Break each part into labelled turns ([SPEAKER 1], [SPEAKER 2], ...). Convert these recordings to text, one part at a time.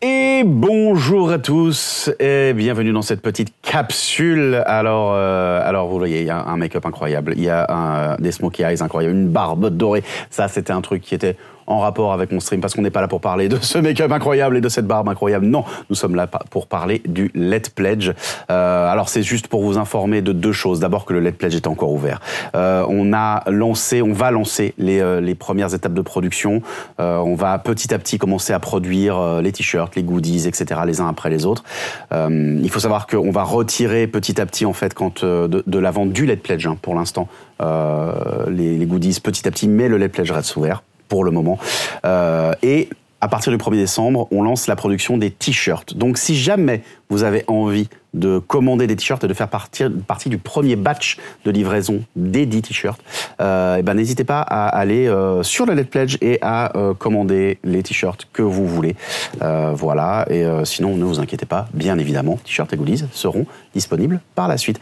[SPEAKER 1] Et bonjour à tous et bienvenue dans cette petite capsule. Alors, euh, alors vous voyez, il y a un make-up incroyable, il y a un, euh, des smokey eyes incroyables, une barbe dorée. Ça, c'était un truc qui était en rapport avec mon stream parce qu'on n'est pas là pour parler de ce make-up incroyable et de cette barbe incroyable. Non, nous sommes là pa- pour parler du Let Pledge. Euh, alors c'est juste pour vous informer de deux choses. D'abord que le Let Pledge est encore ouvert. Euh, on a lancé, on va lancer les, euh, les premières étapes de production. Euh, on va petit à petit commencer à produire euh, les t-shirts, les goodies, etc. les uns après les autres. Euh, il faut savoir qu'on va retirer petit à petit en fait quand euh, de, de la vente du Let Pledge hein, pour l'instant. euh, les, les goodies petit à petit, mais le Let Pledge reste ouvert pour le moment. Euh, et à partir du 1er décembre, on lance la production des t-shirts. Donc si jamais vous avez envie de commander des t-shirts et de faire partie, partie du premier batch de livraison des 10 t-shirts, euh, eh ben, n'hésitez pas à aller euh, sur le Let Pledge et à euh, commander les t-shirts que vous voulez. Euh, voilà, et euh, sinon ne vous inquiétez pas, bien évidemment, t-shirts et goodies seront disponibles par la suite.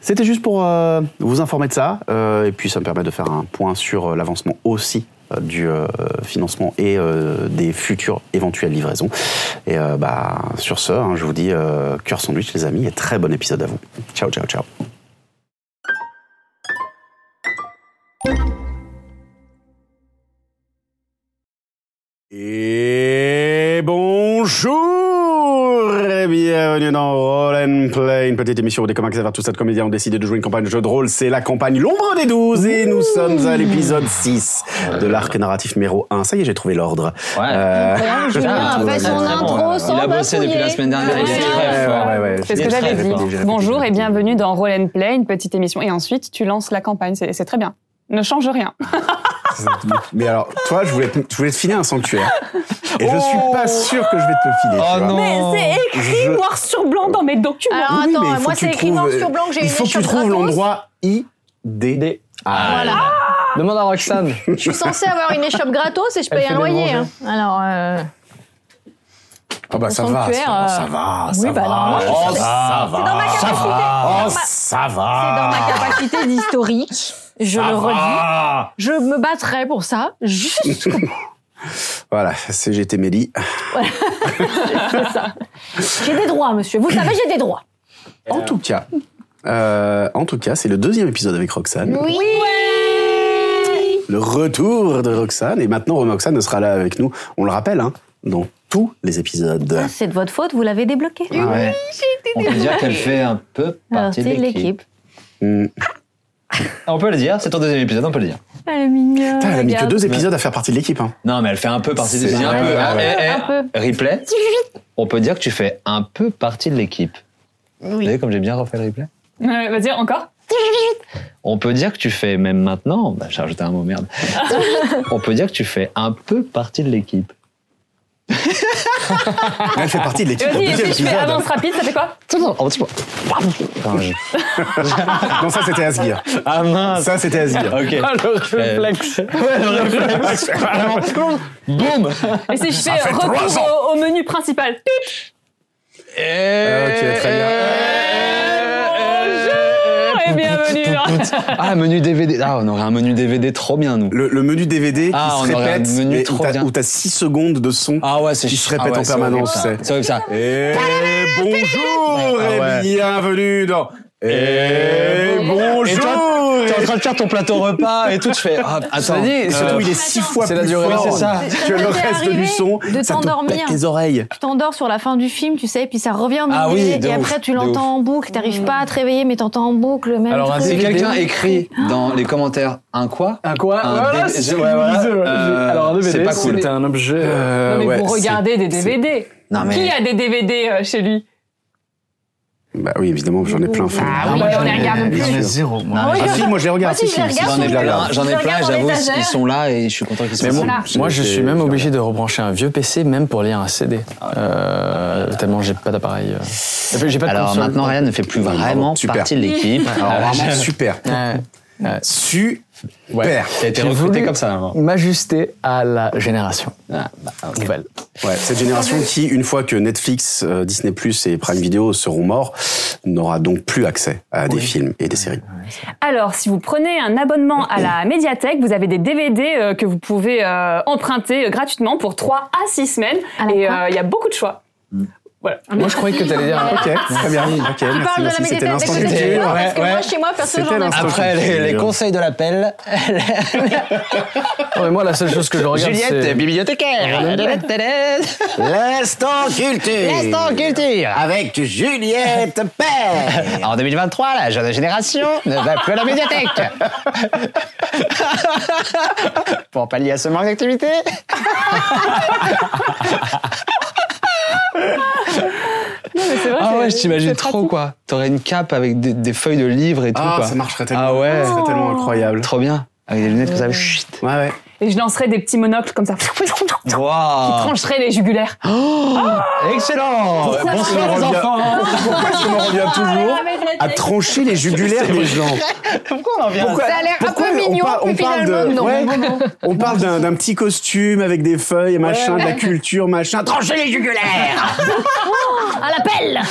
[SPEAKER 1] C'était juste pour euh, vous informer de ça, euh, et puis ça me permet de faire un point sur euh, l'avancement aussi euh, du euh, financement et euh, des futures éventuelles livraisons. Et euh, bah, sur ce, hein, je vous dis euh, cœur sandwich les amis, et très bon épisode à vous. Ciao, ciao, ciao. Et bonjour et bienvenue dans Roll and Play, une petite émission où des comics vers tous cette comédien ont décidé de jouer une campagne de jeu de rôle. C'est la campagne L'ombre des 12 et nous sommes à l'épisode 6 de l'arc narratif numéro 1. Ça y est, j'ai trouvé l'ordre.
[SPEAKER 2] Ouais.
[SPEAKER 1] Euh,
[SPEAKER 3] J'ai
[SPEAKER 2] Ah,
[SPEAKER 3] fait
[SPEAKER 2] très
[SPEAKER 3] son
[SPEAKER 2] bon.
[SPEAKER 3] intro sans
[SPEAKER 2] Il a bossé
[SPEAKER 3] bafouiller.
[SPEAKER 2] depuis la semaine dernière.
[SPEAKER 3] Ah,
[SPEAKER 2] il est
[SPEAKER 3] ouais.
[SPEAKER 2] très
[SPEAKER 1] ouais,
[SPEAKER 2] fort.
[SPEAKER 1] ouais, ouais.
[SPEAKER 4] C'est ce
[SPEAKER 2] Il
[SPEAKER 4] que
[SPEAKER 2] est
[SPEAKER 4] j'avais
[SPEAKER 2] très
[SPEAKER 4] dit.
[SPEAKER 2] fort.
[SPEAKER 4] Bonjour et bienvenue dans Roll and Play, une petite émission. Et ensuite, tu lances la campagne. C'est c'est très bien. Ne change rien.
[SPEAKER 1] Mais alors, toi, je voulais, te, je voulais te filer un sanctuaire. Et je suis pas sûr que je vais te le filer.
[SPEAKER 2] Oh
[SPEAKER 1] tu vois.
[SPEAKER 2] non.
[SPEAKER 4] c'est
[SPEAKER 1] Je-
[SPEAKER 4] noir sur blanc dans mes documents.
[SPEAKER 3] Alors
[SPEAKER 1] Oui, mais il
[SPEAKER 3] attends,
[SPEAKER 1] faut
[SPEAKER 3] moi
[SPEAKER 1] que tu
[SPEAKER 3] c'est écrit
[SPEAKER 1] trouves-
[SPEAKER 3] noir sur blanc que j'ai une
[SPEAKER 1] Il faut que tu
[SPEAKER 3] écharpe
[SPEAKER 1] trouves
[SPEAKER 3] gratos.
[SPEAKER 1] l'endroit Ah, IDD.
[SPEAKER 3] Voilà.
[SPEAKER 2] Demande à Roxane.
[SPEAKER 3] Je suis censée avoir une échoppe gratos et je
[SPEAKER 2] Elle
[SPEAKER 3] paye
[SPEAKER 2] fait
[SPEAKER 3] un
[SPEAKER 2] des
[SPEAKER 3] loyer.
[SPEAKER 2] manger.
[SPEAKER 3] hein. Alors, euh,
[SPEAKER 1] Ah bah ça
[SPEAKER 3] Mon
[SPEAKER 1] va,
[SPEAKER 3] sanctuaire,
[SPEAKER 1] ça,
[SPEAKER 3] euh,
[SPEAKER 1] ça va, ça
[SPEAKER 3] oui, bah,
[SPEAKER 1] va.
[SPEAKER 3] non,
[SPEAKER 1] Oh, ça
[SPEAKER 3] c'est dans ma
[SPEAKER 1] va.
[SPEAKER 3] capacité.
[SPEAKER 1] Oh,
[SPEAKER 3] C'est
[SPEAKER 1] ça
[SPEAKER 3] dans ma
[SPEAKER 1] va.
[SPEAKER 3] capacité d'historique. Je
[SPEAKER 1] Ça
[SPEAKER 3] le redis.
[SPEAKER 1] va.
[SPEAKER 3] Je me battrai pour ça. Juste.
[SPEAKER 1] Voilà, CGT Mélie.
[SPEAKER 3] J'ai des droits, monsieur. Vous savez, j'ai des droits.
[SPEAKER 1] En tout cas, euh, en tout cas, c'est le deuxième épisode avec Roxane.
[SPEAKER 3] Oui.
[SPEAKER 1] Le retour de Roxane. Et maintenant, Roxane sera là avec nous. On le rappelle, hein, dans tous les épisodes.
[SPEAKER 3] C'est de votre faute, vous l'avez débloqué.
[SPEAKER 1] Ah ouais.
[SPEAKER 2] On peut dire qu'elle fait un peu
[SPEAKER 3] Alors,
[SPEAKER 2] partie
[SPEAKER 3] c'est
[SPEAKER 2] de l'équipe.
[SPEAKER 3] l'équipe.
[SPEAKER 1] Hmm.
[SPEAKER 2] On peut le dire, c'est ton deuxième épisode, on peut le dire.
[SPEAKER 3] Elle est mignonne.
[SPEAKER 1] Putain, elle a mis que
[SPEAKER 3] regarde.
[SPEAKER 1] deux épisodes à faire partie de l'équipe. Hein.
[SPEAKER 2] Non, mais elle fait un peu partie de
[SPEAKER 1] C'est
[SPEAKER 2] l'équipe. Un,
[SPEAKER 1] vrai,
[SPEAKER 2] peu.
[SPEAKER 1] ouais,
[SPEAKER 2] Ah,
[SPEAKER 1] ouais.
[SPEAKER 2] eh, eh,
[SPEAKER 3] Un peu.
[SPEAKER 2] Replay. On peut dire que tu fais un peu partie de l'équipe. Vous
[SPEAKER 3] Oui.
[SPEAKER 2] savez comme j'ai bien refait le replay
[SPEAKER 4] Euh, Vas-y, encore
[SPEAKER 2] On peut dire que tu fais, même maintenant, bah, j'ai rajouté un mot merde. on peut dire que tu fais un peu partie de l'équipe.
[SPEAKER 1] Elle fait partie de l'équipe. au
[SPEAKER 4] Vas-y,
[SPEAKER 1] deuxième
[SPEAKER 4] si je fais
[SPEAKER 1] épisode.
[SPEAKER 4] avance rapide, ça fait quoi
[SPEAKER 2] Enfin, je-
[SPEAKER 1] Non, ça c'était Asgir.
[SPEAKER 2] Ah mince
[SPEAKER 1] Ça c'était Asgir.
[SPEAKER 2] Ok. réflexe. Ouais, le réflexe. Vraiment. Boum.
[SPEAKER 4] Et si je fais retour au, au menu principal
[SPEAKER 1] Ah, Ok, très bien.
[SPEAKER 3] Euh.
[SPEAKER 1] Euh,
[SPEAKER 4] Bonjour et bienvenue
[SPEAKER 2] Ah, menu DVD. Ah, on aurait un menu DVD trop bien, nous.
[SPEAKER 1] Le, le menu DVD
[SPEAKER 2] Ah,
[SPEAKER 1] qui se
[SPEAKER 2] on aurait un
[SPEAKER 1] répète
[SPEAKER 2] menu
[SPEAKER 1] mais
[SPEAKER 2] trop
[SPEAKER 1] où t'as-
[SPEAKER 2] bien.
[SPEAKER 1] où t'as 6 secondes de son.
[SPEAKER 2] Ah ouais, c'est
[SPEAKER 1] Qui
[SPEAKER 2] ch-
[SPEAKER 1] se répète
[SPEAKER 2] ah ouais,
[SPEAKER 1] en permanence,
[SPEAKER 2] horrible,
[SPEAKER 1] c'est-
[SPEAKER 2] ça. C'est horrible, ça.
[SPEAKER 1] Et bonjour
[SPEAKER 2] Ah ouais.
[SPEAKER 1] et bienvenue dans. Et
[SPEAKER 2] Et
[SPEAKER 1] bonjour.
[SPEAKER 2] Et toi, T'es en train de faire ton plateau repas et tout, tu fais. Ah, attends.
[SPEAKER 1] Et surtout,
[SPEAKER 2] euh,
[SPEAKER 1] il est six fois
[SPEAKER 2] c'est
[SPEAKER 1] plus
[SPEAKER 2] la durée,
[SPEAKER 1] fort
[SPEAKER 2] c'est ça.
[SPEAKER 1] que le
[SPEAKER 3] Ça t'est
[SPEAKER 1] reste
[SPEAKER 3] arrivé
[SPEAKER 1] du son. ça
[SPEAKER 3] de
[SPEAKER 1] te
[SPEAKER 3] t'endormir.
[SPEAKER 1] pète les oreilles.
[SPEAKER 3] Tu t'endors sur la fin du film, tu sais, puis ça revient en
[SPEAKER 2] Ah
[SPEAKER 3] milieu,
[SPEAKER 2] oui, de
[SPEAKER 3] et
[SPEAKER 2] ouf,
[SPEAKER 3] après tu
[SPEAKER 2] de
[SPEAKER 3] l'entends en boucle, t'arrives pas à te réveiller, mais t'entends en boucle. Même
[SPEAKER 5] Alors,
[SPEAKER 3] truc.
[SPEAKER 2] si
[SPEAKER 5] DVD.
[SPEAKER 2] quelqu'un écrit dans les commentaires un quoi
[SPEAKER 5] Un quoi
[SPEAKER 2] Un
[SPEAKER 5] Voilà,
[SPEAKER 2] DVD.
[SPEAKER 5] c'est-
[SPEAKER 2] Ouais, voilà.
[SPEAKER 5] c'est-
[SPEAKER 2] Euh,
[SPEAKER 5] Alors un DVD,
[SPEAKER 2] c'est pas cool.
[SPEAKER 5] c'était un objet.
[SPEAKER 1] Euh,
[SPEAKER 4] Non mais
[SPEAKER 1] ouais,
[SPEAKER 4] vous
[SPEAKER 1] c'est-
[SPEAKER 4] regardez des DVD
[SPEAKER 2] Non, mais-
[SPEAKER 4] Qui a des DVD euh, chez lui
[SPEAKER 1] Bah oui, évidemment, j'en ai plein. enfin.
[SPEAKER 4] Ah oui, on les regarde
[SPEAKER 1] bien
[SPEAKER 5] J'en ai
[SPEAKER 1] sûr.
[SPEAKER 4] plus
[SPEAKER 5] zéro. moi.
[SPEAKER 2] Non, mais-
[SPEAKER 1] Ah si, moi je les regarde.
[SPEAKER 3] Moi aussi,
[SPEAKER 1] si,
[SPEAKER 3] je les
[SPEAKER 1] si,
[SPEAKER 3] regarde
[SPEAKER 1] si,
[SPEAKER 2] J'en ai
[SPEAKER 1] je les
[SPEAKER 2] plein, j'en
[SPEAKER 3] Je
[SPEAKER 2] ai
[SPEAKER 3] regarde
[SPEAKER 2] plein,
[SPEAKER 3] dans
[SPEAKER 2] j'avoue,
[SPEAKER 3] l'étagère.
[SPEAKER 2] ils sont là et je suis content qu'ils soient
[SPEAKER 5] Mais bon,
[SPEAKER 3] Voilà.
[SPEAKER 1] Voilà.
[SPEAKER 2] là.
[SPEAKER 5] moi je
[SPEAKER 1] J'ai-
[SPEAKER 5] suis même
[SPEAKER 1] j'ai
[SPEAKER 5] obligé de rebrancher un vieux PC, même pour lire un CD.
[SPEAKER 2] Ah
[SPEAKER 5] Euh, tellement j'ai pas d'appareil. euh. Et puis, J'ai pas de
[SPEAKER 2] Alors
[SPEAKER 5] console.
[SPEAKER 2] maintenant, Ryan ne fait plus
[SPEAKER 1] Bravo,
[SPEAKER 2] vraiment
[SPEAKER 1] super.
[SPEAKER 2] partie de l'équipe.
[SPEAKER 1] Alors vraiment super.
[SPEAKER 5] Ouais.
[SPEAKER 1] Super.
[SPEAKER 2] T'as été
[SPEAKER 5] J'ai
[SPEAKER 2] recruté
[SPEAKER 5] voulu
[SPEAKER 2] comme ça, vraiment.
[SPEAKER 5] M'ajuster à la génération
[SPEAKER 2] Ah, bah,
[SPEAKER 5] nouvelle.
[SPEAKER 1] Ouais, cette génération qui, une fois que Netflix, euh, Disney et Prime Video seront morts, n'aura donc plus accès à des films et des séries.
[SPEAKER 4] Alors, si vous prenez un abonnement à la médiathèque, vous avez des DVD euh, que vous pouvez euh, emprunter euh, gratuitement pour 3 à 6 semaines.
[SPEAKER 3] À la
[SPEAKER 4] et
[SPEAKER 3] quoi
[SPEAKER 4] euh, il y a beaucoup de choix.
[SPEAKER 1] Hmm.
[SPEAKER 6] Voilà.
[SPEAKER 3] Moi, je croyais que t'allais dire.
[SPEAKER 1] Ok, très bien. Ok,
[SPEAKER 7] Tu
[SPEAKER 1] merci,
[SPEAKER 7] parles de la
[SPEAKER 1] merci. C'était
[SPEAKER 7] méditation
[SPEAKER 1] l'instant
[SPEAKER 3] des
[SPEAKER 1] culture.
[SPEAKER 3] côtés
[SPEAKER 1] Ouais,
[SPEAKER 3] du Nord,
[SPEAKER 7] parce que
[SPEAKER 1] ouais.
[SPEAKER 7] moi, chez moi, perso,
[SPEAKER 1] C'était
[SPEAKER 7] j'en ai
[SPEAKER 1] l'instant
[SPEAKER 7] pas.
[SPEAKER 2] Après, les, les conseils de l'appel,
[SPEAKER 3] Non, mais moi, la seule chose que je regarde, c'est.
[SPEAKER 2] bibliothécaire.
[SPEAKER 1] L'instant culture.
[SPEAKER 2] culture.
[SPEAKER 1] Avec Juliette Père.
[SPEAKER 2] En 2023, la jeune génération ne va plus à la médiathèque. Pour pallier à ce manque d'activité.
[SPEAKER 6] C'est vrai,
[SPEAKER 3] Ah
[SPEAKER 6] c'est-
[SPEAKER 3] ouais, je t'imagine
[SPEAKER 6] c'est
[SPEAKER 3] trop quoi. T'aurais une cape avec des, des feuilles de livres et tout
[SPEAKER 1] Ah,
[SPEAKER 3] quoi.
[SPEAKER 1] ça marcherait tellement.
[SPEAKER 3] Ah ouais.
[SPEAKER 1] Ce serait tellement incroyable.
[SPEAKER 3] Trop bien.
[SPEAKER 2] Avec des lunettes comme ça. Chut.
[SPEAKER 1] Ouais, Ah ouais.
[SPEAKER 6] Et je lancerai des petits monocles comme ça. Qui
[SPEAKER 1] Ah.
[SPEAKER 2] Waouh.
[SPEAKER 6] trancherait les jugulaires.
[SPEAKER 2] Excellent.
[SPEAKER 1] on
[SPEAKER 2] Bonsoir les
[SPEAKER 1] revient-
[SPEAKER 2] enfants.
[SPEAKER 1] Pourquoi est-ce qu'on en revient toujours à trancher les jugulaires des gens
[SPEAKER 2] Pourquoi on en vient
[SPEAKER 1] Pourquoi-
[SPEAKER 7] Ça a l'air un
[SPEAKER 1] pourquoi
[SPEAKER 7] peu mignon,
[SPEAKER 1] parle-
[SPEAKER 7] puis finalement, non.
[SPEAKER 1] ouais, on parle d'un d'un petit costume avec des feuilles et machin, de la culture, machin. Trancher les jugulaires
[SPEAKER 7] À l'appel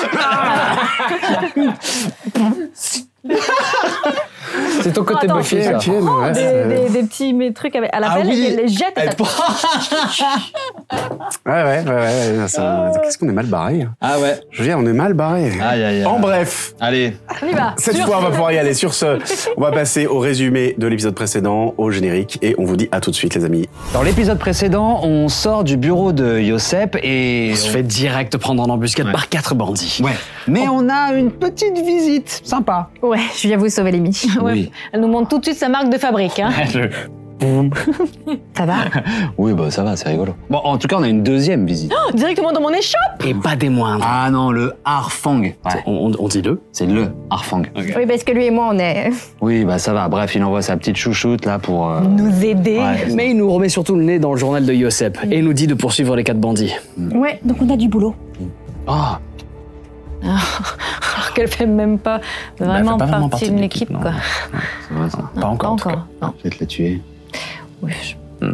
[SPEAKER 3] C'est ton côté
[SPEAKER 7] Attends,
[SPEAKER 3] Buffy. ça.
[SPEAKER 1] Ok, mais ouais,
[SPEAKER 7] des,
[SPEAKER 1] c'est-
[SPEAKER 7] des- des petits mes trucs avec- à
[SPEAKER 2] Ah
[SPEAKER 7] l'appel
[SPEAKER 2] oui.
[SPEAKER 7] et les jette et ça-
[SPEAKER 1] Ouais, ouais, ouais, ouais, ouais, ça-
[SPEAKER 7] Oh.
[SPEAKER 1] Qu'est-ce qu'on est mal barré hein.
[SPEAKER 2] Ah ouais.
[SPEAKER 1] Je veux dire, on est mal barré.
[SPEAKER 2] Aïe, aïe, aïe.
[SPEAKER 1] En bref,
[SPEAKER 2] Allez.
[SPEAKER 7] On y va.
[SPEAKER 1] cette fois, on va pouvoir y aller. Sur ce, on va passer au résumé de l'épisode précédent, au générique, et on vous dit à tout de suite, les amis.
[SPEAKER 2] Dans l'épisode précédent, on sort du bureau de Yosep et.
[SPEAKER 5] On se fait direct prendre en embuscade
[SPEAKER 2] Ouais.
[SPEAKER 5] par quatre bandits.
[SPEAKER 2] Ouais. Mais on a une petite visite sympa.
[SPEAKER 7] Ouais, je viens vous sauver les miches.
[SPEAKER 2] Oui.
[SPEAKER 7] Elle nous montre tout de suite sa marque de fabrique. Hein. Ça va
[SPEAKER 2] Oui, bah ça va, c'est rigolo. Bon, en tout cas, on a une deuxième visite.
[SPEAKER 8] Oh,
[SPEAKER 7] Directement dans mon échoppe
[SPEAKER 5] Et pas des moindres.
[SPEAKER 2] Ah non, le Harfang. Ouais.
[SPEAKER 5] On, on- on dit deux.
[SPEAKER 2] C'est le Harfang.
[SPEAKER 8] Oui, parce que lui et moi, on est.
[SPEAKER 2] Oui, bah ça va. Bref, il envoie sa petite chouchoute là pour. euh,
[SPEAKER 8] Mmh.
[SPEAKER 7] Nous aider.
[SPEAKER 2] ouais. Mm.
[SPEAKER 5] Mais il nous remet surtout le nez dans le journal de Yosep et nous dit de poursuivre les quatre bandits.
[SPEAKER 8] Ouais.
[SPEAKER 7] Donc on a du boulot.
[SPEAKER 2] Ah,
[SPEAKER 7] Alors qu'elle fait même pas
[SPEAKER 2] Bah,
[SPEAKER 7] vraiment,
[SPEAKER 3] fait pas vraiment
[SPEAKER 7] partie
[SPEAKER 3] partie
[SPEAKER 7] d'une
[SPEAKER 3] de
[SPEAKER 7] équipe,
[SPEAKER 3] l'équipe,
[SPEAKER 7] quoi.
[SPEAKER 2] c'est vrai ça.
[SPEAKER 3] Pas encore. en tout cas.
[SPEAKER 7] Non.
[SPEAKER 2] Je vais te la tuer.
[SPEAKER 7] Oui, je-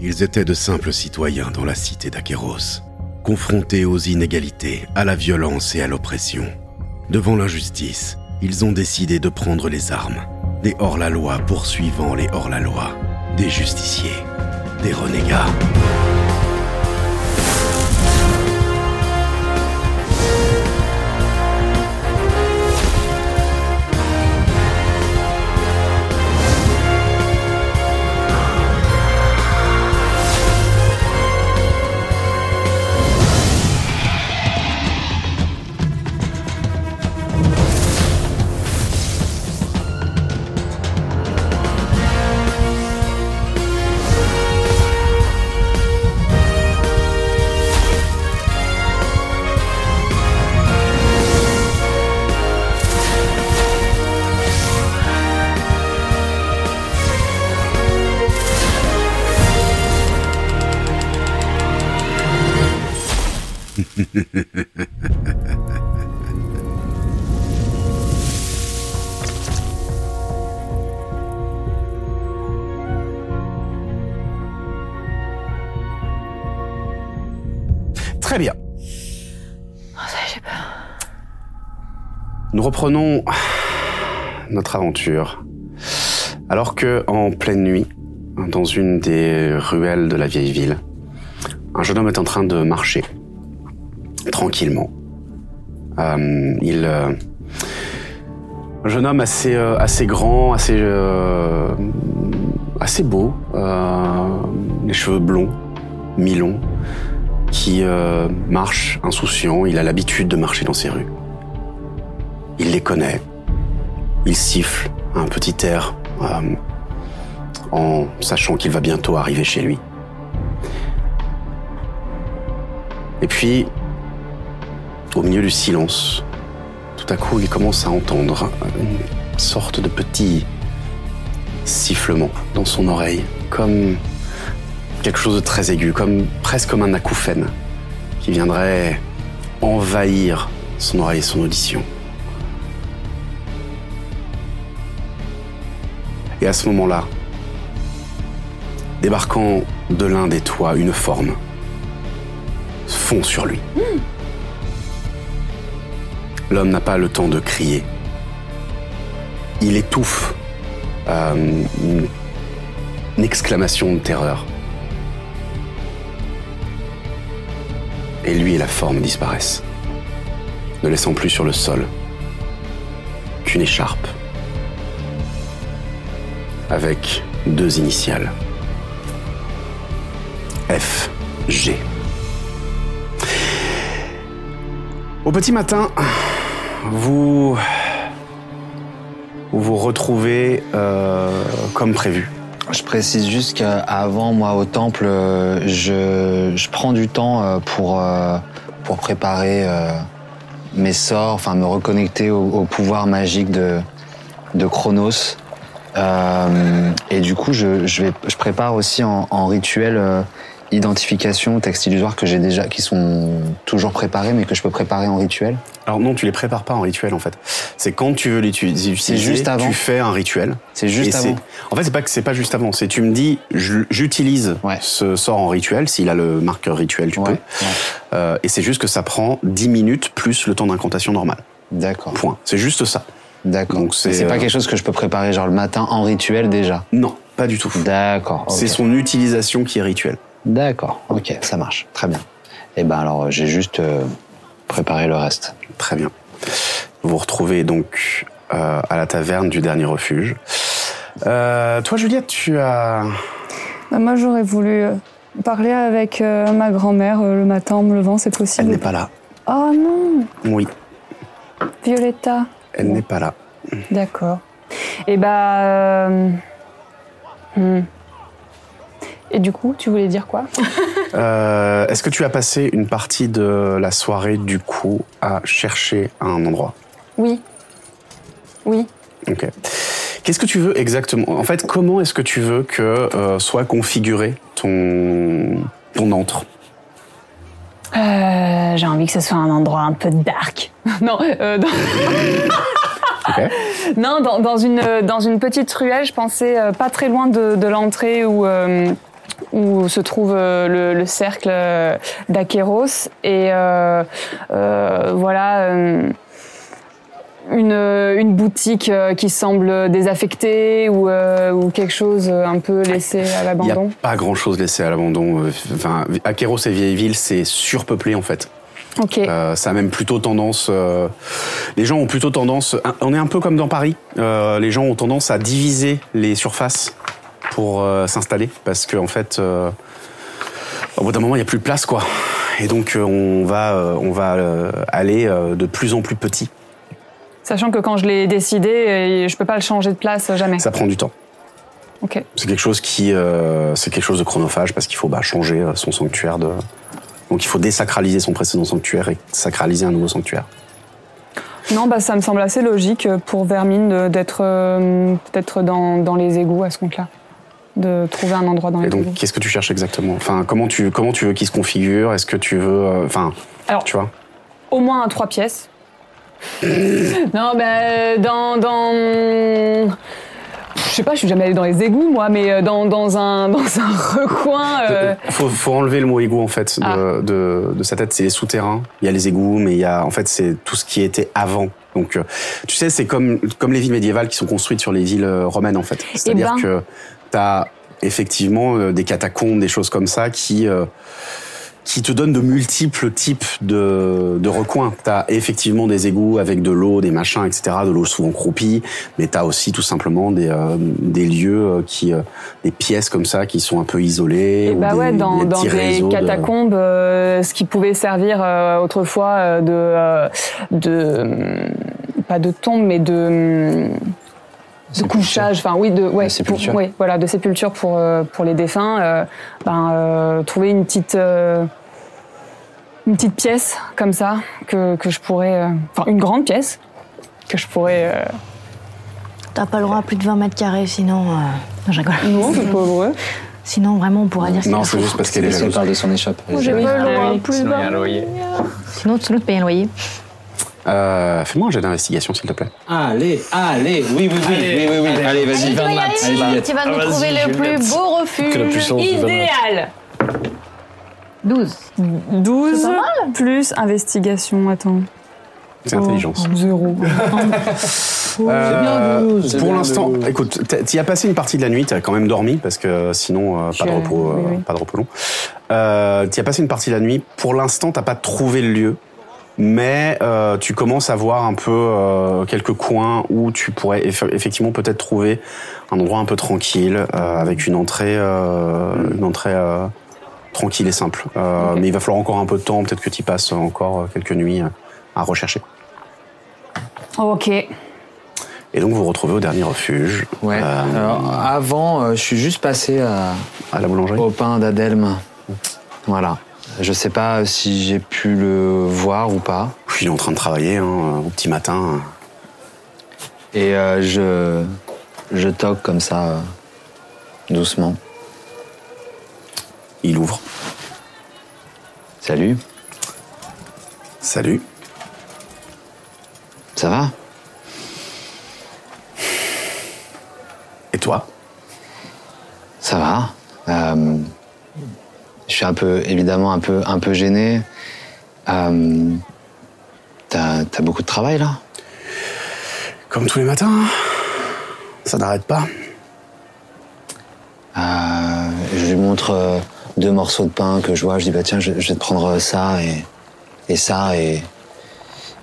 [SPEAKER 9] Ils étaient de simples citoyens dans la cité d'Aqueros, confrontés aux inégalités, à la violence et à l'oppression. Devant l'injustice, ils ont décidé de prendre les armes, des hors-la-loi poursuivant les hors-la-loi, des justiciers, des renégats.
[SPEAKER 1] Très bien. Nous reprenons notre aventure. Alors que, en pleine nuit, dans une des ruelles de la vieille ville, un jeune homme est en train de marcher tranquillement. Euh, il, euh, un jeune homme assez euh, assez grand, assez euh, assez beau, euh, les cheveux blonds, mi-longs, qui euh, marche insouciant, il a l'habitude de marcher dans ces rues. Il les connaît. Il siffle un petit air euh, en sachant qu'il va bientôt arriver chez lui. Et puis, au milieu du silence, tout à coup, il commence à entendre une sorte de petit sifflement dans son oreille, comme quelque chose de très aigu, comme presque comme un acouphène, qui viendrait envahir son oreille et son audition. Et à ce moment-là, débarquant de l'un des toits, une forme fond sur lui. L'homme n'a pas le temps de crier. Il étouffe euh, une- une exclamation de terreur.
[SPEAKER 9] et lui et la forme disparaissent, ne laissant plus sur le sol qu'une écharpe avec deux initiales. F, G.
[SPEAKER 1] Au petit matin, vous vous, vous retrouvez euh, comme prévu.
[SPEAKER 2] Je précise juste qu'avant, moi, au temple, euh, je, je prends du temps euh, pour, euh, pour préparer euh, mes sorts, enfin me reconnecter au, au pouvoir magique de, de Chronos. Euh, et du coup, je, je, vais, je prépare aussi en, en rituel euh, identification, texte illusoire que j'ai déjà, qui sont toujours préparés, mais que je peux préparer en rituel.
[SPEAKER 1] Alors non, tu les prépares pas en rituel en fait. C'est quand tu veux l'utiliser,
[SPEAKER 2] C'est juste avant.
[SPEAKER 1] tu fais un rituel.
[SPEAKER 2] C'est juste
[SPEAKER 1] Et
[SPEAKER 2] avant.
[SPEAKER 1] c'est- En fait, c'est pas que c'est pas juste avant. C'est tu me dis, je- j'utilise
[SPEAKER 2] Ouais.
[SPEAKER 1] ce sort en rituel. S'il a le marqueur rituel, tu
[SPEAKER 2] Ouais, ouais.
[SPEAKER 1] peux. Euh, et c'est juste que ça prend 10 minutes plus le temps d'incantation normale.
[SPEAKER 2] D'accord.
[SPEAKER 1] Point. C'est juste ça.
[SPEAKER 2] D'accord.
[SPEAKER 1] Donc, c'est,
[SPEAKER 2] Mais C'est
[SPEAKER 1] euh,
[SPEAKER 2] pas quelque chose que je peux préparer genre le matin en rituel déjà.
[SPEAKER 1] Non, pas du tout.
[SPEAKER 2] D'accord. ok.
[SPEAKER 1] C'est son utilisation qui est rituelle.
[SPEAKER 2] D'accord, ok, ça marche, très bien. Et ben alors, euh, j'ai juste euh, préparé le reste.
[SPEAKER 1] Très bien. Vous vous retrouvez donc euh, à la taverne du dernier refuge. Euh, toi, Juliette, tu as
[SPEAKER 6] Bah, moi, j'aurais voulu euh, parler avec euh, ma grand-mère euh, le matin en me levant, c'est
[SPEAKER 1] Elle n'est
[SPEAKER 6] possible.
[SPEAKER 1] pas là.
[SPEAKER 6] Oh non,
[SPEAKER 1] Oui,
[SPEAKER 6] Violetta.
[SPEAKER 1] elle n'est pas là.
[SPEAKER 6] D'accord. Et bah. euh, hmm. Et du coup, tu voulais dire quoi
[SPEAKER 1] Euh, Est-ce que tu as passé une partie de la soirée du coup à chercher un endroit
[SPEAKER 6] Oui. Oui.
[SPEAKER 1] Ok. Qu'est-ce que tu veux exactement En fait, comment est-ce que tu veux que euh, soit configuré ton ton antre
[SPEAKER 10] Euh, J'ai envie que ce soit un endroit un peu dark.
[SPEAKER 6] Non, euh, dans...
[SPEAKER 1] Ok.
[SPEAKER 6] non dans, dans une, euh, dans une petite ruelle, je pensais euh, pas très loin de, de l'entrée où, euh, où se trouve euh, le, le cercle euh, d'Aqueros. Et euh, euh, voilà. euh, une, une boutique euh, qui semble désaffectée ou, euh, ou quelque chose euh, un peu laissé à
[SPEAKER 1] Il n'y Ah, a
[SPEAKER 6] l'abandon.
[SPEAKER 1] pas grand-chose laissé à l'abandon. Euh, Enfin, Akeros et vieille ville, c'est surpeuplé en fait.
[SPEAKER 6] Ok.
[SPEAKER 1] Euh, ça a même plutôt tendance. euh, les gens ont plutôt tendance. un- On est un peu comme dans Paris. Euh, les gens ont tendance à diviser les surfaces pour euh, s'installer parce que en fait, euh, au bout d'un moment, il n'y a plus de place, quoi. Et donc, euh, on va, euh, on va euh, aller euh, de plus en plus petit.
[SPEAKER 6] Sachant que quand je l'ai décidé, euh, je peux pas le changer de place euh, jamais.
[SPEAKER 1] Ça prend du temps.
[SPEAKER 6] Ok.
[SPEAKER 1] C'est quelque chose qui, euh, c'est quelque chose de chronophage parce qu'il faut bah, changer euh, son sanctuaire de. Donc, il faut désacraliser son précédent sanctuaire et sacraliser un nouveau sanctuaire.
[SPEAKER 6] Non, bah, ça me semble assez logique pour Vermine de- d'être euh, peut-être dans, dans les égouts à ce compte-là. De trouver un endroit dans les
[SPEAKER 1] Et donc,
[SPEAKER 6] égouts.
[SPEAKER 1] qu'est-ce que tu cherches exactement Enfin, comment tu comment tu veux qu'il se configure Est-ce que tu veux, euh, enfin,
[SPEAKER 6] Alors-
[SPEAKER 1] tu vois
[SPEAKER 6] Au moins un trois pièces. non, bah, dans. dans... Je sais pas, je suis jamais allée dans les égouts, moi, mais euh, dans, dans, un, dans un recoin. euh,
[SPEAKER 1] faut, faut enlever le mot égout en fait de,
[SPEAKER 6] Ah.
[SPEAKER 1] de, de sa tête. C'est les souterrains. Il y a les égouts, mais il y a en fait c'est tout ce qui était avant. Donc, euh, tu sais, c'est comme comme les villes médiévales qui sont construites sur les villes euh, romaines en fait. C'est-à-dire
[SPEAKER 6] ben.
[SPEAKER 1] que t'as effectivement euh, des catacombes, des choses comme ça qui euh, qui te donnent de multiples types de, de recoins. T'as effectivement des égouts avec de l'eau, des machins, etc., de l'eau souvent croupie, mais t'as aussi tout simplement des, euh, des lieux euh, qui, euh, des pièces comme ça qui sont un peu isolées.
[SPEAKER 6] Et
[SPEAKER 1] ou
[SPEAKER 6] bah
[SPEAKER 1] des,
[SPEAKER 6] ouais, dans,
[SPEAKER 1] des
[SPEAKER 6] dans
[SPEAKER 1] petits
[SPEAKER 6] des
[SPEAKER 1] réseaux de-
[SPEAKER 6] catacombes, euh, ce qui pouvait servir euh, autrefois euh, de, euh, de hum, pas de tombe, mais de, hum, de couchage, enfin oui, de ouais,
[SPEAKER 2] De sépulture.
[SPEAKER 6] pour- ouais, voilà, de sépulture pour euh, pour les défunts. euh, ben euh, trouver une petite euh, une petite pièce comme ça que que je pourrais, euh, enfin une grande pièce que je pourrais. euh,
[SPEAKER 7] T'as pas le droit à plus de 20 mètres carrés, sinon. euh, Non, je rigole.
[SPEAKER 6] non, c'est pas heureux.
[SPEAKER 7] Sinon, vraiment, on pourra dire ce
[SPEAKER 1] Non,
[SPEAKER 7] qu'il
[SPEAKER 1] c'est
[SPEAKER 7] faut.
[SPEAKER 1] juste parce qu'elle est jalouse.
[SPEAKER 2] parle de son échoppe.
[SPEAKER 6] Ah
[SPEAKER 3] plus bas.
[SPEAKER 7] Sinon, tu nous payes un loyer.
[SPEAKER 1] Euh, Fais-moi un jet d'investigation, s'il te plaît.
[SPEAKER 2] Allez, allez, oui, oui, oui, oui, oui, oui. Allez, vas-y,
[SPEAKER 3] Tu vas
[SPEAKER 2] 20
[SPEAKER 3] y
[SPEAKER 2] maths.
[SPEAKER 3] arriver,
[SPEAKER 2] Allez,
[SPEAKER 3] Tu vas nous trouver le plus beau
[SPEAKER 5] Que la
[SPEAKER 3] refuge
[SPEAKER 5] puissance de Van Hatt.
[SPEAKER 3] idéal. 12.
[SPEAKER 6] 12 plus investigation, attends. Oh.
[SPEAKER 1] C'est intelligence.
[SPEAKER 6] Zéro.
[SPEAKER 1] Euh,
[SPEAKER 2] c'est
[SPEAKER 1] pour
[SPEAKER 2] bien
[SPEAKER 1] l'instant,
[SPEAKER 2] de-
[SPEAKER 1] écoute, t'as- t'y as passé une partie de la nuit, t'as quand même dormi parce que sinon euh, pas, de
[SPEAKER 6] Je-
[SPEAKER 1] repos, euh,
[SPEAKER 6] oui, oui.
[SPEAKER 1] pas de repos long. Euh, tu as passé une partie de la nuit. Pour l'instant, t'as pas trouvé le lieu, mais euh, tu commences à voir un peu euh, quelques coins où tu pourrais eff- effectivement peut-être trouver un endroit un peu tranquille euh, avec une entrée, euh, une entrée euh, tranquille et simple. Euh, Mais il va falloir encore un peu de temps. Peut-être que tu passes encore euh, quelques nuits euh, à rechercher.
[SPEAKER 4] Ok.
[SPEAKER 1] Et donc vous vous retrouvez au dernier refuge. euh,
[SPEAKER 2] Ouais. Alors, avant, euh, je suis juste passé à,
[SPEAKER 1] à la boulangerie.
[SPEAKER 2] Au pain d'Adelme. Voilà. Je sais pas si j'ai pu le voir ou pas.
[SPEAKER 1] Je suis en train de travailler hein, au petit matin.
[SPEAKER 2] Et euh, je je toque comme ça euh, doucement.
[SPEAKER 1] Il ouvre.
[SPEAKER 2] Salut.
[SPEAKER 1] Salut.
[SPEAKER 2] Ça va
[SPEAKER 1] Et toi
[SPEAKER 2] Ça va. Euh, je suis un peu, évidemment, un peu, un peu gêné. Euh, T'as t'as beaucoup de travail là
[SPEAKER 1] Comme tous les matins, hein. ça n'arrête pas.
[SPEAKER 2] Euh, je lui montre euh, deux morceaux de pain que je vois. Je dis bah tiens, je, je vais te prendre ça et, et ça et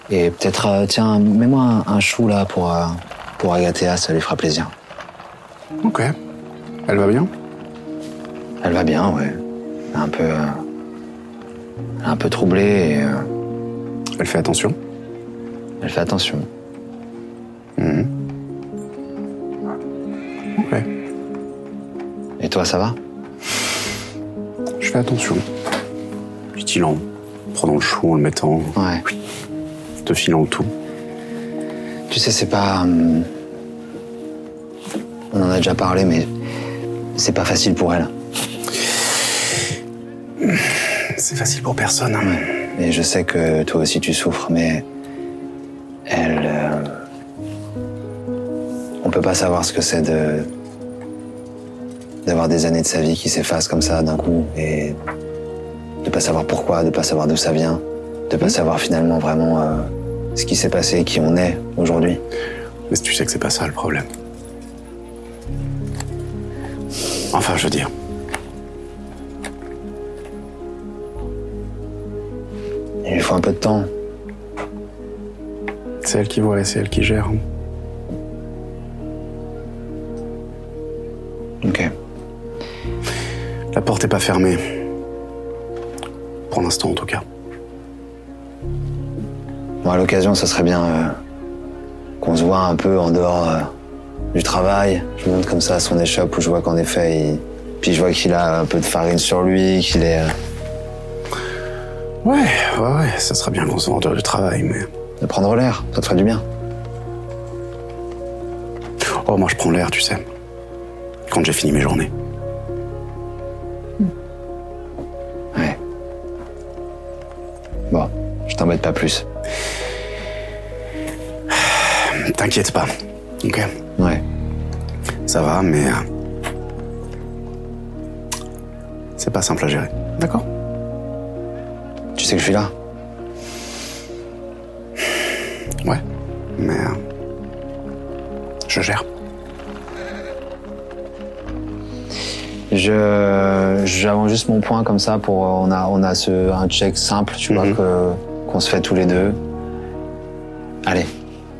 [SPEAKER 2] et peut-être euh, tiens, mets-moi un, un chou là pour euh, pour Agathea, ça lui fera plaisir.
[SPEAKER 1] Ok. Elle va bien
[SPEAKER 2] Elle va bien, ouais. Elle est un peu euh, elle est un peu troublée. Et, euh,
[SPEAKER 1] Elle fait attention.
[SPEAKER 2] elle fait attention.
[SPEAKER 1] Ok.
[SPEAKER 2] Et toi, ça va
[SPEAKER 1] Je fais attention. Dit-il en prenant le chou, en le mettant,
[SPEAKER 2] Ouais.
[SPEAKER 1] te filant tout.
[SPEAKER 2] Tu sais, c'est pas. hum, On en a déjà parlé, mais c'est pas facile pour elle.
[SPEAKER 1] C'est facile pour personne. hein.
[SPEAKER 2] Et je sais que toi aussi tu souffres, mais elle. euh, On peut pas savoir ce que c'est de. d'avoir des années de sa vie qui s'effacent comme ça d'un coup et de pas savoir pourquoi, de pas savoir d'où ça vient, de pas savoir finalement vraiment euh, ce qui s'est passé et qui on est aujourd'hui.
[SPEAKER 1] Mais tu sais que c'est pas ça le problème. Enfin, je veux dire.
[SPEAKER 2] Il lui faut un peu de temps.
[SPEAKER 1] C'est elle qui voit et c'est elle qui gère. hein.
[SPEAKER 2] Ok.
[SPEAKER 1] La porte est pas fermée. Pour l'instant, en tout cas.
[SPEAKER 2] Bon, à l'occasion, ça serait bien euh, qu'on se voit un peu en dehors euh, du travail. Je monte comme ça à son échoppe où je vois qu'en effet, il... puis je vois qu'il a un peu de farine sur lui, qu'il est. euh,
[SPEAKER 1] Ouais, ouais, ouais, ça serait bien qu'on se rende du travail, mais.
[SPEAKER 2] de prendre l'air, ça te ferait du bien.
[SPEAKER 1] Oh, moi, je prends l'air, tu sais. Quand j'ai fini mes journées.
[SPEAKER 2] Ouais. Bon, je t'embête pas plus.
[SPEAKER 1] T'inquiète pas. Ok.
[SPEAKER 2] Ouais.
[SPEAKER 1] Ça va, mais. euh, C'est pas simple à gérer. D'accord.
[SPEAKER 2] Tu sais que je suis là.
[SPEAKER 1] Ouais. Mais. euh, Je gère.
[SPEAKER 2] Je j'avance juste mon point comme ça pour euh, on a on a ce un check simple, tu
[SPEAKER 1] Mhm.
[SPEAKER 2] vois que qu'on se fait tous les deux. Allez,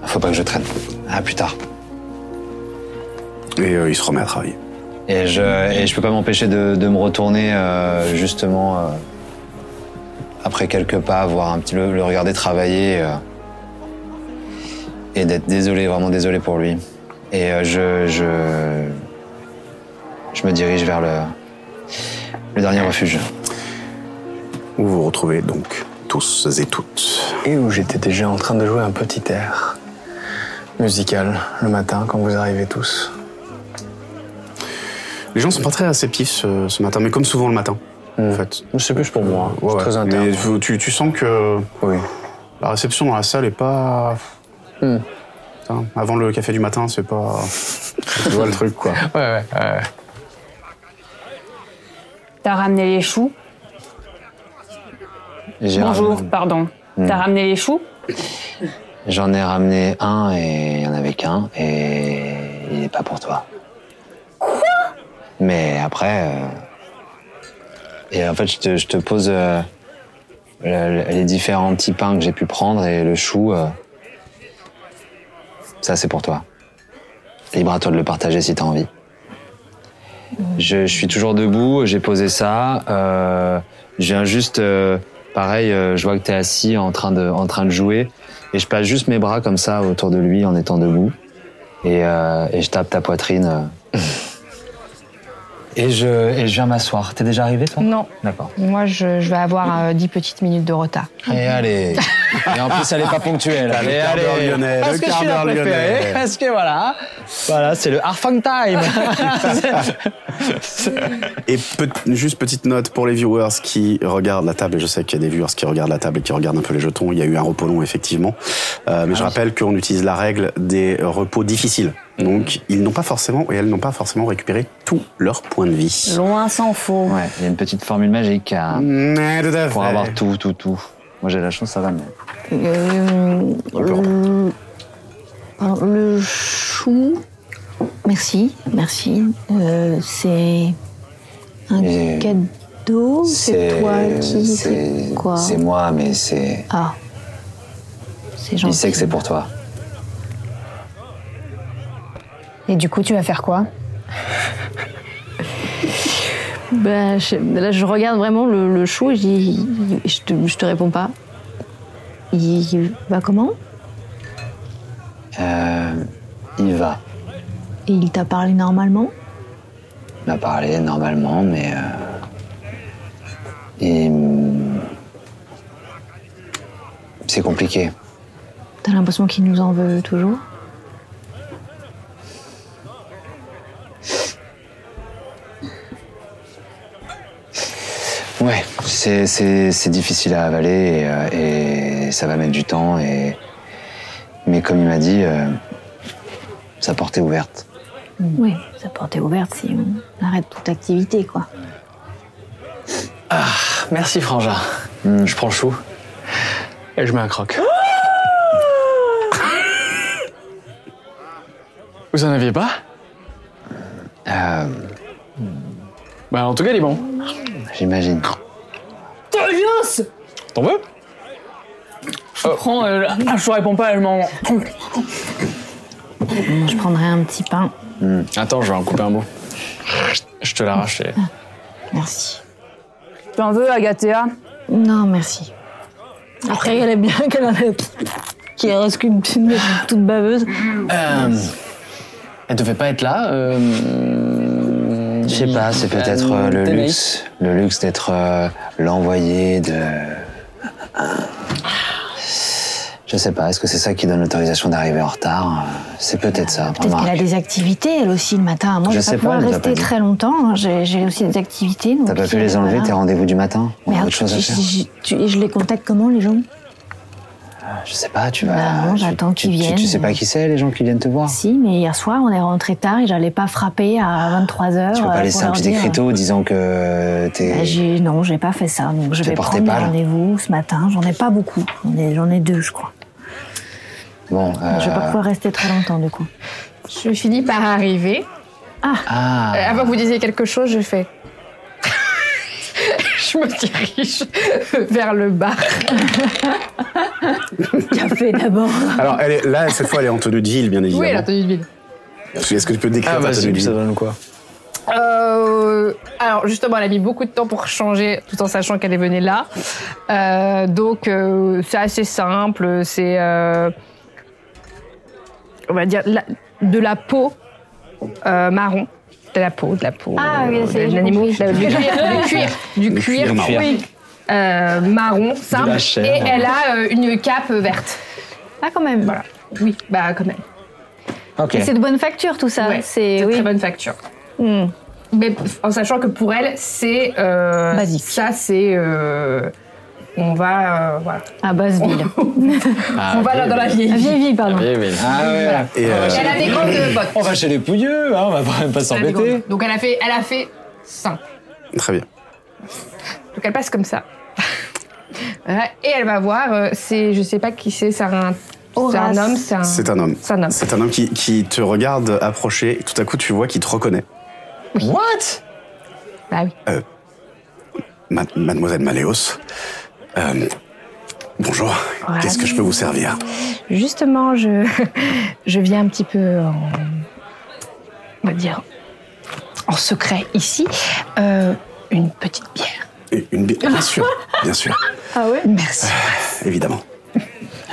[SPEAKER 2] faut pas que je traîne. À plus tard.
[SPEAKER 1] Et euh, il se remet à travailler.
[SPEAKER 2] Et je, et je peux pas m'empêcher de, de me retourner euh, justement euh, après quelques pas, voir un petit le, le regarder travailler euh, et d'être désolé, vraiment désolé pour lui. Et euh, je, je je me dirige vers le le dernier refuge.
[SPEAKER 1] Où vous vous retrouvez donc tous et toutes.
[SPEAKER 5] Et où j'étais déjà en train de jouer un petit air musical le matin quand vous arrivez tous.
[SPEAKER 1] Les gens sont pas très réceptifs ce, ce matin, mais comme souvent le matin, en fait.
[SPEAKER 5] Hmm. C'est plus pour moi, hein.
[SPEAKER 1] Ouais,
[SPEAKER 5] c'est
[SPEAKER 1] ouais.
[SPEAKER 5] très intéressant.
[SPEAKER 1] Mais faut- tu, tu sens que
[SPEAKER 5] Oui.
[SPEAKER 1] la réception dans la salle est pas.
[SPEAKER 5] Hmm.
[SPEAKER 1] Putain, avant le café du matin, c'est pas. tu vois le truc, quoi.
[SPEAKER 5] Ouais, ouais, ouais.
[SPEAKER 4] T'as ramené les choux
[SPEAKER 2] Et j'ai
[SPEAKER 4] Bonjour,
[SPEAKER 2] ramené-
[SPEAKER 4] pardon. T'as ramené les choux
[SPEAKER 2] J'en ai ramené un et il y en avait qu'un et il n'est pas pour toi. Quoi Mais après, euh, Et en fait, je te, je te pose euh, le- le- les différents petits pains que j'ai pu prendre et le chou. euh, ça, c'est pour toi. Libre à toi de le partager si t'as envie. Je, je suis toujours debout, j'ai posé ça. euh, je viens juste, euh, pareil, euh, je vois que t'es assis en train, de, en train de jouer. Et je passe juste mes bras comme ça autour de lui en étant debout. Et, euh, et je tape ta poitrine. euh. et, je, et je viens m'asseoir. T'es déjà arrivé, toi
[SPEAKER 11] Non.
[SPEAKER 2] D'accord.
[SPEAKER 11] Moi, je, je vais avoir euh, 10 petites minutes de retard.
[SPEAKER 2] Et allez Et en plus, elle est pas ponctuelle.
[SPEAKER 1] T'as le
[SPEAKER 2] Et
[SPEAKER 1] quart d'heure
[SPEAKER 2] allez.
[SPEAKER 1] lyonnais,
[SPEAKER 2] Parce
[SPEAKER 1] le
[SPEAKER 2] que je
[SPEAKER 1] quart
[SPEAKER 2] suis la
[SPEAKER 1] d'heure
[SPEAKER 2] préférée,
[SPEAKER 1] lyonnais.
[SPEAKER 2] Parce que voilà, voilà c'est le Harfang Time
[SPEAKER 1] Et peut- juste petite note pour les viewers qui regardent la table, et je sais qu'il y a des viewers qui regardent la table et qui regardent un peu les jetons, il y a eu un repos long effectivement, Euh,
[SPEAKER 2] Ah
[SPEAKER 1] mais je rappelle qu'on utilise la règle des repos difficiles. Donc ils n'ont pas forcément, et elles n'ont pas forcément récupéré tous leurs points de vie.
[SPEAKER 4] Loin s'en faut.
[SPEAKER 2] Ouais, il y a une petite formule magique à-
[SPEAKER 1] Mm.
[SPEAKER 2] pour avoir tout, tout, tout. Moi, j'ai la chance, ça va, mais...
[SPEAKER 7] Euh, le... pardon, le chou. Merci, merci. Euh, c'est un
[SPEAKER 2] Et
[SPEAKER 7] cadeau. C'est toi qui.
[SPEAKER 2] c'est-
[SPEAKER 7] c'est quoi
[SPEAKER 2] C'est moi, mais c'est...
[SPEAKER 7] Ah. C'est
[SPEAKER 2] Il
[SPEAKER 7] gentil.
[SPEAKER 2] sait que c'est pour toi.
[SPEAKER 3] Et du coup, tu vas faire quoi
[SPEAKER 7] Bah, je- là, je regarde vraiment le, le chou et je dis- je te, je te réponds pas. Il il va comment
[SPEAKER 2] Euh, il va
[SPEAKER 7] Et il t'a parlé normalement
[SPEAKER 2] m'a parlé normalement, mais... euh, il m- C'est compliqué.
[SPEAKER 7] T'as l'impression qu'il nous en veut toujours
[SPEAKER 2] Ouais, c'est, c'est, c'est difficile à avaler et, euh, et, ça va mettre du temps. Et... Mais comme il m'a dit, euh, sa porte est ouverte.
[SPEAKER 7] Oui, sa porte est ouverte si on arrête toute activité, quoi.
[SPEAKER 5] Merci, Frangin. Je prends le chou et je mets un croc. Vous en aviez pas
[SPEAKER 2] Euh,
[SPEAKER 5] Bah, en tout cas, il est bon.
[SPEAKER 2] J'imagine.
[SPEAKER 5] T'en veux
[SPEAKER 4] Je prends, euh, je réponds pas, elle m'en.
[SPEAKER 7] Je prendrai un petit pain.
[SPEAKER 5] Attends, je vais en couper un bout. Je te l'arrache et...
[SPEAKER 7] Merci.
[SPEAKER 4] T'en veux, Agathea
[SPEAKER 7] Non, merci. Après, elle est bien qu'elle en ait... qu'il en reste qu'une petite meuf toute baveuse.
[SPEAKER 5] Euh, elle devait pas être là. euh,
[SPEAKER 2] Je sais pas, c'est peut-être
[SPEAKER 5] euh,
[SPEAKER 2] euh, le
[SPEAKER 5] Tanaïs.
[SPEAKER 2] luxe. Le luxe d'être euh, l'envoyé de. Je sais pas, est-ce que c'est ça qui donne l'autorisation d'arriver en retard euh, C'est peut-être ça.
[SPEAKER 7] Peut-être
[SPEAKER 2] remarque.
[SPEAKER 7] qu'elle a des activités, elle aussi, le matin. Moi,
[SPEAKER 2] Je
[SPEAKER 7] je
[SPEAKER 2] sais
[SPEAKER 7] vais
[SPEAKER 2] pas,
[SPEAKER 7] pas pouvoir
[SPEAKER 2] elle nous a
[SPEAKER 7] rester
[SPEAKER 2] pas dit.
[SPEAKER 7] très longtemps. hein. J'ai j'ai aussi des activités. donc,
[SPEAKER 2] T'as pas pu les
[SPEAKER 7] euh,
[SPEAKER 2] enlever,
[SPEAKER 7] voilà.
[SPEAKER 2] tes rendez-vous du matin On a
[SPEAKER 7] Merde,
[SPEAKER 2] autre chose à
[SPEAKER 7] je-
[SPEAKER 2] faire
[SPEAKER 7] je- tu- et je les contacte comment, les gens
[SPEAKER 2] Je sais pas, tu vas.
[SPEAKER 7] Bah non,
[SPEAKER 2] tu-
[SPEAKER 7] j'attends
[SPEAKER 2] tu-
[SPEAKER 7] qu'ils
[SPEAKER 2] tu- Tu sais
[SPEAKER 7] viennent.
[SPEAKER 2] pas qui c'est, les gens qui viennent te voir
[SPEAKER 7] Si, mais hier soir, on est rentré tard et j'allais pas frapper à euh, 23h.
[SPEAKER 2] Tu peux pas laisser un petit écriteau disant que
[SPEAKER 7] Bah,
[SPEAKER 2] t'es.
[SPEAKER 7] j'ai- non, j'ai pas fait ça. Donc je
[SPEAKER 2] T'es
[SPEAKER 7] vais
[SPEAKER 2] porté
[SPEAKER 7] prendre des
[SPEAKER 2] pas, là.
[SPEAKER 7] rendez-vous ce matin. J'en ai pas beaucoup. J'en ai, j'en ai deux, je crois.
[SPEAKER 2] Bon, euh,
[SPEAKER 7] Je vais pas pouvoir rester très longtemps, du coup.
[SPEAKER 11] Je finis par arriver.
[SPEAKER 2] Ah,
[SPEAKER 11] Euh, avant que vous disiez quelque chose, je fais. je me dirige vers le bar.
[SPEAKER 7] Café d'abord.
[SPEAKER 1] Alors elle est, là, cette fois, elle est en tenue de ville, bien
[SPEAKER 11] Oui, la
[SPEAKER 1] évidemment.
[SPEAKER 11] tenue de ville.
[SPEAKER 1] Est-ce que tu peux décrire
[SPEAKER 9] bah,
[SPEAKER 5] Ah,
[SPEAKER 1] ta tenue de
[SPEAKER 5] vas-y, ça
[SPEAKER 1] ville
[SPEAKER 5] donne quoi
[SPEAKER 11] Euh, alors justement, elle a mis beaucoup de temps pour changer, tout en sachant qu'elle est venue là. Euh, donc euh, c'est assez simple, c'est euh, on va dire la- de la peau euh, marron, de la peau, de la peau,
[SPEAKER 6] Ah, oui,
[SPEAKER 11] euh,
[SPEAKER 6] c'est-
[SPEAKER 11] de
[SPEAKER 6] j'ai
[SPEAKER 11] l'animal,
[SPEAKER 6] compris.
[SPEAKER 11] du cuir, du cuir, du
[SPEAKER 1] Le
[SPEAKER 11] cuir,
[SPEAKER 1] cuir marron.
[SPEAKER 11] oui, euh, marron simple,
[SPEAKER 2] la chair.
[SPEAKER 11] et elle a euh, une cape verte.
[SPEAKER 7] Ah, quand même.
[SPEAKER 11] Voilà. Oui, bah quand même.
[SPEAKER 2] ok.
[SPEAKER 7] Et C'est de bonne facture, tout ça.
[SPEAKER 11] Ouais,
[SPEAKER 7] c'est
[SPEAKER 11] de
[SPEAKER 7] oui.
[SPEAKER 11] très bonne facture.
[SPEAKER 7] Hmm.
[SPEAKER 11] Mais en sachant que pour elle, c'est. euh,
[SPEAKER 7] Basique.
[SPEAKER 11] Ça, c'est. euh, on va. euh, voilà.
[SPEAKER 7] À Basseville.
[SPEAKER 1] Ah,
[SPEAKER 11] on va là dans la vieille.
[SPEAKER 7] À
[SPEAKER 11] ville.
[SPEAKER 7] Vieilleville, pardon.
[SPEAKER 5] Eh oui.
[SPEAKER 2] Ah ouais.
[SPEAKER 1] Et, euh,
[SPEAKER 11] Elle a des grandes bottes.
[SPEAKER 2] On va chez les pouilleux, hein, on va
[SPEAKER 7] Ah,
[SPEAKER 2] pas- pas
[SPEAKER 11] Elle a des grandes
[SPEAKER 2] s'embêter.
[SPEAKER 11] bottes. Donc elle a fait, elle a fait simple.
[SPEAKER 1] Très bien.
[SPEAKER 11] Donc elle passe comme ça. Voilà. Et elle va voir. euh, c'est, je sais pas qui c'est. C'est un. C'est
[SPEAKER 7] Horace.
[SPEAKER 11] un homme. C'est un.
[SPEAKER 1] C'est un homme.
[SPEAKER 11] C'est un homme.
[SPEAKER 1] C'est un homme qui, qui te regarde approcher, et tout à coup tu vois qu'il te reconnaît.
[SPEAKER 5] What
[SPEAKER 11] Bah oui.
[SPEAKER 9] Ma- Mademoiselle Maléos, euh, bonjour.
[SPEAKER 7] Voilà.
[SPEAKER 9] Qu'est-ce que je peux vous servir
[SPEAKER 7] Justement, je, je viens un petit peu en. On va dire.
[SPEAKER 11] En secret, ici, euh, une petite bière.
[SPEAKER 9] Une bière, bien sûr, bien sûr, Euh,
[SPEAKER 11] Ah ouais Merci.
[SPEAKER 9] évidemment.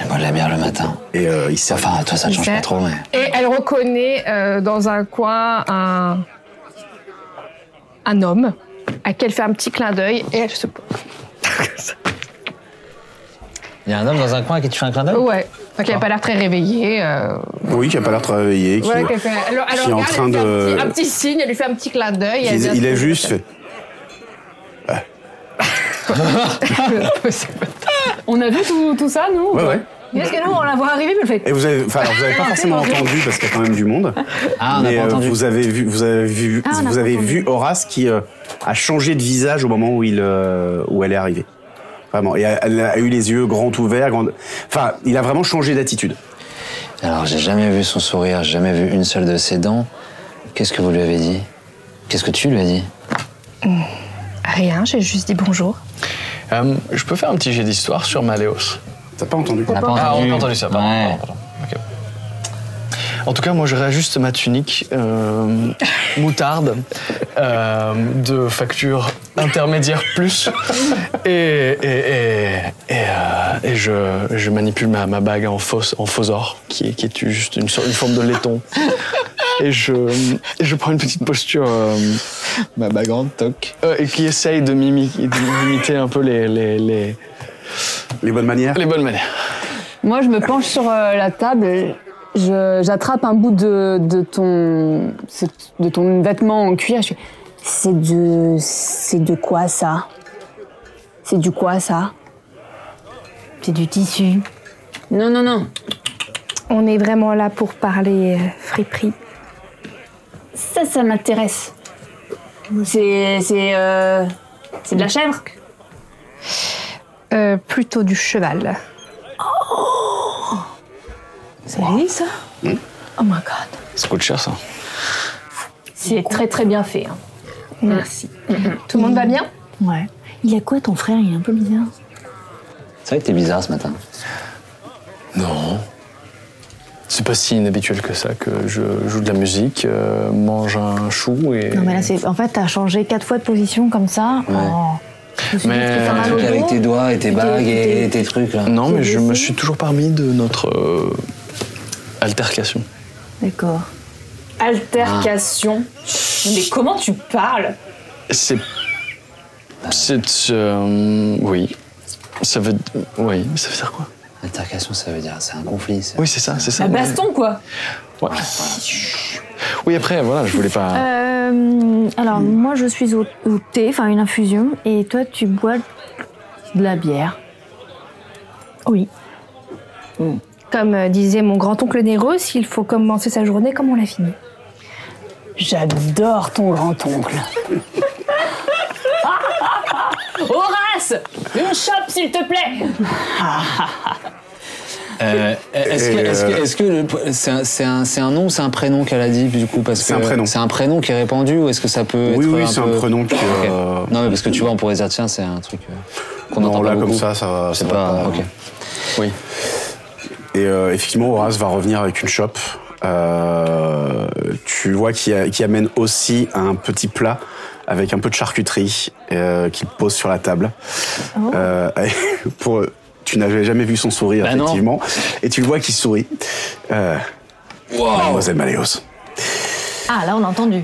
[SPEAKER 2] Moi, de la bière le matin.
[SPEAKER 9] Et euh, il sert.
[SPEAKER 2] Enfin, toi, ça ne change
[SPEAKER 11] Il
[SPEAKER 2] pas
[SPEAKER 11] sert.
[SPEAKER 2] trop, mais.
[SPEAKER 11] Et elle reconnaît euh, dans un coin un, un homme à qui elle fait un petit clin d'œil et elle se pose.
[SPEAKER 12] Il y a un homme dans un coin à qui tu fais un clin d'œil
[SPEAKER 7] Oh.
[SPEAKER 11] Ouais. Donc elle n'a pas l'air très réveillée. euh,
[SPEAKER 9] Oui, qui a pas l'air travaillé, qui,
[SPEAKER 11] ouais, qu'elle fait- alors-
[SPEAKER 9] qui
[SPEAKER 11] alors,
[SPEAKER 9] est en
[SPEAKER 11] regarde, elle
[SPEAKER 9] train
[SPEAKER 11] fait
[SPEAKER 9] de.
[SPEAKER 11] Un petit, un petit signe, elle lui fait un petit clin d'œil. elle
[SPEAKER 9] il,
[SPEAKER 11] vient
[SPEAKER 9] il
[SPEAKER 11] se-
[SPEAKER 9] est juste. fait-
[SPEAKER 4] On a vu tout, tout ça, nous
[SPEAKER 9] Ouais, ouais.
[SPEAKER 6] Parce que nous, on la voit arriver, mais elle fait.
[SPEAKER 9] Et vous avez, enfin, alors, vous avez pas forcément entendu parce qu'il y a quand même du monde.
[SPEAKER 2] Ah, on n'a
[SPEAKER 9] mais,
[SPEAKER 2] pas
[SPEAKER 9] euh,
[SPEAKER 2] entendu.
[SPEAKER 9] Vous avez vu, vous avez vu,
[SPEAKER 2] Ah, on n'a
[SPEAKER 9] vous
[SPEAKER 2] pas
[SPEAKER 9] avez
[SPEAKER 2] entendu.
[SPEAKER 9] vu Horace qui euh, a changé de visage au moment où il euh, où elle est arrivée. Vraiment, et elle a eu les yeux grands ouverts. grandes- Enfin, il a vraiment changé d'attitude.
[SPEAKER 2] Alors, j'ai jamais vu son sourire, j'ai jamais vu une seule de ses dents. Qu'est-ce que vous lui avez dit Qu'est-ce que tu lui as dit
[SPEAKER 7] Rien, j'ai juste dit bonjour.
[SPEAKER 5] Euh, je peux faire un petit jet d'histoire sur Maléos
[SPEAKER 9] T'as pas entendu
[SPEAKER 5] Ah, on n'a pas entendu ça. pardon, pardon, pardon. Ok. En tout cas, moi, je réajuste ma tunique euh, moutarde euh, de facture intermédiaire plus et, et- et- et, euh, et je, je manipule ma, ma bague en faux, en faux or, qui est, qui est juste une, sorte- une forme de laiton. Et je, et je prends une petite posture, euh, ma bague en toc, euh, et qui essaye de mimi- d'imiter un peu les- les- les,
[SPEAKER 9] Les bonnes manières.
[SPEAKER 5] les bonnes manières.
[SPEAKER 4] Moi, je me penche sur euh, la table. je- J'attrape un bout de, de ton ce- de ton vêtement en cuir. Je fais, c'est de c'est de quoi ça C'est du quoi ça
[SPEAKER 7] C'est du tissu.
[SPEAKER 4] Non, non, non.
[SPEAKER 7] On est vraiment là pour parler euh, friperie.
[SPEAKER 6] Ça, ça m'intéresse. C'est. C'est. euh, c'est de la chèvre
[SPEAKER 7] Euh, plutôt du cheval.
[SPEAKER 6] C'est joli, ça Oh my god.
[SPEAKER 5] Ça coûte cher, ça.
[SPEAKER 6] C'est très très bien fait. hein. Merci.
[SPEAKER 11] Tout le monde va bien
[SPEAKER 6] Ouais.
[SPEAKER 7] Il a quoi ton frère Il est un peu bizarre.
[SPEAKER 2] C'est vrai que t'es bizarre ce matin.
[SPEAKER 5] Non. C'est pas si inhabituel que ça que je joue de la musique, euh, mange un chou et.
[SPEAKER 7] Non mais là c'est en fait t'as changé quatre fois de position comme ça.
[SPEAKER 2] Ouais. euh,
[SPEAKER 7] en- Je me suis dit,
[SPEAKER 5] Mais-
[SPEAKER 7] est-ce que t'as mal au
[SPEAKER 2] Truc avec
[SPEAKER 7] dos
[SPEAKER 2] tes doigts et tes
[SPEAKER 7] T'es-
[SPEAKER 2] bagues
[SPEAKER 7] t'es-
[SPEAKER 2] et tes trucs là.
[SPEAKER 5] Non, mais je me suis toujours parmi de notre euh, altercation.
[SPEAKER 7] D'accord.
[SPEAKER 6] Altercation. Ah. Mais comment tu parles
[SPEAKER 5] C'est. C'est. euh, oui. Ça veut. Oui, mais ça veut dire quoi
[SPEAKER 2] Altercation, ça veut dire c'est un conflit.
[SPEAKER 5] Oui, c'est ça, c'est ça.
[SPEAKER 6] Un baston, quoi.
[SPEAKER 5] Ouais. Oui, après, voilà, je voulais pas.
[SPEAKER 7] Euh, alors moi je suis au, au thé, enfin une infusion, et toi tu bois de la bière. Oui.
[SPEAKER 11] Comme euh, disait mon grand-oncle Néros, il faut commencer sa journée comme on l'a fini.
[SPEAKER 4] J'adore ton grand-oncle.
[SPEAKER 6] Horace Une chope, s'il te plaît
[SPEAKER 2] Euh, est-ce que, est-ce
[SPEAKER 9] euh,
[SPEAKER 2] que, est-ce que le- c'est, un, c'est, un, c'est un nom ou c'est un prénom qu'elle a dit du coup parce
[SPEAKER 9] C'est
[SPEAKER 2] que
[SPEAKER 9] un prénom.
[SPEAKER 2] C'est un prénom qui est répandu ou est-ce que ça peut
[SPEAKER 9] Oui,
[SPEAKER 2] être
[SPEAKER 9] oui,
[SPEAKER 2] un
[SPEAKER 9] c'est un
[SPEAKER 2] peu-
[SPEAKER 9] prénom qui,
[SPEAKER 2] Ok.
[SPEAKER 9] euh,
[SPEAKER 2] Non, mais parce que tu vois, on pourrait se dire tiens, c'est un truc euh, qu'on
[SPEAKER 9] Non,
[SPEAKER 2] entend
[SPEAKER 9] là,
[SPEAKER 2] pas
[SPEAKER 9] comme
[SPEAKER 2] beaucoup.
[SPEAKER 9] ça, ça va-
[SPEAKER 2] C'est
[SPEAKER 9] ça
[SPEAKER 2] pas.
[SPEAKER 9] va pas.
[SPEAKER 2] ok. Oui.
[SPEAKER 9] Et euh, effectivement, Horace va revenir avec une chope. Euh, tu vois qui, qui amène aussi un petit plat avec un peu de charcuterie euh, qu'il pose sur la table.
[SPEAKER 11] Oh.
[SPEAKER 9] Euh, pour, tu n'avais jamais vu son sourire,
[SPEAKER 5] Bah non.
[SPEAKER 9] effectivement. Et tu le vois qui sourit. Euh, Mademoiselle Maléos,
[SPEAKER 7] Ah là on a entendu.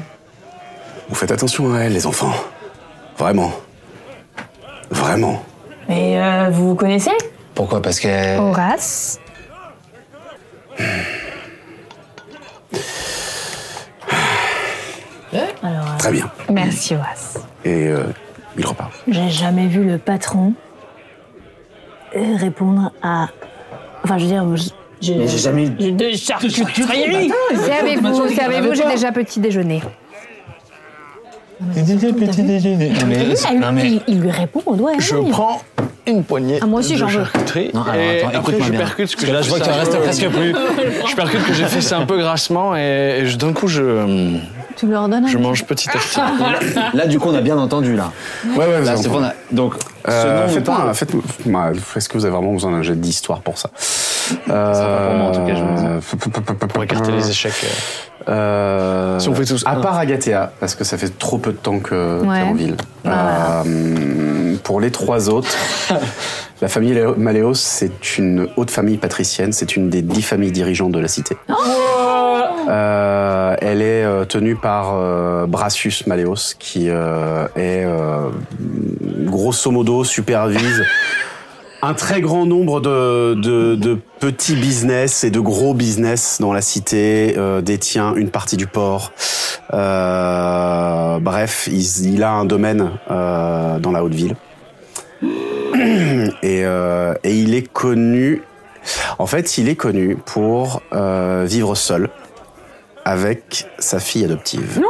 [SPEAKER 9] vous faites attention à elle, les enfants. Vraiment. Vraiment.
[SPEAKER 6] Mais euh, vous vous connaissez
[SPEAKER 2] Pourquoi Parce que.
[SPEAKER 6] Horace
[SPEAKER 9] Très bien.
[SPEAKER 7] Merci Horace.
[SPEAKER 9] Et euh, il repart.
[SPEAKER 7] J'ai jamais vu le patron euh, répondre à. Enfin je veux dire.
[SPEAKER 11] Mais j'ai jamais-
[SPEAKER 6] J'ai deux charcuteries
[SPEAKER 11] Savez-vous, savez-vous, j'ai déjà petit déjeuner.
[SPEAKER 2] Petit déjeuner. Non, mais- non, mais-
[SPEAKER 7] il, il lui répond hein, au doigt.
[SPEAKER 5] Je prends une poignée
[SPEAKER 7] Ah, moi aussi,
[SPEAKER 5] de
[SPEAKER 7] j'en veux.
[SPEAKER 5] charcuterie
[SPEAKER 2] Non, alors,
[SPEAKER 5] et
[SPEAKER 2] attends,
[SPEAKER 5] après
[SPEAKER 2] écoute-moi
[SPEAKER 5] je
[SPEAKER 2] bien.
[SPEAKER 5] percute ce que
[SPEAKER 2] Parce que là,
[SPEAKER 5] j'ai
[SPEAKER 2] je vois
[SPEAKER 5] fait
[SPEAKER 2] qu'il en
[SPEAKER 5] ça-
[SPEAKER 2] reste presque plus.
[SPEAKER 5] je percute que j'ai fait ça un peu grassement et, et je- d'un coup je
[SPEAKER 7] Tu leur donnes un
[SPEAKER 5] Je mange petit à petit.
[SPEAKER 2] Là, du coup, on a bien entendu, là.
[SPEAKER 1] Ouais, ouais,
[SPEAKER 2] Là,
[SPEAKER 1] vous
[SPEAKER 2] Ah,
[SPEAKER 1] entendez.
[SPEAKER 2] c'est qu'on a- Donc, ce
[SPEAKER 1] Euh,
[SPEAKER 2] nom me
[SPEAKER 1] faites-moi
[SPEAKER 2] parle.
[SPEAKER 1] un- faites-moi- bah, Est-ce que vous avez vraiment besoin d'un jet d'histoire pour ça euh,
[SPEAKER 5] pour moi, en tout cas, je
[SPEAKER 1] Pour
[SPEAKER 5] écarter les échecs,
[SPEAKER 1] Euh,
[SPEAKER 5] Si on fait tous
[SPEAKER 1] à
[SPEAKER 5] un.
[SPEAKER 1] part Agathea, parce que ça fait trop peu de temps que
[SPEAKER 7] Ouais.
[SPEAKER 1] t'es en ville. Euh, pour les trois autres, la famille Léo- Maléos, c'est une haute famille patricienne, c'est une des dix familles dirigeantes de la cité. Euh, elle est euh, tenue par euh, Brassus Maléos, qui euh, est euh, grosso modo supervise un très grand nombre de, de- de petits business et de gros business dans la cité, euh, détient une partie du port. Euh, bref, il, il a un domaine euh, dans la haute ville. Et, euh, et il est connu, en fait, il est connu pour euh, vivre seul avec sa fille adoptive.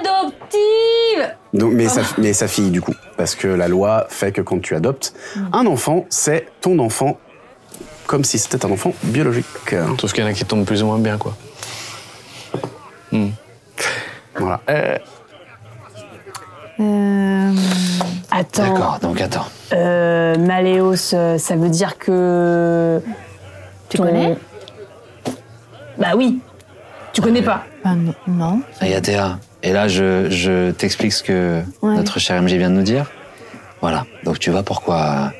[SPEAKER 6] Adoptive
[SPEAKER 1] Donc, mais,
[SPEAKER 13] Oh.
[SPEAKER 1] sa, mais sa fille, du coup. Parce que la loi fait que quand tu adoptes
[SPEAKER 13] Mm.
[SPEAKER 1] un enfant, c'est ton enfant, comme si c'était un enfant biologique.
[SPEAKER 5] Sauf qu'il y en a qui tombent plus ou moins bien, quoi. Hmm.
[SPEAKER 1] Voilà.
[SPEAKER 7] Euh...
[SPEAKER 6] Attends,
[SPEAKER 2] Donc, attends.
[SPEAKER 6] euh, Maléos, euh, ça veut dire que. Tu
[SPEAKER 7] connais
[SPEAKER 6] Bah oui Tu connais pas
[SPEAKER 7] Bah non. non.
[SPEAKER 2] Ayatea. Et là, je, je t'explique ce que
[SPEAKER 7] Ouais.
[SPEAKER 2] notre cher MG vient de nous dire. Voilà. Donc tu vois pourquoi.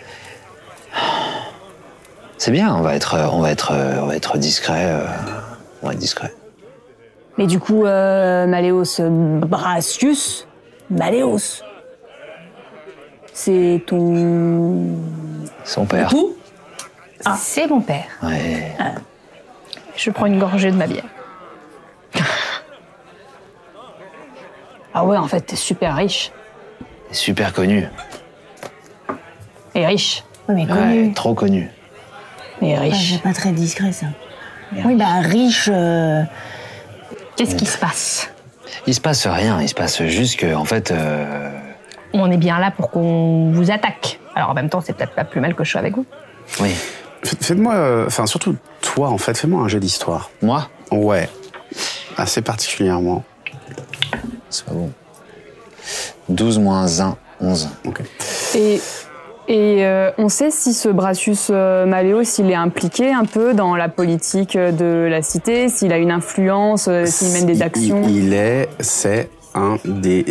[SPEAKER 2] C'est bien. On va être, on va être, on va être discret. euh, On va être discret.
[SPEAKER 6] Mais du coup, euh, Maléos euh, Brasius, Maléos. C'est ton.
[SPEAKER 2] Son père.
[SPEAKER 6] Pou
[SPEAKER 11] C'est mon père.
[SPEAKER 2] Ouais.
[SPEAKER 11] Je prends une gorgée de ma bière.
[SPEAKER 6] Ah ouais, en fait, t'es super riche.
[SPEAKER 2] Super connu.
[SPEAKER 6] Et riche.
[SPEAKER 7] mais
[SPEAKER 2] Ouais,
[SPEAKER 7] connu.
[SPEAKER 2] trop connu.
[SPEAKER 6] Mais
[SPEAKER 7] Ouais,
[SPEAKER 6] riche.
[SPEAKER 7] c'est pas très discret, ça. Oui, bah riche. euh,
[SPEAKER 11] Qu'est-ce qui se passe
[SPEAKER 2] Il se passe rien. Il se passe juste que, en fait, euh,
[SPEAKER 11] On est bien là pour qu'on vous attaque. Alors en même temps, c'est peut-être pas plus mal que je sois avec vous.
[SPEAKER 2] oui.
[SPEAKER 1] Faites- Faites-moi, euh, enfin surtout toi en fait, fais-moi un jeu d'histoire.
[SPEAKER 2] Moi
[SPEAKER 1] Ouais. Assez particulièrement.
[SPEAKER 2] C'est pas bon. 12 moins 1, 11.
[SPEAKER 1] Ok.
[SPEAKER 13] Et, et euh, on sait si ce Brassus euh, Maléos, s'il est impliqué un peu dans la politique de la cité, s'il a une influence, euh, s'il mène des
[SPEAKER 1] Il-
[SPEAKER 13] actions.
[SPEAKER 1] Il, il est, c'est un des,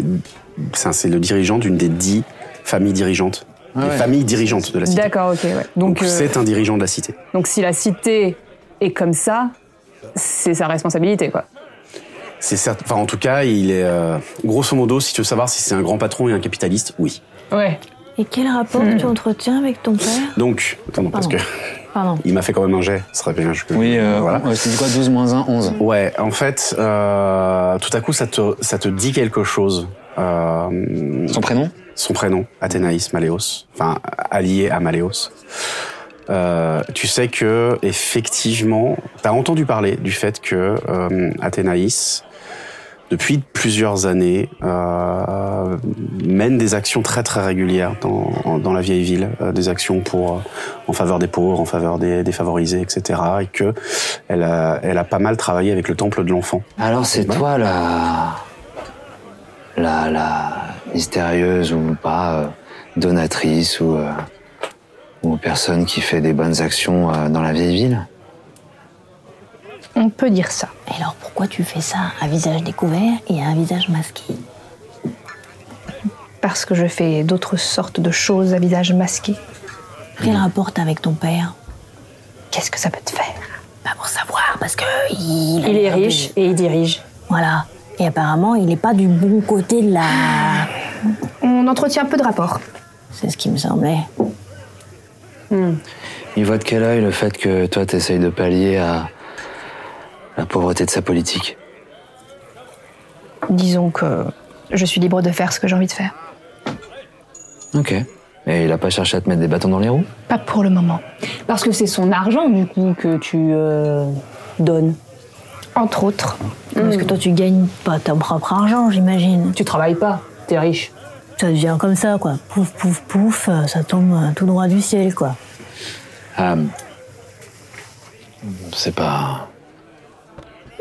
[SPEAKER 1] c'est un- c'est le dirigeant d'une des dix familles dirigeantes,
[SPEAKER 13] Ah
[SPEAKER 1] des
[SPEAKER 13] ouais.
[SPEAKER 1] familles dirigeantes de la cité.
[SPEAKER 13] D'accord, ok. ouais. Donc,
[SPEAKER 1] Donc
[SPEAKER 13] euh,
[SPEAKER 1] c'est un dirigeant de la cité.
[SPEAKER 13] donc si la cité est comme ça, c'est sa responsabilité, quoi.
[SPEAKER 1] C'est certes, enfin en tout cas, il est euh, grosso modo, si tu veux savoir si c'est un grand patron et un capitaliste, oui.
[SPEAKER 13] Ouais.
[SPEAKER 7] Et quel rapport tu entretiens avec ton père
[SPEAKER 1] Donc, attends, parce que
[SPEAKER 7] Pardon. Pardon.
[SPEAKER 1] il m'a fait quand même un jet, ce serait bien. je-
[SPEAKER 2] Oui, euh,
[SPEAKER 1] voilà.
[SPEAKER 2] ouais, c'est quoi 12 moins 1, 11
[SPEAKER 1] Ouais, en fait, euh, tout à coup, ça te, ça te dit quelque chose. Euh,
[SPEAKER 2] Son prénom
[SPEAKER 1] son prénom, Athénaïs Maléos, enfin allié à Maléos. Euh, tu sais que effectivement, t'as entendu parler du fait que euh, Athénaïs, depuis plusieurs années, euh, mène des actions très très régulières dans, en- dans la vieille ville, euh, des actions pour euh, en faveur des pauvres, en faveur des défavorisés, etc. Et que elle a, elle a pas mal travaillé avec le temple de l'enfant.
[SPEAKER 2] Alors c'est toi la... la... la mystérieuse ou pas euh, donatrice ou, euh, ou personne qui fait des bonnes actions euh, dans la vieille ville
[SPEAKER 11] On peut dire ça.
[SPEAKER 7] Et alors pourquoi tu fais ça à visage découvert et à un visage masqué
[SPEAKER 11] Parce que je fais d'autres sortes de choses à visage masqué.
[SPEAKER 7] Quel rapport t'as avec ton père
[SPEAKER 11] Qu'est-ce que ça peut te faire
[SPEAKER 7] Pas pour savoir, parce que il, a
[SPEAKER 6] Il est
[SPEAKER 7] l'air de-
[SPEAKER 6] riche et il dirige.
[SPEAKER 7] Voilà. Et apparemment, il n'est pas du bon côté de la.
[SPEAKER 11] On entretient peu de rapport.
[SPEAKER 7] C'est ce qui me semblait.
[SPEAKER 2] Il voit de quel œil le fait que toi t'essayes de pallier à la pauvreté de sa politique
[SPEAKER 11] Disons que je suis libre de faire ce que j'ai envie de faire.
[SPEAKER 2] Ok. Et il a pas cherché à te mettre des bâtons dans les roues
[SPEAKER 11] Pas pour le moment.
[SPEAKER 6] Parce que c'est son argent, du coup, que tu euh, donnes.
[SPEAKER 11] Entre autres.
[SPEAKER 7] Parce que toi, tu gagnes pas ton propre argent, j'imagine.
[SPEAKER 6] Tu travailles pas, t'es riche.
[SPEAKER 7] Ça devient comme ça, quoi. Pouf, pouf, pouf, euh, ça tombe euh, tout droit du ciel, quoi.
[SPEAKER 2] Ah, C'est pas.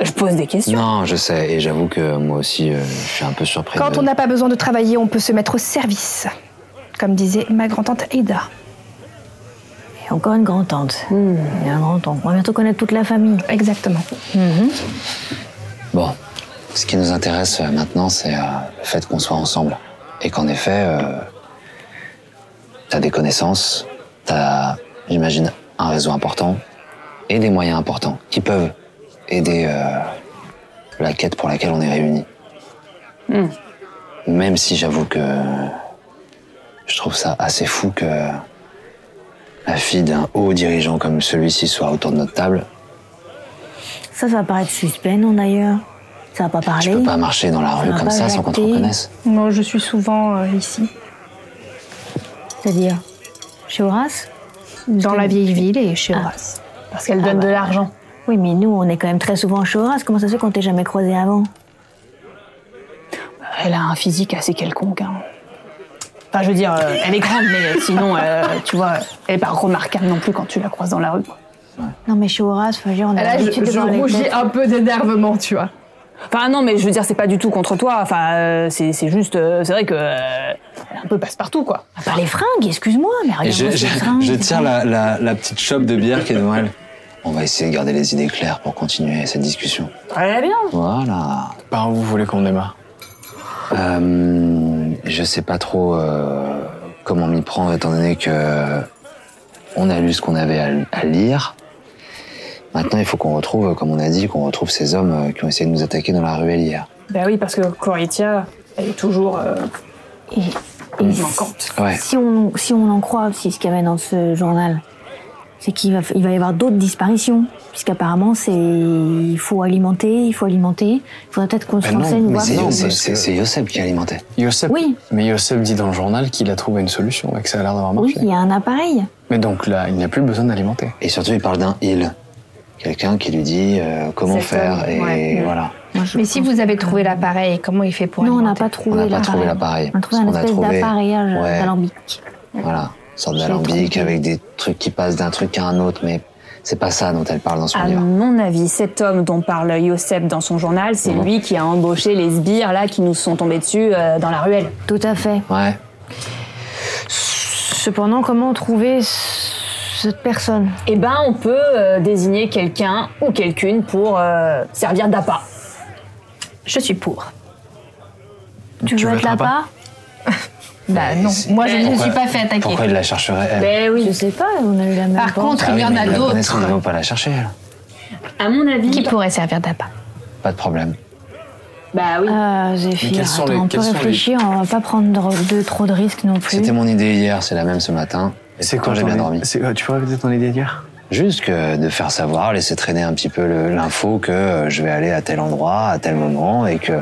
[SPEAKER 6] Je pose des questions.
[SPEAKER 2] Non, je sais, et j'avoue que moi aussi, euh, je suis un peu surpris.
[SPEAKER 14] Quand
[SPEAKER 2] de-
[SPEAKER 14] on n'a pas besoin de travailler, on peut se mettre au service. Comme disait ma grand-tante Ada.
[SPEAKER 7] Et encore une grand-tante. Et un grand-oncle. On va bientôt connaître toute la famille.
[SPEAKER 14] Exactement.
[SPEAKER 2] Bon, ce qui nous intéresse euh, maintenant, c'est euh, le fait qu'on soit ensemble. Et qu'en effet, euh, t'as des connaissances, t'as, j'imagine, un réseau important et des moyens importants qui peuvent aider euh, la quête pour laquelle on est réunis.
[SPEAKER 4] Hmm.
[SPEAKER 2] Même si j'avoue que je trouve ça assez fou que la fille d'un haut dirigeant comme celui-ci soit autour de notre table.
[SPEAKER 7] Ça, ça va paraître suspect, non, d'ailleurs Ça va pas parler Tu peux
[SPEAKER 2] pas marcher dans la rue comme Ah ça sans qu'on te reconnaisse.
[SPEAKER 14] Non, je suis souvent euh, ici.
[SPEAKER 7] C'est-à-dire Chez Horace
[SPEAKER 14] Dans la vieille ville et chez Horace.
[SPEAKER 7] Parce qu'elle
[SPEAKER 11] Ah
[SPEAKER 7] donne de l'argent. Oui, mais nous, on est quand même très souvent chez Horace. Comment ça se fait qu'on t'ait jamais croisé avant
[SPEAKER 4] Elle a un physique assez quelconque. hein. Enfin, je veux dire, euh, elle est grande, mais sinon, euh, tu vois, elle est pas remarquable non plus quand tu la croises dans la rue. quoi.
[SPEAKER 7] Non, mais chez Horace, enfin, je veux dire, on a
[SPEAKER 4] Là, je-
[SPEAKER 7] l'habitude de
[SPEAKER 4] je
[SPEAKER 7] voir les
[SPEAKER 4] rougis
[SPEAKER 7] têtes.
[SPEAKER 4] un
[SPEAKER 11] peu d'énervement, tu vois.
[SPEAKER 4] Enfin, non, mais je veux dire, c'est pas du tout contre toi. Enfin, euh, c'est c'est juste, euh, c'est vrai que euh, elle est un peu passe-partout, quoi.
[SPEAKER 7] À part les fringues, excuse-moi, mais
[SPEAKER 2] Et
[SPEAKER 7] regarde
[SPEAKER 2] je, je-
[SPEAKER 7] ces fringues.
[SPEAKER 2] je tire la, la- la petite chope de bière qui est devant elle. On va essayer de garder les idées claires pour continuer cette discussion.
[SPEAKER 4] Très bien.
[SPEAKER 2] Voilà.
[SPEAKER 5] Par où vous voulez qu'on démarre
[SPEAKER 2] Euh, Je sais pas trop euh, comment m'y prendre étant donné que on a lu ce qu'on avait à, à lire. Maintenant, il faut qu'on retrouve, comme on a dit, qu'on retrouve ces hommes euh, qui ont essayé de nous attaquer dans la ruelle hier.
[SPEAKER 4] Ben oui, parce que Coritia, elle est toujours. euh, manquante.
[SPEAKER 2] Ouais.
[SPEAKER 7] Si on, si on en croit, si ce qu'il y avait dans ce journal, c'est qu'il va, il va y avoir d'autres disparitions. Puisqu'apparemment, c'est, il faut alimenter, il faut alimenter. Il faudrait peut-être qu'on se renseigne,
[SPEAKER 5] mais
[SPEAKER 7] voir.
[SPEAKER 5] c'est-
[SPEAKER 7] Non,
[SPEAKER 5] c'est-
[SPEAKER 7] parce
[SPEAKER 5] c'est-
[SPEAKER 7] que-
[SPEAKER 5] c'est
[SPEAKER 2] Yosef qui alimentait.
[SPEAKER 5] Yosef
[SPEAKER 7] Oui.
[SPEAKER 5] Mais Yosef dit dans le journal qu'il a trouvé une solution et que ça a l'air d'avoir
[SPEAKER 7] Oui,
[SPEAKER 5] marché.
[SPEAKER 7] il y a un appareil.
[SPEAKER 5] Mais donc là, il n'y a plus besoin d'alimenter.
[SPEAKER 2] Et surtout, il parle d'un il. Quelqu'un qui lui dit euh, comment
[SPEAKER 11] Cet
[SPEAKER 2] faire
[SPEAKER 11] homme,
[SPEAKER 2] et
[SPEAKER 11] ouais.
[SPEAKER 2] voilà.
[SPEAKER 11] Mais si vous avez trouvé l'appareil, comment il fait pour Non, on n'a pas
[SPEAKER 2] On
[SPEAKER 11] trouvé
[SPEAKER 2] n'a pas trouvé l'appareil.
[SPEAKER 7] On a trouvé
[SPEAKER 2] Parce
[SPEAKER 7] un
[SPEAKER 2] qu'on a
[SPEAKER 7] espèce
[SPEAKER 2] trouvé-
[SPEAKER 7] d'appareillage
[SPEAKER 2] Ouais.
[SPEAKER 7] d'alambic.
[SPEAKER 2] Voilà, une sorte
[SPEAKER 7] Je l'ai
[SPEAKER 2] d'alambic
[SPEAKER 7] trompé.
[SPEAKER 2] avec des trucs qui passent d'un truc à un autre, mais c'est pas ça dont elle parle dans son
[SPEAKER 11] Ah
[SPEAKER 4] À
[SPEAKER 2] livre.
[SPEAKER 4] mon avis, cet homme dont parle Yosef dans son journal, c'est lui qui a embauché les sbires là qui nous sont tombés dessus euh, dans la ruelle.
[SPEAKER 7] Tout à fait.
[SPEAKER 2] Ouais.
[SPEAKER 7] Cependant, comment trouver cette personne
[SPEAKER 4] Eh ben, on peut euh, désigner quelqu'un ou quelqu'une pour euh, servir d'appât. Je suis pour.
[SPEAKER 7] Tu, veux être là-bas
[SPEAKER 11] Bah non, moi je ne
[SPEAKER 2] Pourquoi-
[SPEAKER 11] suis pas fait attaquer.
[SPEAKER 2] Pourquoi il la chercherait elle
[SPEAKER 4] Ben oui.
[SPEAKER 7] Je sais pas, on a eu la même.
[SPEAKER 11] Par contre,
[SPEAKER 2] Ah
[SPEAKER 11] il
[SPEAKER 2] oui,
[SPEAKER 11] y en
[SPEAKER 2] mais
[SPEAKER 11] a
[SPEAKER 2] ils la
[SPEAKER 11] d'autres.
[SPEAKER 2] connaissent, Ils vont pas la chercher, elle.
[SPEAKER 4] À mon avis.
[SPEAKER 11] Qui pourrait servir d'appât
[SPEAKER 2] Pas de problème.
[SPEAKER 4] Bah oui.
[SPEAKER 7] Ah,
[SPEAKER 2] Mais
[SPEAKER 7] Zéphir,
[SPEAKER 2] quels sont
[SPEAKER 7] attends,
[SPEAKER 2] les-
[SPEAKER 7] on peut
[SPEAKER 2] quels sont les-
[SPEAKER 7] réfléchir, on va pas prendre de, de- trop de risques non plus.
[SPEAKER 2] C'était mon idée hier, c'est la même ce matin. C'est quand j'ai bien dormi.
[SPEAKER 5] euh, Tu peux répéter ton idée hier
[SPEAKER 2] Juste que de faire savoir, laisser traîner un petit peu le- l'info que euh, je vais aller à tel endroit, à tel moment, et que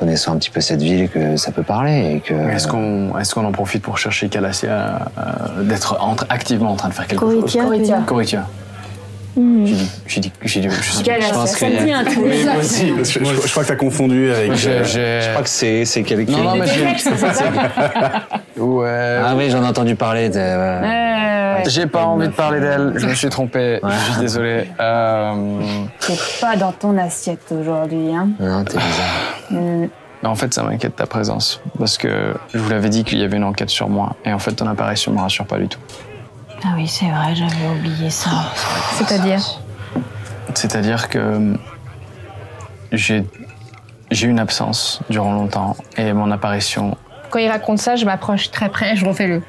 [SPEAKER 2] connaissant un petit peu cette ville, que ça peut parler, et que.
[SPEAKER 5] Est-ce qu'on est-ce qu'on en profite pour chercher Calassia euh, d'être en- activement en train de faire quelque
[SPEAKER 7] Coritia,
[SPEAKER 5] chose
[SPEAKER 7] tu veux dire
[SPEAKER 5] Coritia.
[SPEAKER 7] Hmm.
[SPEAKER 5] J'ai dit, j'ai dit, j'ai dit, je sais pas.
[SPEAKER 7] Calassia,
[SPEAKER 5] Je pense
[SPEAKER 7] ça
[SPEAKER 5] que-
[SPEAKER 7] me dit un truc.
[SPEAKER 5] Oui, moi aussi.
[SPEAKER 9] Parce que je, je crois que t'as confondu avec.
[SPEAKER 5] Je-
[SPEAKER 9] euh,
[SPEAKER 5] je-
[SPEAKER 2] Je crois que c'est c'est quelqu'un.
[SPEAKER 5] Non, non, mais Ouais.
[SPEAKER 2] Ah oui, j'en ai entendu parler. de-
[SPEAKER 4] Euh,
[SPEAKER 5] J'ai pas envie de parler d'elle, je me suis trompé, je suis désolé. Euh,
[SPEAKER 4] C'est pas dans ton assiette aujourd'hui, hein.
[SPEAKER 2] Non, t'es bizarre.
[SPEAKER 4] Mm.
[SPEAKER 5] Non, En fait, ça m'inquiète ta présence, parce que je vous l'avais dit qu'il y avait une enquête sur moi, et en fait, ton apparition me rassure pas du tout.
[SPEAKER 7] Ah oui, c'est vrai, j'avais oublié ça.
[SPEAKER 11] C'est-à-dire
[SPEAKER 5] C'est-à-dire que hum, j'ai j'ai eu une absence durant longtemps, et mon apparition.
[SPEAKER 11] Quand il raconte ça, je m'approche très près et je refais le.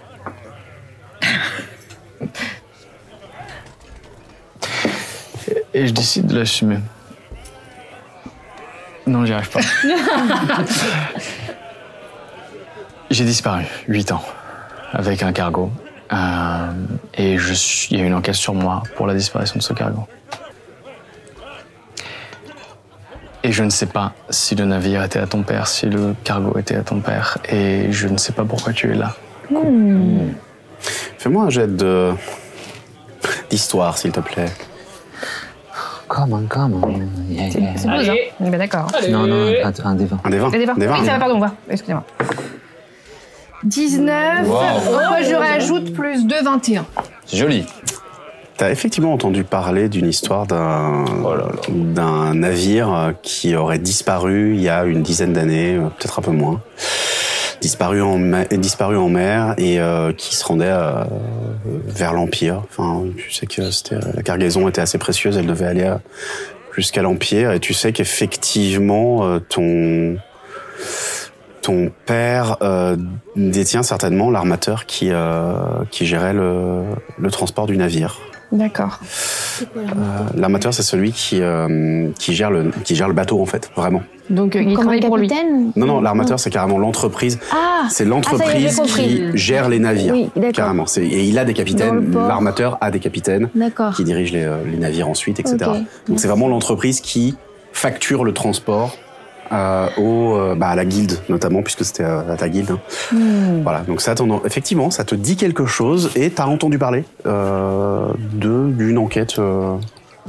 [SPEAKER 5] Et je décide de l'assumer. Non, j'y arrive pas. J'ai disparu, 8 ans, avec un cargo. Euh, et je suis- il y a eu une enquête sur moi pour la disparition de ce cargo. Et je ne sais pas si le navire était à ton père, si le cargo était à ton père. Et je ne sais pas pourquoi tu es là.
[SPEAKER 9] Fais-moi un jet de. d'histoire, s'il te plaît.
[SPEAKER 2] Come on, come on. Yeah, yeah.
[SPEAKER 11] C'est beau, hein On est bien d'accord.
[SPEAKER 2] Non, non, un, un des vingt.
[SPEAKER 9] Un des 20.
[SPEAKER 11] Allez, voir. oui, ça va, pardon, on va. Excusez-moi. 19.
[SPEAKER 2] Wow.
[SPEAKER 11] Moi, je rajoute plus 2, 21.
[SPEAKER 2] C'est joli.
[SPEAKER 1] T'as effectivement entendu parler d'une histoire d'un d'un navire euh, qui aurait disparu il y a une dizaine d'années, euh, peut-être un peu moins, disparu en mer, disparu en mer et euh, qui se rendait euh, vers l'Empire. Enfin, tu sais que c'était- la cargaison était assez précieuse, elle devait aller à- jusqu'à l'Empire et tu sais qu'effectivement euh, ton ton père euh, détient certainement l'armateur qui euh, qui gérait le, le transport du navire.
[SPEAKER 11] D'accord.
[SPEAKER 1] Euh, L'armateur, c'est celui qui, euh, qui, gère le, qui gère le bateau, en fait, vraiment.
[SPEAKER 15] Donc, euh, il
[SPEAKER 7] Comme un
[SPEAKER 15] travaille pour lui.
[SPEAKER 7] capitaine
[SPEAKER 1] Non, non, l'armateur, c'est carrément l'entreprise.
[SPEAKER 7] Ah
[SPEAKER 1] c'est
[SPEAKER 7] Ah, ça y est, j'ai
[SPEAKER 1] l'entreprise
[SPEAKER 7] compris.
[SPEAKER 1] qui gère les navires.
[SPEAKER 7] Oui, d'accord.
[SPEAKER 1] carrément. C'est- Et il a des
[SPEAKER 7] Dans le
[SPEAKER 1] capitaines,
[SPEAKER 7] port.
[SPEAKER 1] l'armateur a des capitaines
[SPEAKER 7] D'accord.
[SPEAKER 1] qui dirigent les, euh, les navires ensuite, etc.
[SPEAKER 7] Ok.
[SPEAKER 1] Donc c'est vraiment l'entreprise qui facture le transport euh, au, euh, bah, à la guilde, notamment, puisque c'était euh, à ta guilde. hein.
[SPEAKER 16] Hmm.
[SPEAKER 1] Voilà, donc ça, t'en- effectivement, ça te dit quelque chose et t'as entendu parler euh, de- d'une enquête. euh,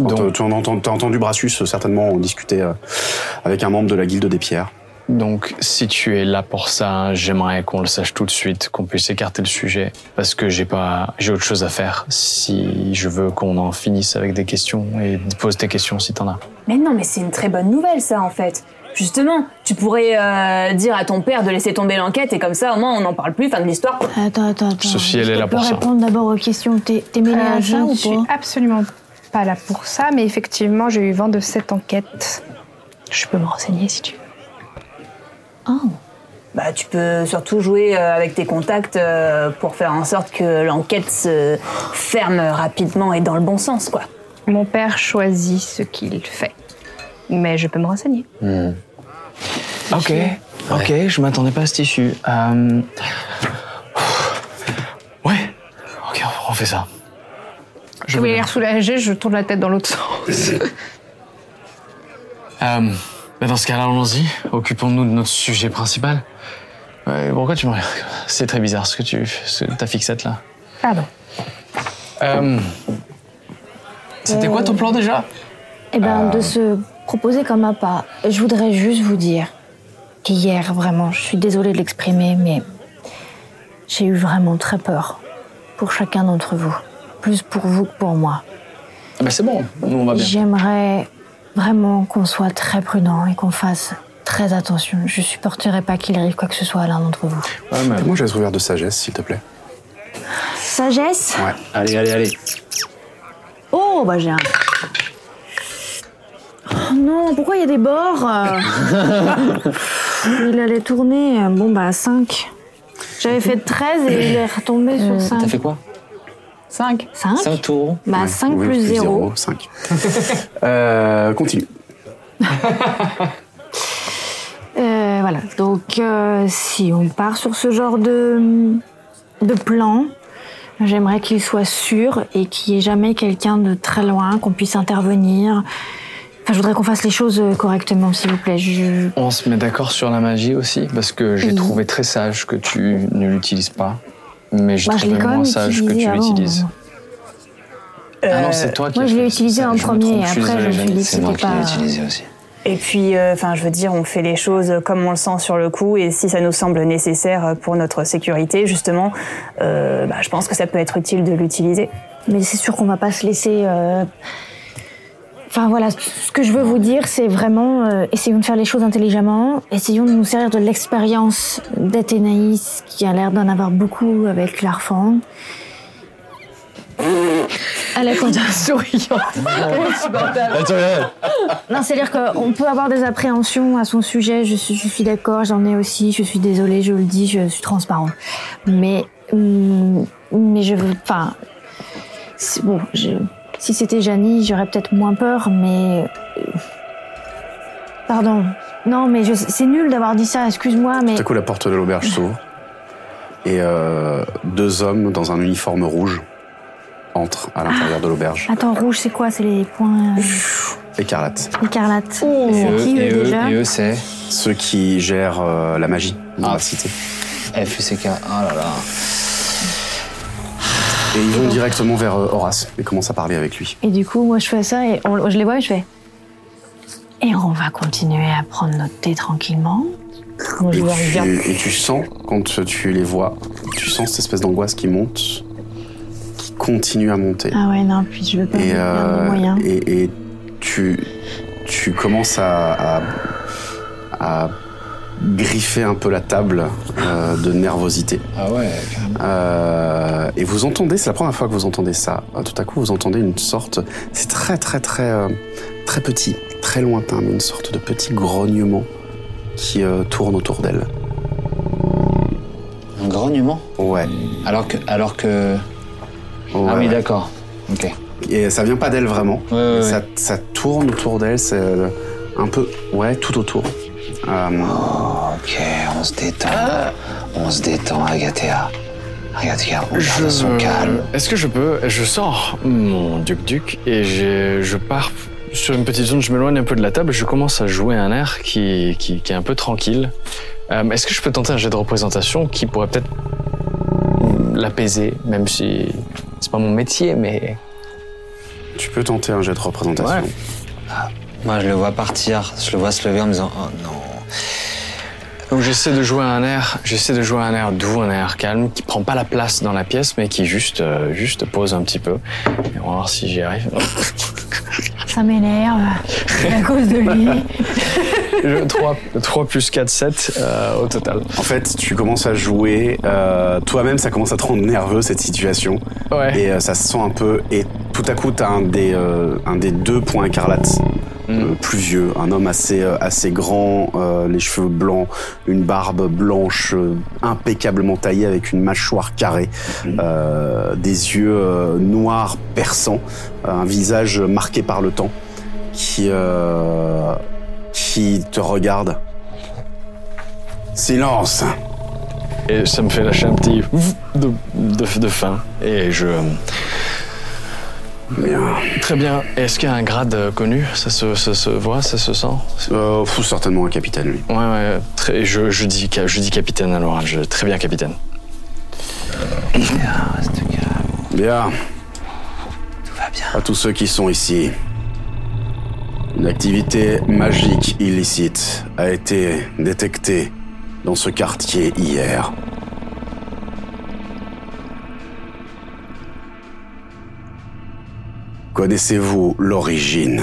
[SPEAKER 1] t'as- tu en entends- t'as entendu Brassus euh, certainement en discuter euh, avec un membre de la Guilde des Pierres.
[SPEAKER 5] Donc, si tu es là pour ça, j'aimerais qu'on le sache tout de suite, qu'on puisse écarter le sujet, parce que j'ai pas, j'ai autre chose à faire. Si je veux qu'on en finisse avec des questions et pose tes questions si t'en as.
[SPEAKER 6] Mais non, mais c'est une très bonne nouvelle, ça, en fait. Justement, tu pourrais euh, dire à ton père de laisser tomber l'enquête et comme ça, au moins, on n'en parle plus. Fin de l'histoire.
[SPEAKER 7] Attends, attends, attends.
[SPEAKER 5] Ceci, elle est là
[SPEAKER 7] Je peux
[SPEAKER 5] pour ça.
[SPEAKER 7] répondre d'abord aux questions. T'es t'es mêlé
[SPEAKER 11] Euh,
[SPEAKER 7] à
[SPEAKER 11] je
[SPEAKER 7] ça
[SPEAKER 11] ne
[SPEAKER 7] ou
[SPEAKER 11] suis
[SPEAKER 7] pas
[SPEAKER 11] absolument pas là pour ça, mais effectivement, j'ai eu vent de cette enquête. Je peux me renseigner si tu veux.
[SPEAKER 6] Bah, tu peux surtout jouer euh, avec tes contacts euh, pour faire en sorte que l'enquête se ferme rapidement et dans le bon sens, quoi.
[SPEAKER 11] Mon père choisit ce qu'il fait, mais je peux me renseigner.
[SPEAKER 5] Ok, ok, je m'attendais pas à cet issue. Euh, Ouais, ok, on fait ça.
[SPEAKER 15] Je voulais l'air soulagé, je tourne la tête dans l'autre sens.
[SPEAKER 5] Euh, bah dans ce cas-là, allons-y. Occupons-nous de notre sujet principal. Ouais, pourquoi tu me regardes comme ça C'est très bizarre ce que tu, ce, ta fixette là.
[SPEAKER 11] Pardon.
[SPEAKER 5] Euh, C'était quoi ton plan déjà
[SPEAKER 7] Eh ben,
[SPEAKER 5] Euh.
[SPEAKER 7] de se proposer comme un pas. Je voudrais juste vous dire qu'hier, vraiment, je suis désolée de l'exprimer, mais j'ai eu vraiment très peur pour chacun d'entre vous. Plus pour vous que pour moi.
[SPEAKER 5] Ah bah c'est bon, nous on va bien.
[SPEAKER 7] J'aimerais vraiment qu'on soit très prudent et qu'on fasse très attention. Je supporterai pas qu'il arrive quoi que ce soit à l'un d'entre vous.
[SPEAKER 1] Moi, j'ai ouvert de sagesse, s'il te plaît.
[SPEAKER 7] Sagesse
[SPEAKER 1] Ouais. Allez, allez, allez.
[SPEAKER 7] Oh, bah j'ai un. Oh non, pourquoi il y a des bords euh Il allait tourner, euh, bon bah 5. J'avais fait 13 et il est retombé sur 5.
[SPEAKER 2] T'as fait quoi
[SPEAKER 7] ah, 5. 5
[SPEAKER 2] 5 tours.
[SPEAKER 7] Bah 5 plus 0.
[SPEAKER 1] 5. euh, continue.
[SPEAKER 7] Euh, voilà, donc euh, si on part sur ce genre de, de plan, j'aimerais qu'il soit sûr et qu'il n'y ait jamais quelqu'un de très loin, qu'on puisse intervenir. Enfin, je voudrais qu'on fasse les choses euh, correctement, s'il vous plaît. Je...
[SPEAKER 5] On se met d'accord sur la magie aussi, parce que j'ai
[SPEAKER 7] Oui.
[SPEAKER 5] trouvé très sage que tu ne l'utilises pas, mais j'ai
[SPEAKER 7] Bah, je
[SPEAKER 5] trouvé
[SPEAKER 7] l'ai quand
[SPEAKER 5] moins
[SPEAKER 7] même
[SPEAKER 5] sage que
[SPEAKER 7] utilisé
[SPEAKER 5] tu
[SPEAKER 7] avant,
[SPEAKER 5] l'utilises.
[SPEAKER 7] moi.
[SPEAKER 5] Ah
[SPEAKER 6] Euh,
[SPEAKER 5] non, c'est toi qui.
[SPEAKER 7] Moi,
[SPEAKER 5] as
[SPEAKER 7] je
[SPEAKER 5] fait
[SPEAKER 7] l'ai
[SPEAKER 5] ça.
[SPEAKER 7] utilisé en
[SPEAKER 5] Je me
[SPEAKER 7] premier,
[SPEAKER 5] trompe,
[SPEAKER 7] et
[SPEAKER 5] je suis
[SPEAKER 7] après, je me
[SPEAKER 5] désolé,
[SPEAKER 7] suis dit que
[SPEAKER 5] c'est moi
[SPEAKER 7] c'était
[SPEAKER 5] qui l'ai
[SPEAKER 7] pas.
[SPEAKER 5] utilisé aussi.
[SPEAKER 6] Et puis, euh, enfin, je veux dire, on fait les choses comme on le sent sur le coup, et si ça nous semble nécessaire pour notre sécurité, justement, euh, bah, je pense que ça peut être utile de l'utiliser.
[SPEAKER 7] Mais c'est sûr qu'on va pas se laisser. euh, Enfin voilà, ce que je veux vous dire, c'est vraiment euh, essayons de faire les choses intelligemment, essayons de nous servir de l'expérience d'Athénaïs, qui a l'air d'en avoir beaucoup avec l'arfan. Elle est contente.
[SPEAKER 15] Souriant.
[SPEAKER 7] Non, c'est-à-dire qu'on peut avoir des appréhensions à son sujet, je suis, je suis d'accord, j'en ai aussi, je suis désolée, je le dis, je suis transparente. Mais, hum, mais je veux. Enfin. c'est- Bon, je- si c'était Janie, j'aurais peut-être moins peur, mais. Pardon. Non, mais je- c'est nul d'avoir dit ça, excuse-moi, mais.
[SPEAKER 1] Tout à coup, la porte de l'auberge s'ouvre et euh, deux hommes dans un uniforme rouge entrent à l'intérieur de l'auberge,
[SPEAKER 7] Attends, rouge, c'est quoi C'est les points
[SPEAKER 1] écarlate.
[SPEAKER 7] euh, écarlates.
[SPEAKER 2] Oh,
[SPEAKER 7] c'est
[SPEAKER 2] Euh,
[SPEAKER 7] qui eux, déjà
[SPEAKER 1] c'est Ceux qui gèrent euh, la magie dans la cité.
[SPEAKER 2] FUCK, oh là là.
[SPEAKER 1] Et ils vont directement vers euh, Horace et commencent à parler avec lui.
[SPEAKER 7] Et du coup, moi, je fais ça et on- je les vois et je fais. Et on va continuer à prendre notre thé tranquillement. Moi, je
[SPEAKER 1] Et
[SPEAKER 7] vois bien.
[SPEAKER 1] tu, et tu sens, quand tu les vois, tu sens cette espèce d'angoisse qui monte, qui
[SPEAKER 9] continue à monter.
[SPEAKER 7] Ah ouais, non, puis je veux pas
[SPEAKER 9] Et,
[SPEAKER 7] perdre
[SPEAKER 9] euh,
[SPEAKER 7] mon moyen.
[SPEAKER 9] et, et tu, tu commences à, à, à griffer un peu la table euh, de nervosité.
[SPEAKER 12] Ah ouais.
[SPEAKER 9] Euh, et vous entendez, c'est la première fois que vous entendez ça. Euh, Tout à coup, vous entendez une sorte, c'est très très très euh, très petit, très lointain, mais une sorte de petit grognement qui euh, tourne autour d'elle.
[SPEAKER 2] Un grognement
[SPEAKER 9] Ouais.
[SPEAKER 2] Alors que. Alors que... ah oui,
[SPEAKER 9] ouais.
[SPEAKER 2] d'accord. Ok.
[SPEAKER 9] Et ça vient pas d'elle vraiment.
[SPEAKER 2] ouais,
[SPEAKER 9] ça, ça tourne autour d'elle, c'est euh, un peu, ouais, tout autour. Euh,
[SPEAKER 2] Ok, on se détend.
[SPEAKER 7] Ah.
[SPEAKER 2] On se détend, Agathea. Regarde, regarde, on garde son
[SPEAKER 5] veux-
[SPEAKER 2] calme.
[SPEAKER 5] Est-ce que je peux Je sors mon duc-duc et je, je pars sur une petite zone, je m'éloigne un peu de la table, je commence à jouer un air qui, qui, qui est un peu tranquille. Euh, Est-ce que je peux tenter un jet de représentation qui pourrait peut-être l'apaiser, même si c'est pas mon métier, mais.
[SPEAKER 9] Tu peux tenter un jet de représentation.
[SPEAKER 2] Moi, je le vois partir, je le vois se lever en me disant Oh non.
[SPEAKER 5] Donc j'essaie de jouer un air, j'essaie de jouer un air doux, un air calme, qui prend pas la place dans la pièce, mais qui juste, euh, juste pose un petit peu. Et on va voir si j'y arrive.
[SPEAKER 7] Ça m'énerve. C'est à cause de lui.
[SPEAKER 5] 3, plus 4, 7 au total.
[SPEAKER 9] En fait, tu commences à jouer, euh, toi-même, ça commence à te rendre nerveux cette situation. Et euh, ça se sent un peu. Et tout à coup, t'as un, des, euh, un des deux points écarlates. euh, plus vieux, un homme assez, euh, assez grand, euh, les cheveux blancs, une barbe blanche euh, impeccablement taillée avec une mâchoire carrée, euh, des yeux euh, noirs perçants, Euh, un visage marqué par le temps qui, euh, qui te regarde. Silence
[SPEAKER 5] Et ça me fait lâcher un petit de, de, de faim. Et je. Très bien. Est-ce qu'il y a un grade euh, connu ça se, ça se voit, ça se sent
[SPEAKER 9] euh, faut Certainement un capitaine, lui.
[SPEAKER 5] Ouais, ouais. Très, je, je, dis, ca- je dis capitaine à l'oral. je- Très bien, capitaine.
[SPEAKER 9] Bien. Tout va bien. À tous ceux qui sont ici, une activité magique illicite a été détectée dans ce quartier hier. Connaissez-vous l'origine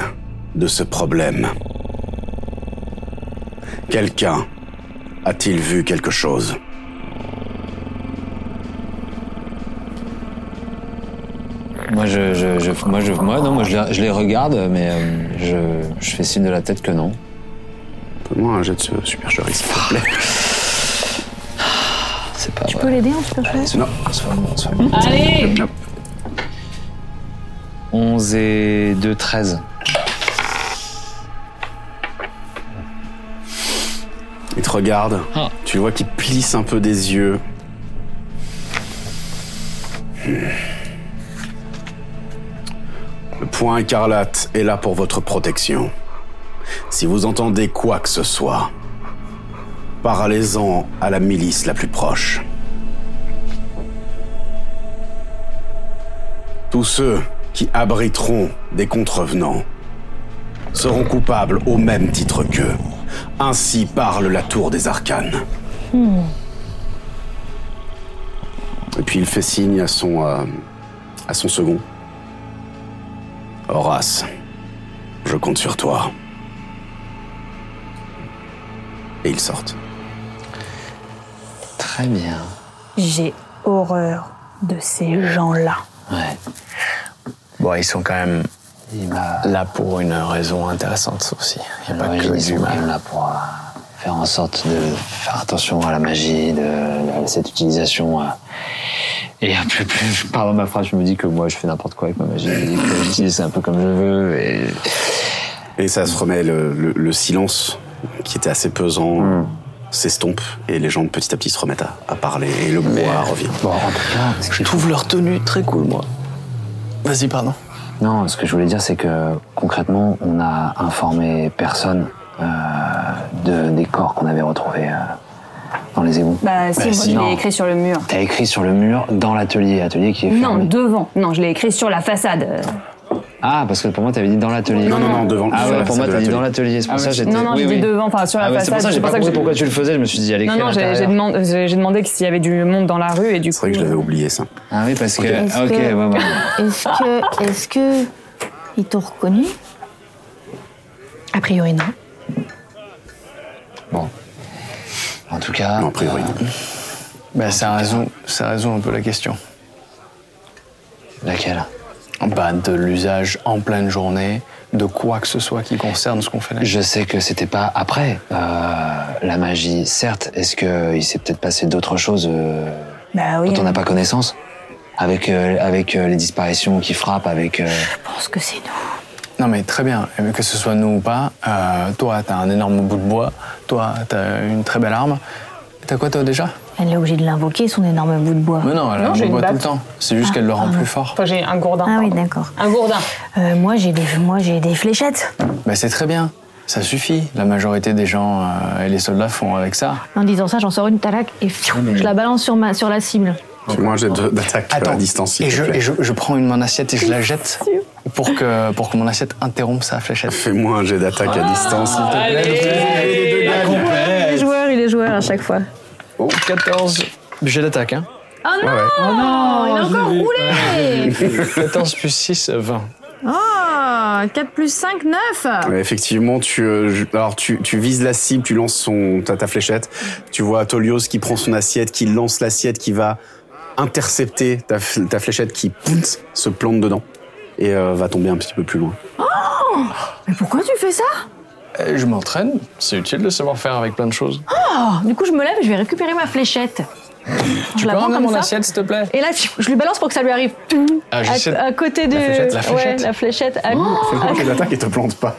[SPEAKER 9] de ce problème Quelqu'un a-t-il vu quelque chose
[SPEAKER 2] Moi, je, je, je- moi, je, moi, non, moi, je, les- je les regarde, mais euh, je, je fais signe de la tête que non.
[SPEAKER 9] Fais-moi un jet de supercherie, s'il te plaît.
[SPEAKER 2] C'est pas
[SPEAKER 7] Tu peux l'aider en super chose
[SPEAKER 9] Non.
[SPEAKER 7] Allez
[SPEAKER 2] 11 et 2, 13.
[SPEAKER 9] Il te regarde. Tu le vois qu'il plisse un peu des yeux. Le point écarlate est là pour votre protection. Si vous entendez quoi que ce soit, parlez-en à la milice la plus proche. Tous ceux qui abriteront des contrevenants seront coupables au même titre qu'eux. Ainsi parle la tour des arcanes. Hmm. Et puis il fait signe à son, euh, à son second. Horace, je compte sur toi. Et ils sortent.
[SPEAKER 2] Très bien.
[SPEAKER 6] J'ai horreur de ces gens-là.
[SPEAKER 2] Ouais.
[SPEAKER 5] Bon, ils sont quand même euh, là pour une raison intéressante aussi. Il n'y a pas que
[SPEAKER 2] Ils
[SPEAKER 5] du
[SPEAKER 2] sont quand même
[SPEAKER 5] mal.
[SPEAKER 2] là pour euh, faire en sorte de faire attention à la magie, de, à cette utilisation. euh. Et un peu plus, pardon ma phrase, je me dis que moi, je fais n'importe quoi avec ma magie. Je dis que j'utilise un peu comme je veux. Et...
[SPEAKER 9] Et ça se remet, le, le- le silence qui était assez pesant
[SPEAKER 5] Hmm.
[SPEAKER 9] s'estompe et les gens petit à petit se remettent à, à parler et le bois revient.
[SPEAKER 5] Je trouve leur tenue très cool, moi. Vas-y, pardon.
[SPEAKER 2] Non, ce que je voulais dire, c'est que concrètement, on a informé personne euh, de, des corps qu'on avait retrouvés euh, dans les égouts.
[SPEAKER 6] Bah, si, moi, je l'ai écrit sur le mur.
[SPEAKER 2] T'as écrit sur le mur dans l'atelier, atelier qui est
[SPEAKER 6] Non, devant. Non, je l'ai écrit sur la façade.
[SPEAKER 2] Ah, parce que pour moi, t'avais dit dans l'atelier.
[SPEAKER 9] Non, non, non, devant-
[SPEAKER 2] Ah
[SPEAKER 9] sur la
[SPEAKER 2] ouais, pour moi,
[SPEAKER 9] façade de
[SPEAKER 2] t'as dit
[SPEAKER 9] l'atelier.
[SPEAKER 2] dans l'atelier. C'est pour
[SPEAKER 9] Ah
[SPEAKER 2] ça
[SPEAKER 9] ouais.
[SPEAKER 2] que j'étais.
[SPEAKER 4] Non, non,
[SPEAKER 2] oui,
[SPEAKER 4] j'ai
[SPEAKER 2] oui.
[SPEAKER 4] dit devant, enfin sur la
[SPEAKER 2] Ah ouais,
[SPEAKER 4] façade.
[SPEAKER 2] C'est pour ça que j'ai
[SPEAKER 4] c'est
[SPEAKER 2] pas
[SPEAKER 4] que
[SPEAKER 2] compris
[SPEAKER 4] j'ai-
[SPEAKER 2] pourquoi tu le faisais. Je me suis dit, allez,
[SPEAKER 4] Non, non, j'ai j'ai demandé, j'ai- j'ai demandé que s'il y avait du monde dans la rue et du coup. C'est vrai que je l'avais
[SPEAKER 9] oublié ça.
[SPEAKER 2] Ah oui, parce que.
[SPEAKER 7] Est-ce
[SPEAKER 2] ah, Ok,
[SPEAKER 7] que-
[SPEAKER 2] ouais, ouais.
[SPEAKER 7] Est-ce que. Est-ce que. Ils t'ont reconnu A priori, non.
[SPEAKER 2] En tout cas. Non,
[SPEAKER 9] hein.
[SPEAKER 5] Ah. Bah, ça résout, ça résout un peu la question.
[SPEAKER 2] Laquelle
[SPEAKER 5] Bah, de l'usage en pleine journée de quoi que ce soit qui concerne ce qu'on fait là.
[SPEAKER 2] Je sais que c'était pas après euh, la magie, certes. Est-ce que il s'est peut-être passé d'autres choses euh,
[SPEAKER 6] Bah oui.
[SPEAKER 2] dont on n'a pas connaissance avec euh, avec euh, les disparitions qui frappent, avec. euh,
[SPEAKER 7] Parce que c'est nous.
[SPEAKER 5] Non mais très bien, Et que ce soit nous ou pas, euh, toi t'as un énorme bout de bois, toi t'as une très belle arme. T'as quoi toi déjà
[SPEAKER 7] Elle est obligée de l'invoquer, son énorme bout de bois.
[SPEAKER 5] Mais non, elle a un bout de bois tout le temps. C'est juste qu'elle le rend plus fort.
[SPEAKER 4] Enfin, j'ai un gourdin.
[SPEAKER 7] Ah oui, d'accord. Euh,
[SPEAKER 4] Un gourdin.
[SPEAKER 7] moi, j'ai des, moi, j'ai des fléchettes.
[SPEAKER 5] Mais Bah, c'est très bien, ça suffit. La majorité des gens euh, et les soldats font avec ça.
[SPEAKER 7] En disant ça, j'en sors une talac et pfiou, je la balance sur, ma, sur la cible.
[SPEAKER 9] Moi, j'ai d'attaque à distance.
[SPEAKER 5] Et, je, et je, je prends une, mon assiette et je la jette pour que, pour que mon assiette interrompe sa fléchette.
[SPEAKER 9] Fais-moi un jet d'attaque
[SPEAKER 5] Ah.
[SPEAKER 9] à distance, s'il te plaît.
[SPEAKER 7] Il est joueur, il est joueur à chaque fois.
[SPEAKER 5] Oh, 14. J'ai l'attaque, hein
[SPEAKER 7] Oh non Il a encore roulé
[SPEAKER 5] 14 plus 6, 20.
[SPEAKER 7] Oh 4 plus 5, 9
[SPEAKER 9] Ouais, effectivement, tu, euh, je- alors tu, tu vises la cible, tu lances son, ta, ta fléchette. Tu vois Tolios qui prend son assiette, qui lance l'assiette, qui va intercepter ta, f- ta fléchette, qui pouf, se plante dedans et euh, va tomber un petit peu plus loin.
[SPEAKER 7] Oh Mais pourquoi tu fais ça
[SPEAKER 5] Euh, Je m'entraîne, c'est utile de savoir faire avec plein de choses.
[SPEAKER 7] Oh Du coup, je me lève et je vais récupérer ma fléchette.
[SPEAKER 5] Tu
[SPEAKER 7] je la
[SPEAKER 5] peux
[SPEAKER 7] prends
[SPEAKER 5] ramener
[SPEAKER 7] comme
[SPEAKER 5] mon
[SPEAKER 7] ça.
[SPEAKER 5] assiette, s'il te plaît
[SPEAKER 7] Et là, je lui balance pour que ça lui arrive.
[SPEAKER 5] Ah,
[SPEAKER 7] à,
[SPEAKER 5] j'essaie de-
[SPEAKER 7] à côté de.
[SPEAKER 5] La fléchette, la fléchette.
[SPEAKER 7] Ouais, la fléchette.
[SPEAKER 5] Oh.
[SPEAKER 7] À...
[SPEAKER 9] Fais-moi que l'attaque et te plante pas.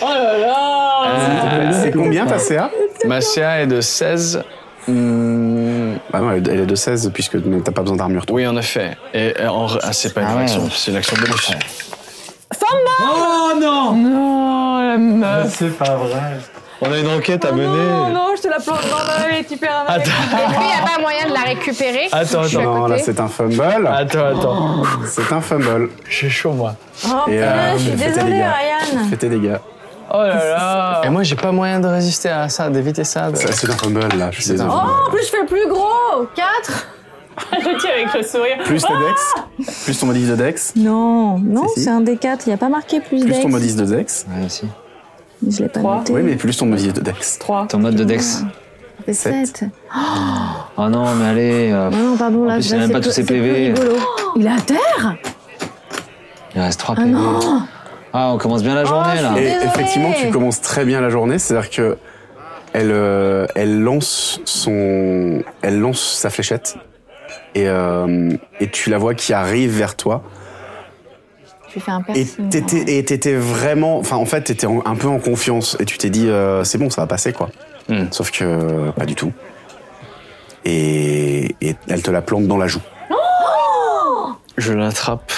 [SPEAKER 4] Oh là là
[SPEAKER 9] C'est combien ta CA
[SPEAKER 5] Ma CA est de 16.
[SPEAKER 9] Bah non, elle elle est de 16 puisque t'as pas besoin d'armure.
[SPEAKER 5] Oui, en effet. Et euh, en... ah, c'est pas une action, c'est une action bonus.
[SPEAKER 4] Samba
[SPEAKER 5] Oh non
[SPEAKER 4] Non, la meuf. Oh
[SPEAKER 5] C'est pas vrai. On a une enquête à mener.
[SPEAKER 4] Non, non, je te la plante dans l'œil et tu perds un
[SPEAKER 5] Attends.
[SPEAKER 11] Et puis, il n'y a pas moyen de la récupérer.
[SPEAKER 5] Attends,
[SPEAKER 11] Je suis à
[SPEAKER 5] attends.
[SPEAKER 9] Non,
[SPEAKER 11] côté.
[SPEAKER 9] là c'est un fumble.
[SPEAKER 5] Attends, attends.
[SPEAKER 9] C'est un fumble.
[SPEAKER 5] J'ai Oh. chaud, moi.
[SPEAKER 7] Oh,
[SPEAKER 9] Et,
[SPEAKER 7] putain,
[SPEAKER 9] euh,
[SPEAKER 7] je suis
[SPEAKER 9] fais tes
[SPEAKER 7] désolée,
[SPEAKER 9] dégâts.
[SPEAKER 7] Ryan.
[SPEAKER 9] Fais tes dégâts.
[SPEAKER 5] Oh là là Et moi, j'ai pas moyen de résister à ça, d'éviter ça. de-
[SPEAKER 9] Ça, C'est un fumble là, je suis désolé.
[SPEAKER 7] Oh, en plus, je fais plus gros 4
[SPEAKER 4] Je dis avec le sourire.
[SPEAKER 9] Plus tes dex, plus ton modif de dex,
[SPEAKER 7] Non, non,
[SPEAKER 9] Si, si.
[SPEAKER 7] c'est un D4, il n'y a pas marqué plus
[SPEAKER 9] plus
[SPEAKER 7] d'ex.
[SPEAKER 9] ton modif de dex.
[SPEAKER 2] Ouais, si.
[SPEAKER 7] Je l'ai pas noté.
[SPEAKER 9] Oui, mais plus ton modif de dex.
[SPEAKER 4] 3.
[SPEAKER 2] Ton mode de dex.
[SPEAKER 7] C'est 7.
[SPEAKER 2] Oh non, mais allez. euh,
[SPEAKER 7] Non, non, pardon,
[SPEAKER 2] en
[SPEAKER 7] là,
[SPEAKER 2] plus, il a même
[SPEAKER 7] là, c'est
[SPEAKER 2] pas tous
[SPEAKER 7] plus-
[SPEAKER 2] ses
[SPEAKER 7] c'est plus
[SPEAKER 2] PV.
[SPEAKER 7] rigolo. Il est à terre
[SPEAKER 2] Il reste 3
[SPEAKER 7] Ah
[SPEAKER 2] PV.
[SPEAKER 7] non Oh,
[SPEAKER 2] Ah, on commence bien la journée, là.
[SPEAKER 9] Et effectivement, tu commences très bien la journée, c'est-à-dire que elle, euh, elle lance son, elle lance sa fléchette et, euh, et tu la vois qui arrive vers toi.
[SPEAKER 7] Tu fais un
[SPEAKER 9] Et
[SPEAKER 7] piercing. hein.
[SPEAKER 9] t'étais, et t'étais vraiment, enfin en fait t'étais en- un peu en confiance et tu t'es dit euh, c'est bon ça va passer quoi. Sauf que euh, pas du tout. Et, et elle te la plante dans la joue.
[SPEAKER 5] Je l'attrape.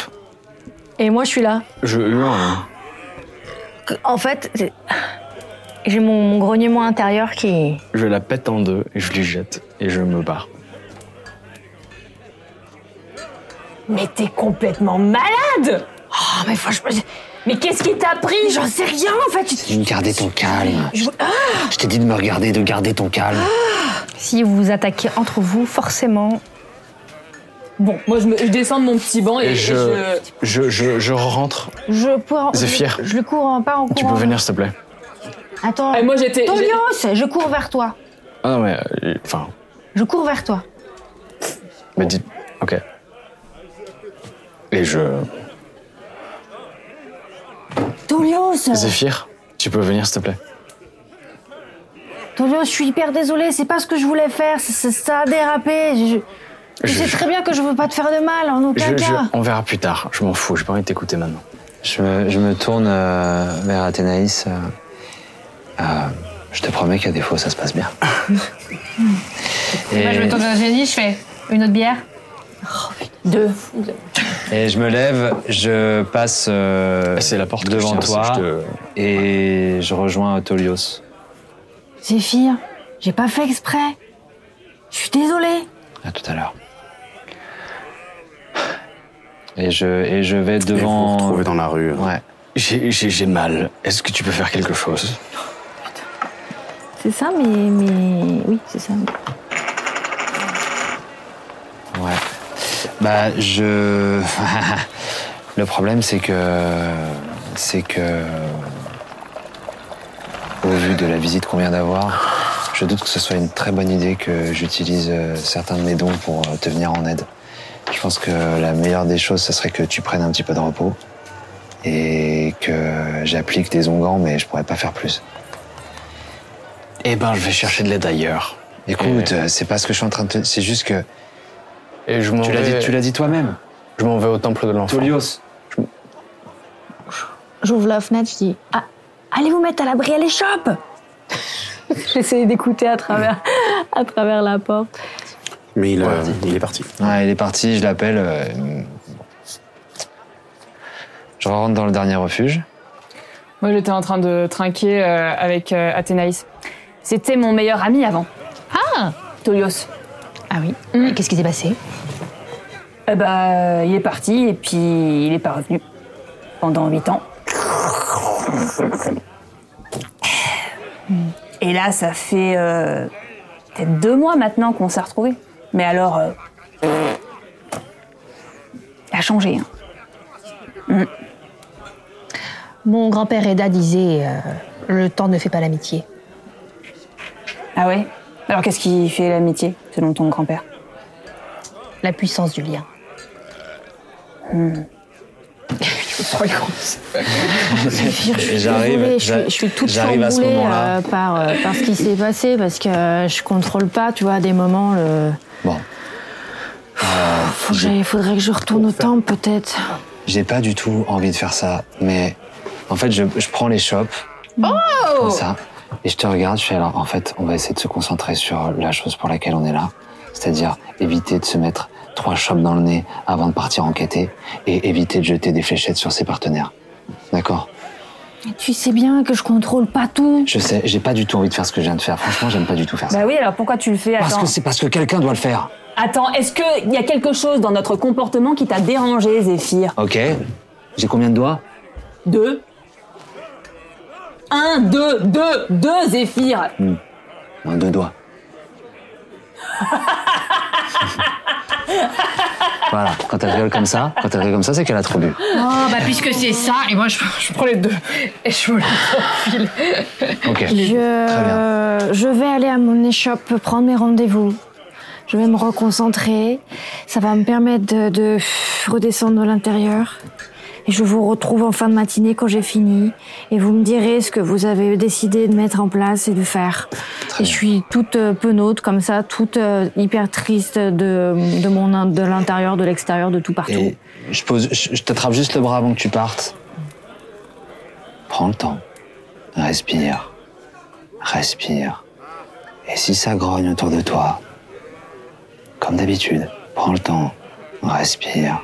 [SPEAKER 7] Et moi, je suis là.
[SPEAKER 5] Je hurle.
[SPEAKER 7] En fait, j'ai- j'ai mon, mon grognement intérieur qui.
[SPEAKER 5] Je la pète en deux et je lui jette et je me barre.
[SPEAKER 4] Mais t'es complètement malade
[SPEAKER 7] Oh, mais franchement, j'ai-
[SPEAKER 4] Mais qu'est-ce qui t'a pris
[SPEAKER 7] j'en sais rien en fait. Tu-
[SPEAKER 2] Lynn, Gardez ton calme.
[SPEAKER 7] Ah, Je- Ah.
[SPEAKER 2] Je t'ai dit de me regarder, de garder ton calme.
[SPEAKER 14] Si vous vous attaquez entre vous, forcément.
[SPEAKER 4] Bon, moi je, me- je descends de mon petit banc et,
[SPEAKER 5] Et
[SPEAKER 4] je...
[SPEAKER 5] je, je, je, je rentre.
[SPEAKER 7] Je cours.
[SPEAKER 5] Zéphyr.
[SPEAKER 7] Je, je le cours en pas en courant.
[SPEAKER 5] Tu peux venir, s'il te plaît.
[SPEAKER 7] Attends.
[SPEAKER 6] Ah,
[SPEAKER 4] moi, j'étais-
[SPEAKER 7] Tolios, je cours vers toi.
[SPEAKER 5] Ah non, mais. euh, Enfin.
[SPEAKER 7] Je cours vers toi.
[SPEAKER 5] Mais dites. Ok. Et je.
[SPEAKER 7] Tolios.
[SPEAKER 5] Zéphyr, tu peux venir, s'il te plaît.
[SPEAKER 7] Tolios, je suis hyper désolée. C'est pas ce que je voulais faire. c'est- c'est- ça a dérapé. Je, je- je
[SPEAKER 5] Je-
[SPEAKER 7] sais très bien que je veux pas te faire de mal en aucun
[SPEAKER 5] Je- je-
[SPEAKER 7] cas.
[SPEAKER 5] on verra plus tard. Je m'en fous. J'ai pas envie de t'écouter maintenant.
[SPEAKER 2] Je me, je me tourne euh, vers Athénaïs. euh, euh, je te promets qu'à défaut, ça se passe bien. et,
[SPEAKER 11] Moi, je me tourne vers Jenny, je fais une autre bière.
[SPEAKER 7] Oh, Deux.
[SPEAKER 2] et je me lève, je passe euh, devant
[SPEAKER 5] je sais,
[SPEAKER 2] toi
[SPEAKER 5] je te-
[SPEAKER 2] et je rejoins Tolios.
[SPEAKER 7] Zéphyr, j'ai pas fait exprès. Je suis désolée.
[SPEAKER 2] À tout à l'heure. Et je, et je vais
[SPEAKER 9] Et vous vous
[SPEAKER 2] devant.
[SPEAKER 9] retrouvez dans la rue.
[SPEAKER 2] Ouais.
[SPEAKER 12] J'ai j'ai- j'ai mal. Est-ce que tu peux faire quelque chose
[SPEAKER 7] C'est ça, mais, mais... Oui, c'est ça.
[SPEAKER 2] Ouais. Bah, je. le problème, c'est que. C'est que. Au vu de la visite qu'on vient d'avoir, je doute que ce soit une très bonne idée que j'utilise euh, certains de mes dons pour euh, te venir en aide. Je pense que la meilleure des choses, ce serait que tu prennes un petit peu de repos et que j'applique des onguents, mais je pourrais pas faire plus.
[SPEAKER 12] Eh ben, je vais chercher de l'aide ailleurs.
[SPEAKER 2] Écoute, euh, c'est pas ce que je suis en train de te. C'est juste que.
[SPEAKER 5] Et je m'en
[SPEAKER 2] Tu l'as
[SPEAKER 5] vais-
[SPEAKER 2] dit, tu l'as dit toi-même.
[SPEAKER 5] Je m'en vais au temple de l'enfant.
[SPEAKER 12] Tolios.
[SPEAKER 7] J'ouvre la fenêtre, je dis Ah, Allez vous mettre à l'abri à l'échoppe J'essayais d'écouter à travers, à travers la porte.
[SPEAKER 9] Mais il, euh, il est parti.
[SPEAKER 2] Ouais, il est parti, je l'appelle. euh, Je rentre dans le dernier refuge.
[SPEAKER 4] Moi, j'étais en train de trinquer euh, avec euh, Athénaïs. C'était mon meilleur ami avant. Ah Tolios.
[SPEAKER 14] Ah oui. Qu'est-ce qui s'est passé
[SPEAKER 6] Eh ben, il est parti et puis il n'est pas revenu pendant 8 ans. Et là, ça fait euh, peut-être deux mois maintenant qu'on s'est retrouvés. Mais alors, euh, il a changé. hein.
[SPEAKER 14] Mon grand-père Eda disait euh, Le temps ne fait pas l'amitié.
[SPEAKER 6] Ah ouais Alors qu'est-ce qui fait l'amitié, selon ton grand-père
[SPEAKER 14] La puissance du lien.
[SPEAKER 7] suis
[SPEAKER 2] J'arrive,
[SPEAKER 7] désolée, je suis-
[SPEAKER 2] j'a-
[SPEAKER 7] je suis toute
[SPEAKER 2] j'arrive à ce
[SPEAKER 7] chamboulée
[SPEAKER 2] moment-là.
[SPEAKER 7] euh, par, euh, par ce qui s'est passé parce que euh, je contrôle pas, tu vois, à des moments le.
[SPEAKER 2] Bon. Euh,
[SPEAKER 7] Faut que j'aille- faudrait que je retourne au temple peut-être.
[SPEAKER 2] J'ai pas du tout envie de faire ça, mais en fait, je, je prends les chopes, comme
[SPEAKER 14] Oh
[SPEAKER 2] ça, et je te regarde, je fais alors, en fait, on va essayer de se concentrer sur la chose pour laquelle on est là, c'est-à-dire éviter de se mettre trois chopes dans le nez avant de partir enquêter et éviter de jeter des fléchettes sur ses partenaires. D'accord
[SPEAKER 7] Tu sais bien que je contrôle pas tout.
[SPEAKER 2] Je sais, j'ai pas du tout envie de faire ce que je viens de faire. Franchement, j'aime pas du tout faire ça.
[SPEAKER 6] Bah oui, alors pourquoi tu le fais
[SPEAKER 2] Parce
[SPEAKER 6] Attends,
[SPEAKER 2] que c'est parce que quelqu'un doit le faire.
[SPEAKER 6] Attends est-ce qu'il y a quelque chose dans notre comportement qui t'a dérangé, Zéphyr
[SPEAKER 2] Ok. J'ai combien de doigts
[SPEAKER 6] Deux. Un, deux, deux, deux, Zéphyr
[SPEAKER 2] Non, deux doigts. voilà, quand elle rigole comme ça, quand elle rigole comme ça, c'est qu'elle a trop bu.
[SPEAKER 14] Oh, bah puisque c'est ça, et moi je, je prends les deux et je me les enfile.
[SPEAKER 2] Ok.
[SPEAKER 7] Je, je vais aller à mon échoppe prendre mes rendez-vous. Je vais me reconcentrer. Ça va me permettre de, de redescendre de l'intérieur. Et je vous retrouve en fin de matinée quand j'ai fini. Et vous me direz ce que vous avez décidé de mettre en place et de faire. Et je suis toute euh, penaude comme ça, toute euh, hyper triste de, de, mon, in- de l'intérieur, de l'extérieur, de tout partout.
[SPEAKER 2] Et je pose, je, je t'attrape juste le bras avant que tu partes. Prends le temps. Respire. Respire. Et si ça grogne autour de toi, comme d'habitude, prends le temps. Respire.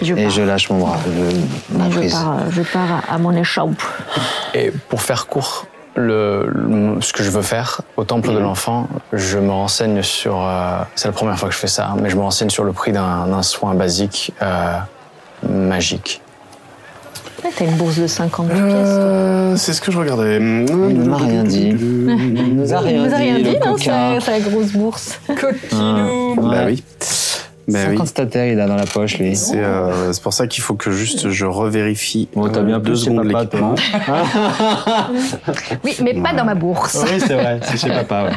[SPEAKER 7] Je
[SPEAKER 2] Et
[SPEAKER 7] pars.
[SPEAKER 2] je lâche mon bras. Je, ma
[SPEAKER 7] Et je
[SPEAKER 2] prise.
[SPEAKER 7] pars, euh, je pars à- à mon échoppe.
[SPEAKER 5] Et pour faire court, le, le- ce que je veux faire au temple de l'enfant, je me renseigne sur. euh, c'est la première fois que je fais ça, hein, mais je me renseigne sur le prix d'un d'un soin basique euh, magique.
[SPEAKER 14] Ouais, T'as une bourse de 50 pièces.
[SPEAKER 9] Euh, c'est ce que je regardais. Il
[SPEAKER 2] nous a rien dit. Il nous a rien
[SPEAKER 14] vous a rien
[SPEAKER 2] dit,
[SPEAKER 14] dit,
[SPEAKER 2] le
[SPEAKER 14] non
[SPEAKER 2] coquin.
[SPEAKER 14] sa, sa grosse bourse.
[SPEAKER 9] Bah oui. Bah oui.
[SPEAKER 2] il a dans la poche, lui.
[SPEAKER 9] C'est euh, c'est pour ça qu'il faut que juste je revérifie
[SPEAKER 12] t'as
[SPEAKER 9] euh,
[SPEAKER 12] bien
[SPEAKER 9] deux
[SPEAKER 12] plus
[SPEAKER 9] secondes
[SPEAKER 12] tes papas,
[SPEAKER 9] l'équipement.
[SPEAKER 14] Oui, mais pas dans ma bourse.
[SPEAKER 2] c'est chez papa, ouais.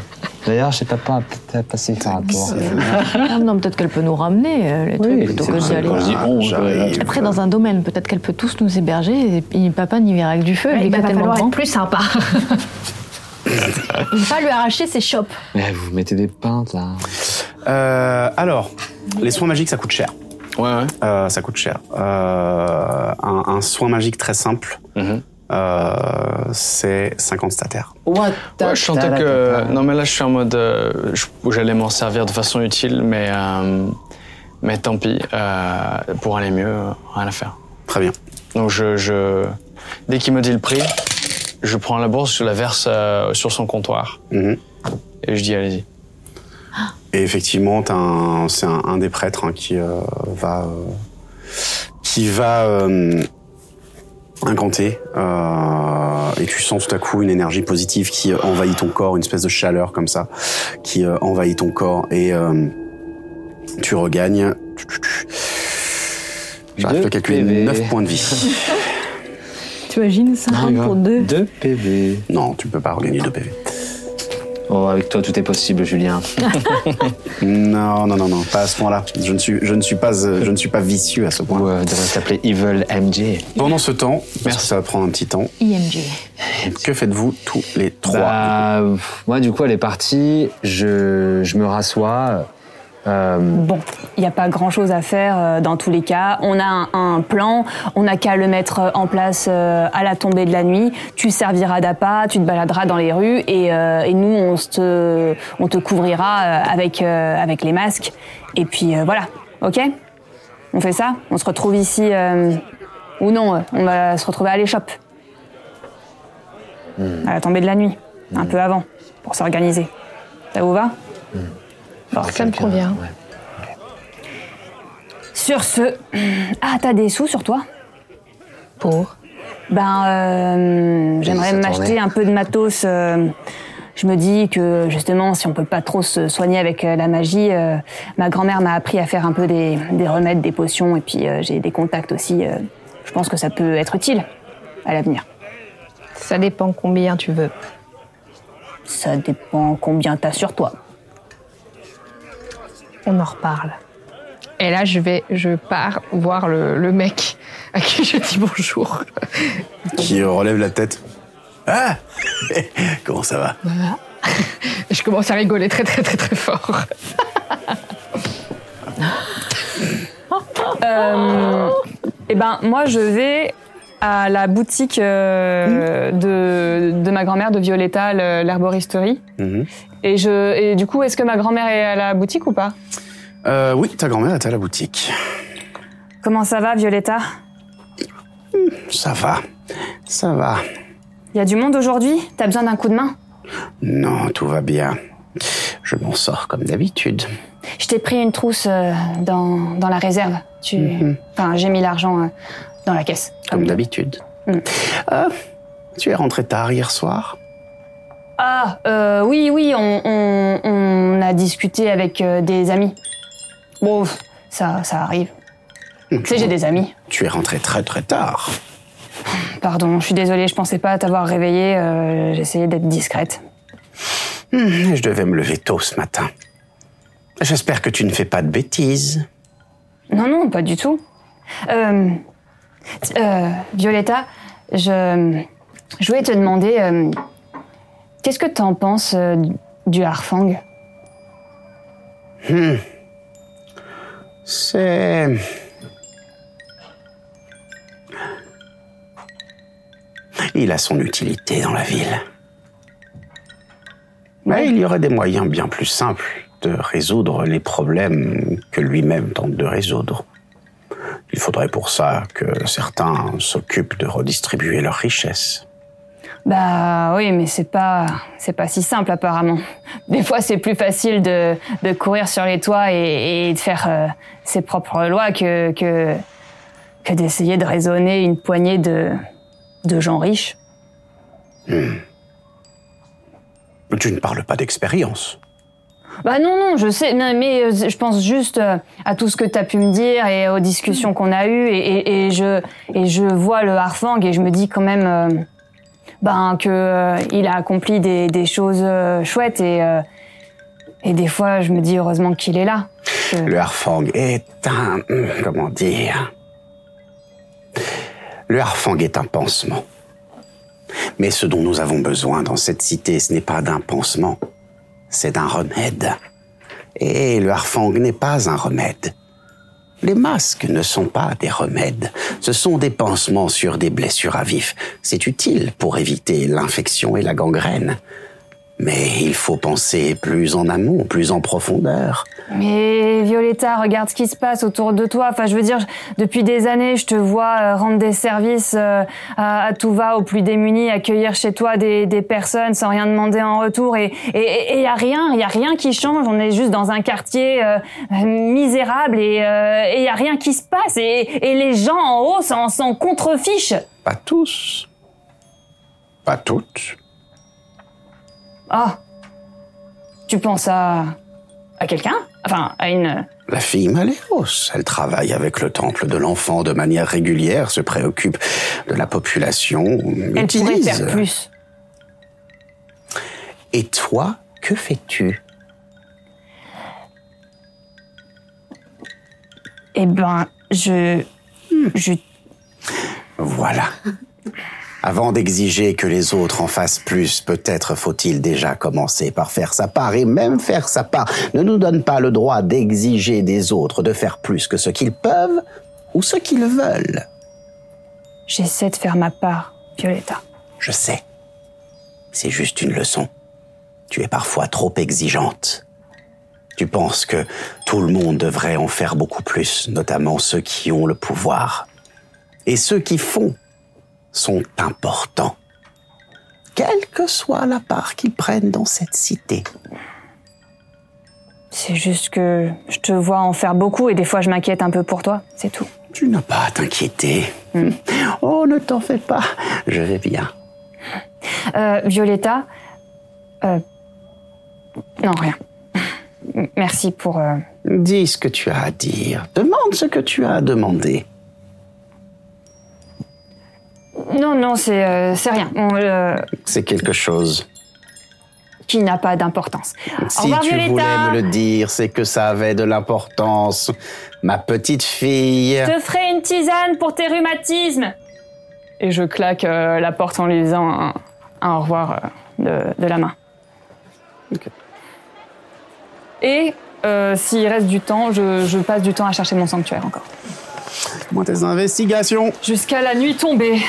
[SPEAKER 2] D'ailleurs, chez papa, peut-être passer faire un tour.
[SPEAKER 7] Ah non, peut-être qu'elle peut nous ramener euh, les trucs plutôt
[SPEAKER 2] c'est
[SPEAKER 7] que
[SPEAKER 2] vrai.
[SPEAKER 7] d'y aller.
[SPEAKER 2] Quand je dis on, j'arrive.
[SPEAKER 7] Après, dans un domaine, peut-être qu'elle peut tous nous héberger et, et papa n'y verra que du feu.
[SPEAKER 14] Ouais,
[SPEAKER 7] il
[SPEAKER 14] bah,
[SPEAKER 7] est
[SPEAKER 14] va
[SPEAKER 7] tellement
[SPEAKER 14] falloir
[SPEAKER 7] grand.
[SPEAKER 14] être plus sympa. Il va pas lui arracher ses chopes.
[SPEAKER 2] Mais Eh, vous mettez des pintes, là.
[SPEAKER 9] Euh, alors, les soins magiques, ça coûte cher.
[SPEAKER 5] Ouais, ouais.
[SPEAKER 9] Euh, ça coûte cher. Euh, un, un soin magique très simple, euh, c'est 50 statères.
[SPEAKER 2] What
[SPEAKER 5] Ouais, je sentais que. Non, mais là, je suis en mode. euh, je- J'allais m'en servir de façon utile, mais. euh, mais tant pis. euh, pour aller mieux, euh, rien à faire.
[SPEAKER 9] Très bien.
[SPEAKER 5] Donc, je. je- dès qu'il me dit le prix, je prends la bourse, je la verse euh, sur son comptoir.
[SPEAKER 9] Mhm.
[SPEAKER 5] Et je dis, allez-y.
[SPEAKER 1] Et effectivement, t'as un- c'est un, un des prêtres hein, qui euh, va euh, qui va euh, incanter. euh, et tu sens tout à coup une énergie positive qui euh, envahit ton corps, une espèce de chaleur comme ça qui euh, envahit ton corps et euh, tu regagnes. J'arrive pas à calculer 9 points de vie.
[SPEAKER 7] T'imagines
[SPEAKER 14] Ah,
[SPEAKER 7] ça
[SPEAKER 2] Ah,
[SPEAKER 7] un
[SPEAKER 2] hein.
[SPEAKER 7] pour deux
[SPEAKER 2] 2 PV.
[SPEAKER 1] Non, tu peux pas regagner 2 PV.
[SPEAKER 2] Oh, avec toi, tout est possible, Julien.
[SPEAKER 1] non, non, non, non, pas à ce point-là. Je ne suis, je ne suis pas, euh, je ne suis pas vicieux à ce point.
[SPEAKER 2] Ouais, devrait s'appeler Evil MJ.
[SPEAKER 1] Pendant ce temps, parce que ça va prendre un petit temps.
[SPEAKER 7] IMG.
[SPEAKER 1] Que faites-vous tous les trois
[SPEAKER 2] Bah, pff, Moi, du coup, elle est partie. Je, je me rassois. euh,
[SPEAKER 6] Bon, il n'y a pas grand-chose à faire euh, dans tous les cas. On a un, un plan, on n'a qu'à le mettre en place euh, à la tombée de la nuit. Tu serviras d'appât, tu te baladeras dans les rues et, euh, et nous, on se te, on te couvrira euh, avec, euh, avec les masques. Et puis euh, voilà, ok On fait ça On se retrouve ici euh, ou non euh, On va se retrouver à l'échoppe. À la tombée de la nuit, un peu avant, pour s'organiser. Ça vous va
[SPEAKER 11] Ça me convient.
[SPEAKER 6] Sur ce. Ah, t'as des sous sur toi Pour Ben, euh, j'aimerais
[SPEAKER 17] ça
[SPEAKER 6] m'acheter
[SPEAKER 17] tournait.
[SPEAKER 6] un peu de matos. euh, je me dis que justement, si on peut pas trop se soigner avec euh, la magie, euh, ma grand-mère m'a appris à faire un peu des, des remèdes, des potions, et puis euh, j'ai des contacts aussi. euh, je pense que ça peut être utile à l'avenir.
[SPEAKER 11] Ça dépend combien tu veux.
[SPEAKER 6] Ça dépend combien t'as sur toi.
[SPEAKER 11] On en reparle. Et là, je vais, je pars voir le, le mec à qui je dis bonjour.
[SPEAKER 1] Qui euh, relève la tête. Ah Comment ça va
[SPEAKER 11] Voilà. Et je commence à rigoler très très très très fort.
[SPEAKER 17] Euh, eh ben, moi, je vais à la boutique euh, de, de ma grand-mère, de Violetta, le- l'herboristerie.
[SPEAKER 1] Mhm.
[SPEAKER 17] Et, je, et du coup, est-ce que ma grand-mère est à la boutique ou pas
[SPEAKER 1] Euh, oui, ta grand-mère est à la boutique.
[SPEAKER 17] Comment ça va, Violetta
[SPEAKER 1] Ça va. Ça va.
[SPEAKER 6] Il y a du monde aujourd'hui T'as besoin d'un coup de main
[SPEAKER 1] Non, tout va bien. Je m'en sors comme d'habitude.
[SPEAKER 6] Je t'ai pris une trousse euh, dans, dans la réserve. Tu... Enfin, j'ai mis l'argent euh, dans la caisse.
[SPEAKER 1] Comme d'habitude. Ah, tu es rentré tard hier soir
[SPEAKER 6] Ah, euh, oui, oui, on, on- on a discuté avec euh, des amis. Bon, pff, ça, ça arrive. Tu sais, j'ai des amis.
[SPEAKER 1] Tu es rentré très très tard.
[SPEAKER 6] Pardon, je suis désolée, je pensais pas t'avoir réveillée. euh, J'essayais d'être discrète.
[SPEAKER 1] Hmm, Je devais me lever tôt ce matin. J'espère que tu ne fais pas de bêtises.
[SPEAKER 6] Non, non, pas du tout. Euh, t- euh, Violetta, je, je voulais te demander, euh, qu'est-ce que t'en penses euh, du harfang
[SPEAKER 1] Hmm. C'est... Il a son utilité dans la ville. Mais il y aurait des moyens bien plus simples de résoudre les problèmes que lui-même tente de résoudre. Il faudrait pour ça que certains s'occupent de redistribuer leurs richesses.
[SPEAKER 6] Bah oui, mais c'est pas c'est pas si simple apparemment. Des fois, c'est plus facile de, de courir sur les toits et, et de faire euh, ses propres lois que que, que d'essayer de raisonner une poignée de de gens riches.
[SPEAKER 1] Hmm. Tu ne parles pas d'expérience.
[SPEAKER 6] Bah non, non, je sais, non, mais euh, je pense juste euh, à tout ce que t'as pu me dire et aux discussions qu'on a eues et, et- et je et je vois le harfang et je me dis quand même euh, ben que euh, il a accompli des, des choses euh, chouettes et euh, et des fois je me dis heureusement qu'il est là.
[SPEAKER 1] Le harfang est un... hum, Comment dire Le harfang est un pansement. Mais ce dont nous avons besoin dans cette cité, ce n'est pas d'un pansement, c'est d'un remède. Et le harfang n'est pas un remède. Les masques ne sont pas des remèdes, ce sont des pansements sur des blessures à vif. C'est utile pour éviter l'infection et la gangrène. Mais il faut penser plus en amont, plus en profondeur.
[SPEAKER 6] Mais Violetta, regarde ce qui se passe autour de toi. Enfin, je veux dire, depuis des années, je te vois euh, rendre des services euh, à, à tout va aux plus démunis, accueillir chez toi des, des personnes sans rien demander en retour. Et il et, n'y a rien, il y a rien qui change. On est juste dans un quartier euh, misérable et il n'y a rien qui se passe. Et, et les gens en haut s'en s'en contrefichent.
[SPEAKER 1] Pas tous. Pas toutes.
[SPEAKER 6] Ah Tu penses à. à quelqu'un Enfin, à une.
[SPEAKER 1] La fille Maléros, elle travaille avec le temple de l'enfant de manière régulière, se préoccupe de la population.
[SPEAKER 6] Elle pourrait
[SPEAKER 1] utilise.
[SPEAKER 6] faire plus.
[SPEAKER 1] Et toi, que fais-tu
[SPEAKER 6] Eh ben, je. Je.
[SPEAKER 1] Voilà. Avant d'exiger que les autres en fassent plus, peut-être faut-il déjà commencer par faire sa part et même faire sa part ne nous donne pas le droit d'exiger des autres de faire plus que ce qu'ils peuvent ou ce qu'ils veulent.
[SPEAKER 6] J'essaie de faire ma part, Violetta.
[SPEAKER 1] Je sais. C'est juste une leçon. Tu es parfois trop exigeante. Tu penses que tout le monde devrait en faire beaucoup plus, notamment ceux qui ont le pouvoir. Et ceux qui font sont importants, quelle que soit la part qu'ils prennent dans cette cité.
[SPEAKER 6] C'est juste que je te vois en faire beaucoup et des fois je m'inquiète un peu pour toi, c'est tout.
[SPEAKER 1] Tu n'as pas à t'inquiéter. Oh, ne t'en fais pas, je vais bien.
[SPEAKER 6] Euh, Violetta, euh, non, rien. Merci pour. euh,
[SPEAKER 1] Dis ce que tu as à dire, demande ce que tu as à demander.
[SPEAKER 6] Non, non, c'est euh, c'est rien. On, euh,
[SPEAKER 1] C'est quelque chose.
[SPEAKER 6] qui n'a pas d'importance. Au
[SPEAKER 1] Si
[SPEAKER 6] revoir,
[SPEAKER 1] tu voulais
[SPEAKER 6] Violetta.
[SPEAKER 1] me le dire, c'est que ça avait de l'importance. Ma petite fille.
[SPEAKER 6] Je te ferai une tisane pour tes rhumatismes.
[SPEAKER 4] Et je claque euh, la porte en lui disant un, un au revoir euh, de, de la main. Et euh, s'il reste du temps, je, je passe du temps à chercher mon sanctuaire encore.
[SPEAKER 1] Moi, tes investigations.
[SPEAKER 4] Jusqu'à la nuit tombée.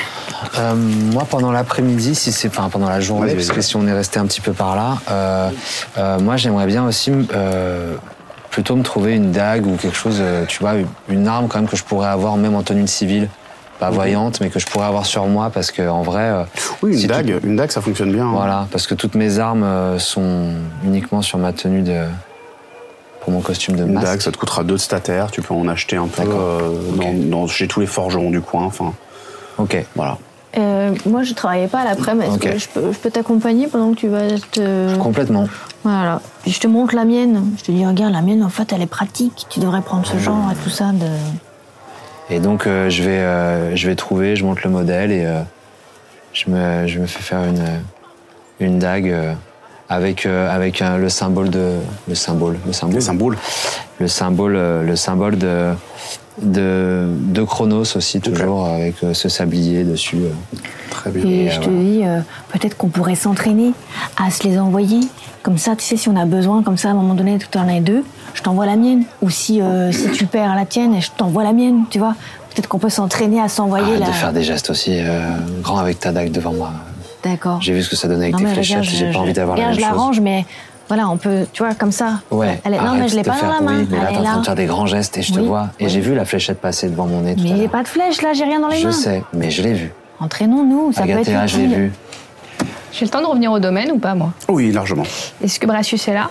[SPEAKER 2] Euh, moi, pendant l'après-midi, si c'est enfin pendant la journée,
[SPEAKER 12] Vas-y,
[SPEAKER 2] parce
[SPEAKER 12] vas-y.
[SPEAKER 2] que si on est resté un petit peu par là, euh, euh, moi, j'aimerais bien aussi m- euh, plutôt me trouver une dague ou quelque chose, euh, tu vois, une- une arme quand même que je pourrais avoir même en tenue civile, pas voyante, mais que je pourrais avoir sur moi, parce que en vrai, euh,
[SPEAKER 9] oui, une dague, une dague, ça fonctionne bien. hein.
[SPEAKER 2] Voilà, parce que toutes mes armes euh, sont uniquement sur ma tenue de pour mon costume de
[SPEAKER 9] Une
[SPEAKER 2] masque.
[SPEAKER 9] dague, ça te coûtera deux de statères. Tu peux en acheter un peu euh, dans- dans- chez tous les forgerons du coin. Enfin,
[SPEAKER 2] ok.
[SPEAKER 9] Voilà.
[SPEAKER 7] Euh, moi, je travaillais pas à l'après, mais est-ce
[SPEAKER 9] Ok.
[SPEAKER 7] que je peux, je peux t'accompagner pendant que tu vas te.
[SPEAKER 2] Complètement.
[SPEAKER 7] Voilà. Puis je te montre la mienne. Je te dis, regarde, la mienne, en fait, elle est pratique. Tu devrais prendre ce genre et tout ça de.
[SPEAKER 2] Et donc euh, je vais euh, je vais trouver, je monte le modèle et euh, je me je me fais faire une euh, une dague euh, avec euh, avec euh, le symbole de le symbole le symbole le symbole le symbole euh, le symbole de de, de Chronos aussi toujours avec euh, ce sablier dessus. euh. Très
[SPEAKER 7] Et je te dis, euh, peut-être qu'on pourrait s'entraîner à se les envoyer. Comme ça, tu sais, si on a besoin, comme ça, à un moment donné, tout en as deux, je t'envoie la mienne. Ou si, euh, si tu perds la tienne, je t'envoie la mienne, tu vois. Peut-être qu'on peut s'entraîner à s'envoyer
[SPEAKER 2] Arrête
[SPEAKER 7] la.
[SPEAKER 2] de faire des gestes aussi euh, grands avec ta dague devant moi.
[SPEAKER 7] D'accord.
[SPEAKER 2] J'ai vu ce que ça donnait avec
[SPEAKER 7] Non,
[SPEAKER 2] tes
[SPEAKER 7] mais
[SPEAKER 2] fléchettes,
[SPEAKER 7] regarde,
[SPEAKER 2] j'ai
[SPEAKER 7] je-
[SPEAKER 2] pas envie d'avoir la
[SPEAKER 7] regarde,
[SPEAKER 2] même
[SPEAKER 7] je
[SPEAKER 2] chose.
[SPEAKER 7] l'arrange, mais voilà, on peut, tu vois, comme ça.
[SPEAKER 2] Ouais,
[SPEAKER 7] Elle est- non,
[SPEAKER 2] arrête
[SPEAKER 7] mais je l'ai
[SPEAKER 2] de
[SPEAKER 7] pas dans
[SPEAKER 2] faire
[SPEAKER 7] la
[SPEAKER 2] oui,
[SPEAKER 7] main,
[SPEAKER 2] mais là,
[SPEAKER 7] elle
[SPEAKER 2] t'es
[SPEAKER 7] est
[SPEAKER 2] en train
[SPEAKER 7] là.
[SPEAKER 2] de faire des grands gestes et je te
[SPEAKER 7] Oui,
[SPEAKER 2] vois. Et j'ai vu la fléchette passer devant mon nez. tout
[SPEAKER 7] Mais
[SPEAKER 2] à
[SPEAKER 7] il
[SPEAKER 2] l'heure.
[SPEAKER 7] n'y a pas de flèche, là, j'ai rien dans les
[SPEAKER 2] Je
[SPEAKER 7] mains.
[SPEAKER 2] sais, mais je l'ai vu.
[SPEAKER 7] Entraînons-nous, ça
[SPEAKER 2] Regarde,
[SPEAKER 7] peut être
[SPEAKER 2] là, je l'ai
[SPEAKER 7] utile.
[SPEAKER 2] vu.
[SPEAKER 11] J'ai le temps de revenir au domaine ou pas, moi
[SPEAKER 9] Oui, largement.
[SPEAKER 11] Est-ce que Brassus est là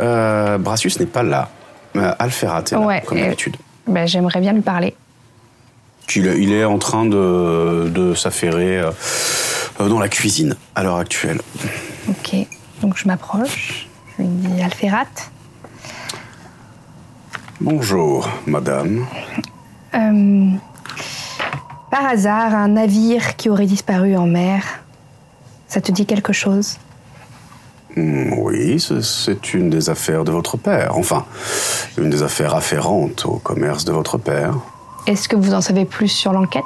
[SPEAKER 9] Euh, Brassus n'est pas là. Euh, Alferat est là,
[SPEAKER 11] Ouais,
[SPEAKER 9] comme
[SPEAKER 11] et-
[SPEAKER 9] d'habitude.
[SPEAKER 11] ben, J'aimerais bien lui parler.
[SPEAKER 9] Qu'il- Il est en train de, de s'affairer euh, euh, dans la cuisine à l'heure actuelle.
[SPEAKER 14] Ok, donc je m'approche. Je lui dis Alferat.
[SPEAKER 9] Bonjour, madame.
[SPEAKER 14] euh, par hasard, un navire qui aurait disparu en mer, ça te dit quelque chose
[SPEAKER 9] Hmm, Oui, ce- c'est une des affaires de votre père. Enfin, une des affaires afférentes au commerce de votre père.
[SPEAKER 14] Est-ce que vous en savez plus sur l'enquête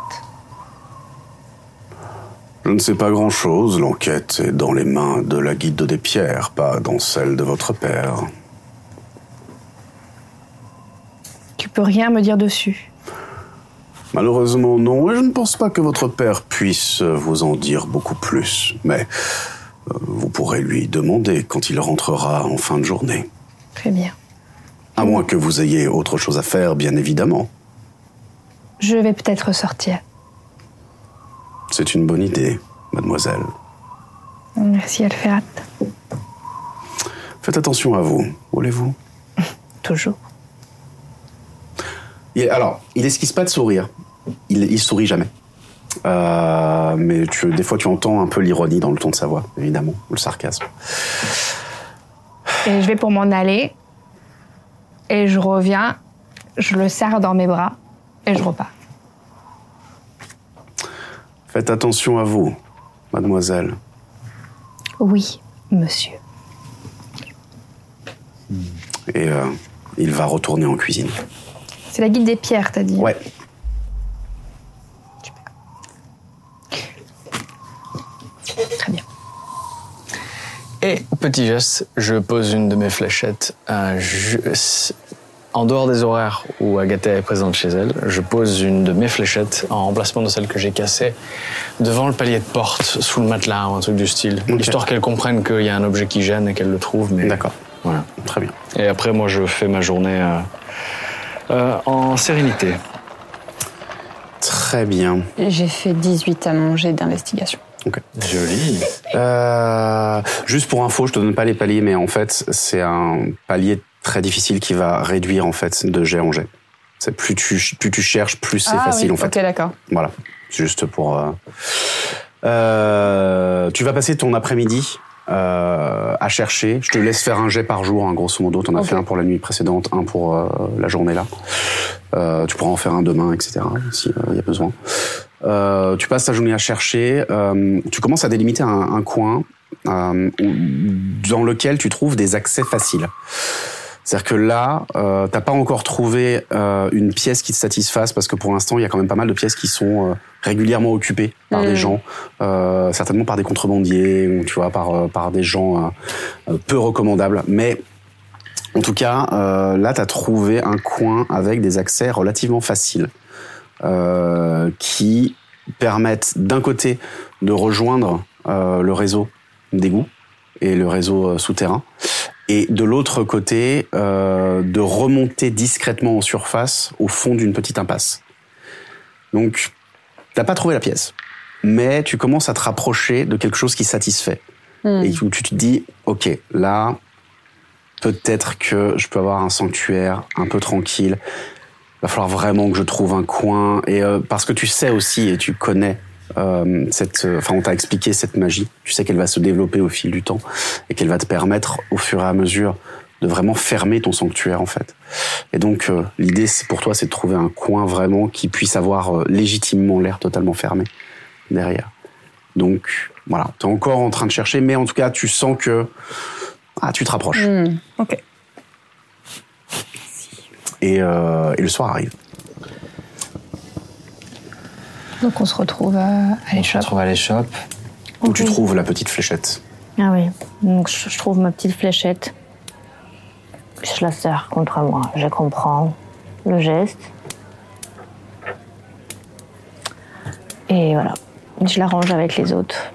[SPEAKER 9] Je ne sais pas grand-chose. L'enquête est dans les mains de la guide des pierres, pas dans celle de votre père.
[SPEAKER 14] Tu peux rien me dire dessus.
[SPEAKER 9] Malheureusement,
[SPEAKER 1] euh,
[SPEAKER 9] non, et je ne pense pas que votre père puisse vous en dire beaucoup plus. Mais
[SPEAKER 1] vous pourrez lui demander quand il rentrera en fin de journée.
[SPEAKER 11] Très bien.
[SPEAKER 1] À moins que vous ayez autre chose à faire, bien évidemment.
[SPEAKER 11] Je vais peut-être sortir.
[SPEAKER 1] C'est une bonne idée, mademoiselle.
[SPEAKER 11] Merci, Alferat.
[SPEAKER 1] Faites attention à vous, voulez-vous
[SPEAKER 11] Toujours.
[SPEAKER 1] Il- Alors, il esquisse pas de sourire. Il, il sourit jamais. Euh, mais tu, des fois, tu entends un peu l'ironie dans le ton de sa voix, évidemment, ou le sarcasme.
[SPEAKER 18] Et je vais pour m'en aller. Et je reviens, je le serre dans mes bras et je repars.
[SPEAKER 1] Faites attention à vous, mademoiselle.
[SPEAKER 11] Oui, monsieur.
[SPEAKER 1] Et euh, il va retourner en cuisine.
[SPEAKER 11] C'est la guilde des pierres, t'as dit
[SPEAKER 1] Ouais.
[SPEAKER 5] Et petit geste, je pose une de mes fléchettes euh, ju- s- en dehors des horaires où Agatha est présente chez elle. Je pose une de mes fléchettes en remplacement de celle que j'ai cassée devant le palier de porte, sous le matelas ou un truc du style, histoire qu'elle comprenne qu'il y a un objet qui gêne et qu'elle le trouve. Mais d'accord. Voilà.
[SPEAKER 1] Très bien.
[SPEAKER 5] Et après, moi, je fais ma journée euh, euh, en sérénité.
[SPEAKER 1] Très bien.
[SPEAKER 6] J'ai fait 18 à mon jet d'investigation.
[SPEAKER 1] Joli. Euh, juste pour info, je te donne pas les paliers, mais en fait, c'est un palier très difficile qui va réduire en fait de jet en jet. C'est plus tu, plus tu cherches, plus c'est
[SPEAKER 6] Ah
[SPEAKER 1] facile
[SPEAKER 6] oui,
[SPEAKER 1] en fait.
[SPEAKER 6] Ok, d'accord.
[SPEAKER 1] Voilà, C'est juste pour. euh, euh, tu vas passer ton après-midi euh, à chercher. Je te laisse faire un jet par jour, hein, grosso modo. T'en as fait un pour la nuit précédente, un pour euh, la journée là. Euh, tu pourras en faire un demain, etc. Si euh, y a besoin. Euh, tu passes ta journée à chercher. euh, tu commences à délimiter un, un coin euh, où- dans lequel tu trouves des accès faciles. C'est-à-dire que là, euh, t'as pas encore trouvé euh, une pièce qui te satisfasse parce que pour l'instant, il y a quand même pas mal de pièces qui sont euh, régulièrement occupées par des gens, euh, certainement par des contrebandiers ou tu vois par euh, par des gens euh, euh, peu recommandables. Mais en tout cas, euh, là, t'as trouvé un coin avec des accès relativement faciles euh, qui permettent d'un côté de rejoindre euh, le réseau d'égouts et le réseau euh, souterrain, et de l'autre côté euh, de remonter discrètement en surface au fond d'une petite impasse. Donc, t'as pas trouvé la pièce, mais tu commences à te rapprocher de quelque chose qui satisfait
[SPEAKER 19] Hmm.
[SPEAKER 1] et où tu te dis, ok, là, peut-être que je peux avoir un sanctuaire un peu tranquille. Va falloir vraiment que je trouve un coin et euh, parce que tu sais aussi et tu connais euh, cette, euh, enfin on t'a expliqué cette magie. Tu sais qu'elle va se développer au fil du temps et qu'elle va te permettre au fur et à mesure de vraiment fermer ton sanctuaire en fait. Et donc euh, l'idée c'est pour toi c'est de trouver un coin vraiment qui puisse avoir euh, légitimement l'air totalement fermé derrière. Donc voilà, t'es encore en train de chercher, mais en tout cas tu sens que ah tu te rapproches.
[SPEAKER 6] Hmm, Ok.
[SPEAKER 1] Et, euh, et le soir arrive.
[SPEAKER 11] Donc on se retrouve euh, à l'échoppe.
[SPEAKER 2] On va à l'échoppe.
[SPEAKER 1] Où tu trouves la petite fléchette.
[SPEAKER 7] Ah oui, donc je je trouve ma petite fléchette. Je la serre contre moi, je comprends le geste. Et voilà, je la range avec les autres.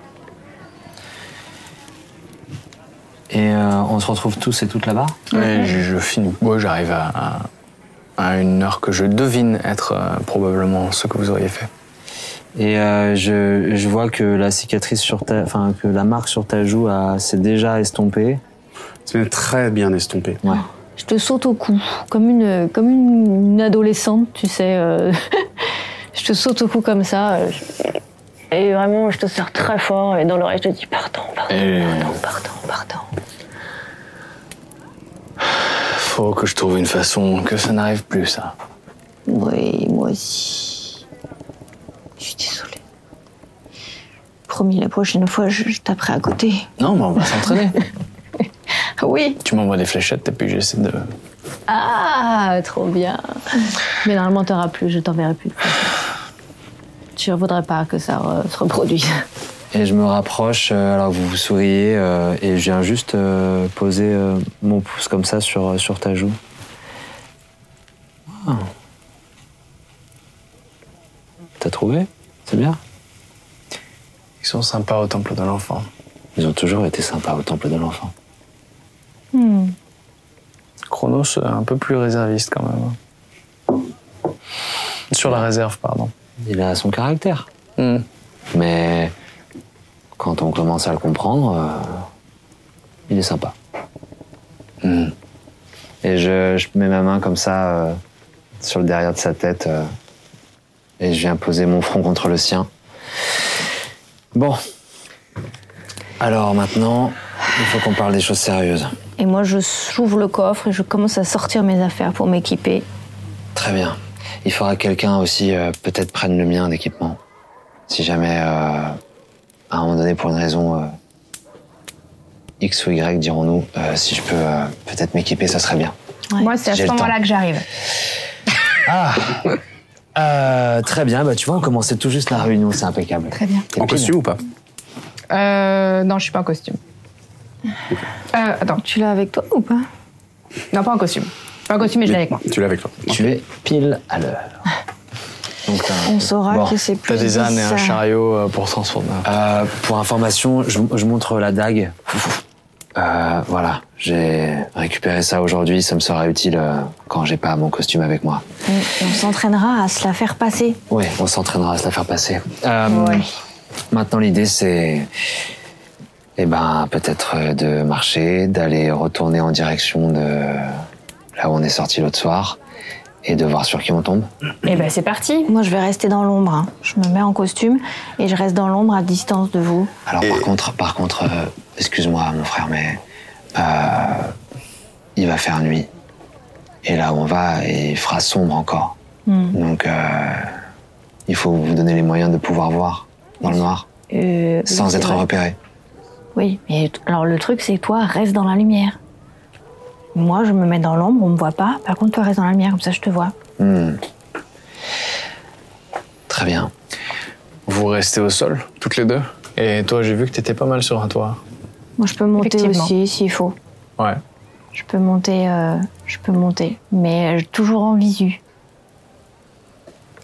[SPEAKER 2] Et euh, on se retrouve tous et toutes là-bas
[SPEAKER 5] Et je, je finis. Moi, j'arrive à, à- à une heure que je devine être euh, probablement ce que vous auriez fait.
[SPEAKER 2] Et euh, je, je vois que la cicatrice sur ta, enfin que la marque sur ta joue a- s'est déjà estompée.
[SPEAKER 1] C'est très bien estompé.
[SPEAKER 2] Ouais.
[SPEAKER 7] Je te saute au cou, comme une, comme une, une adolescente, tu sais. euh, je te saute au cou comme ça. euh, je- Et vraiment, je te serre très fort et dans l'oreille, je te dis pardon, pardon, pardon, pardon, pardon.
[SPEAKER 5] Faut que je trouve une façon que ça n'arrive plus, ça.
[SPEAKER 7] Oui, moi aussi. Je suis désolée. Promis, la prochaine fois, je, je taperai à côté.
[SPEAKER 5] Non, mais on va s'entraîner.
[SPEAKER 7] oui.
[SPEAKER 5] Tu m'envoies des fléchettes et puis j'essaie de.
[SPEAKER 7] Ah, trop bien. Mais normalement, t'auras plus, je t'enverrai plus. de fois. Je ne voudrais pas que ça re- se reproduise.
[SPEAKER 2] Et je me rapproche euh, alors que vous vous souriez euh, et je viens juste euh, poser euh, mon pouce comme ça sur euh, sur ta joue. Ah. T'as trouvé C'est bien.
[SPEAKER 5] Ils sont sympas au temple de l'enfant.
[SPEAKER 2] Ils ont toujours été sympas au temple de l'enfant.
[SPEAKER 14] Hmm.
[SPEAKER 5] Chronos, euh, un peu plus réserviste quand même. Sur la réserve, pardon.
[SPEAKER 2] Il a son caractère.
[SPEAKER 5] Hmm.
[SPEAKER 2] Mais quand on commence à le comprendre, euh, il est sympa. Hmm. Et je, je mets ma main comme ça euh, sur le derrière de sa tête euh, et je viens poser mon front contre le sien. Bon. Alors maintenant, il faut qu'on parle des choses sérieuses.
[SPEAKER 7] Et moi, je s'ouvre le coffre et je commence à sortir mes affaires pour m'équiper.
[SPEAKER 2] Très bien. Il faudra que quelqu'un aussi euh, peut-être prenne le mien d'équipement. Si jamais, euh, à un moment donné, pour une raison euh, X ou Y, dirons-nous, euh, si je peux euh, peut-être m'équiper, ça serait bien.
[SPEAKER 11] Moi, c'est à
[SPEAKER 2] J'ai
[SPEAKER 11] ce
[SPEAKER 2] le temps.
[SPEAKER 11] moment-là que j'arrive.
[SPEAKER 2] Ah Euh, Très bien, bah, tu vois, on commençait tout juste la réunion, c'est impeccable. Très
[SPEAKER 11] bien.
[SPEAKER 2] En costume
[SPEAKER 9] ou pas
[SPEAKER 11] Euh, non, je suis pas en costume. Euh, attends.
[SPEAKER 7] Tu l'as avec toi ou pas
[SPEAKER 11] Non, pas en costume. Pas en costume, mais je l'ai avec moi.
[SPEAKER 9] Tu l'as avec toi.
[SPEAKER 2] Tu es pile à l'heure. Donc, euh, t'as-
[SPEAKER 7] On saura
[SPEAKER 2] Bon,
[SPEAKER 7] que c'est plus. ça.
[SPEAKER 2] chariot
[SPEAKER 7] euh,
[SPEAKER 2] pour transformer. euh, pour information, je, je montre la dague. Euh, voilà, j'ai récupéré ça aujourd'hui, ça me sera utile euh, quand j'ai pas mon costume avec moi.
[SPEAKER 7] Et On s'entraînera à se la faire passer.
[SPEAKER 2] Oui, on s'entraînera à se la faire passer. Euh, Maintenant, l'idée, c'est. Eh ben, peut-être euh, de marcher, d'aller retourner en direction de là où on est sorti l'autre soir et de voir sur qui on tombe.
[SPEAKER 7] Et
[SPEAKER 4] Eh
[SPEAKER 7] ben c'est parti. Moi, je vais rester dans l'ombre. hein. Je me mets en costume et je reste dans l'ombre à distance de vous.
[SPEAKER 2] Alors par contre, par contre, euh, excuse-moi mon frère, mais euh, il va faire nuit. Et là où on va, il fera sombre encore.
[SPEAKER 7] Hmm.
[SPEAKER 2] Donc euh, il faut vous donner les moyens de pouvoir voir dans le noir,
[SPEAKER 7] Euh,
[SPEAKER 2] sans
[SPEAKER 7] c'est
[SPEAKER 2] être
[SPEAKER 7] vrai.
[SPEAKER 2] repéré.
[SPEAKER 7] Oui, mais t- alors le truc, c'est que toi, reste dans la lumière. Moi, je me mets dans l'ombre, on me voit pas. Par contre, toi, reste dans la lumière, comme ça, je te vois.
[SPEAKER 2] Hmm. Très bien.
[SPEAKER 5] Vous restez au sol, toutes les deux. Et toi, j'ai vu que t'étais pas mal sur un toit.
[SPEAKER 7] Moi, je peux monter
[SPEAKER 11] Effectivement.
[SPEAKER 7] aussi, s'il faut.
[SPEAKER 5] Ouais.
[SPEAKER 7] Je peux monter, euh, je peux monter, mais euh, toujours en visu,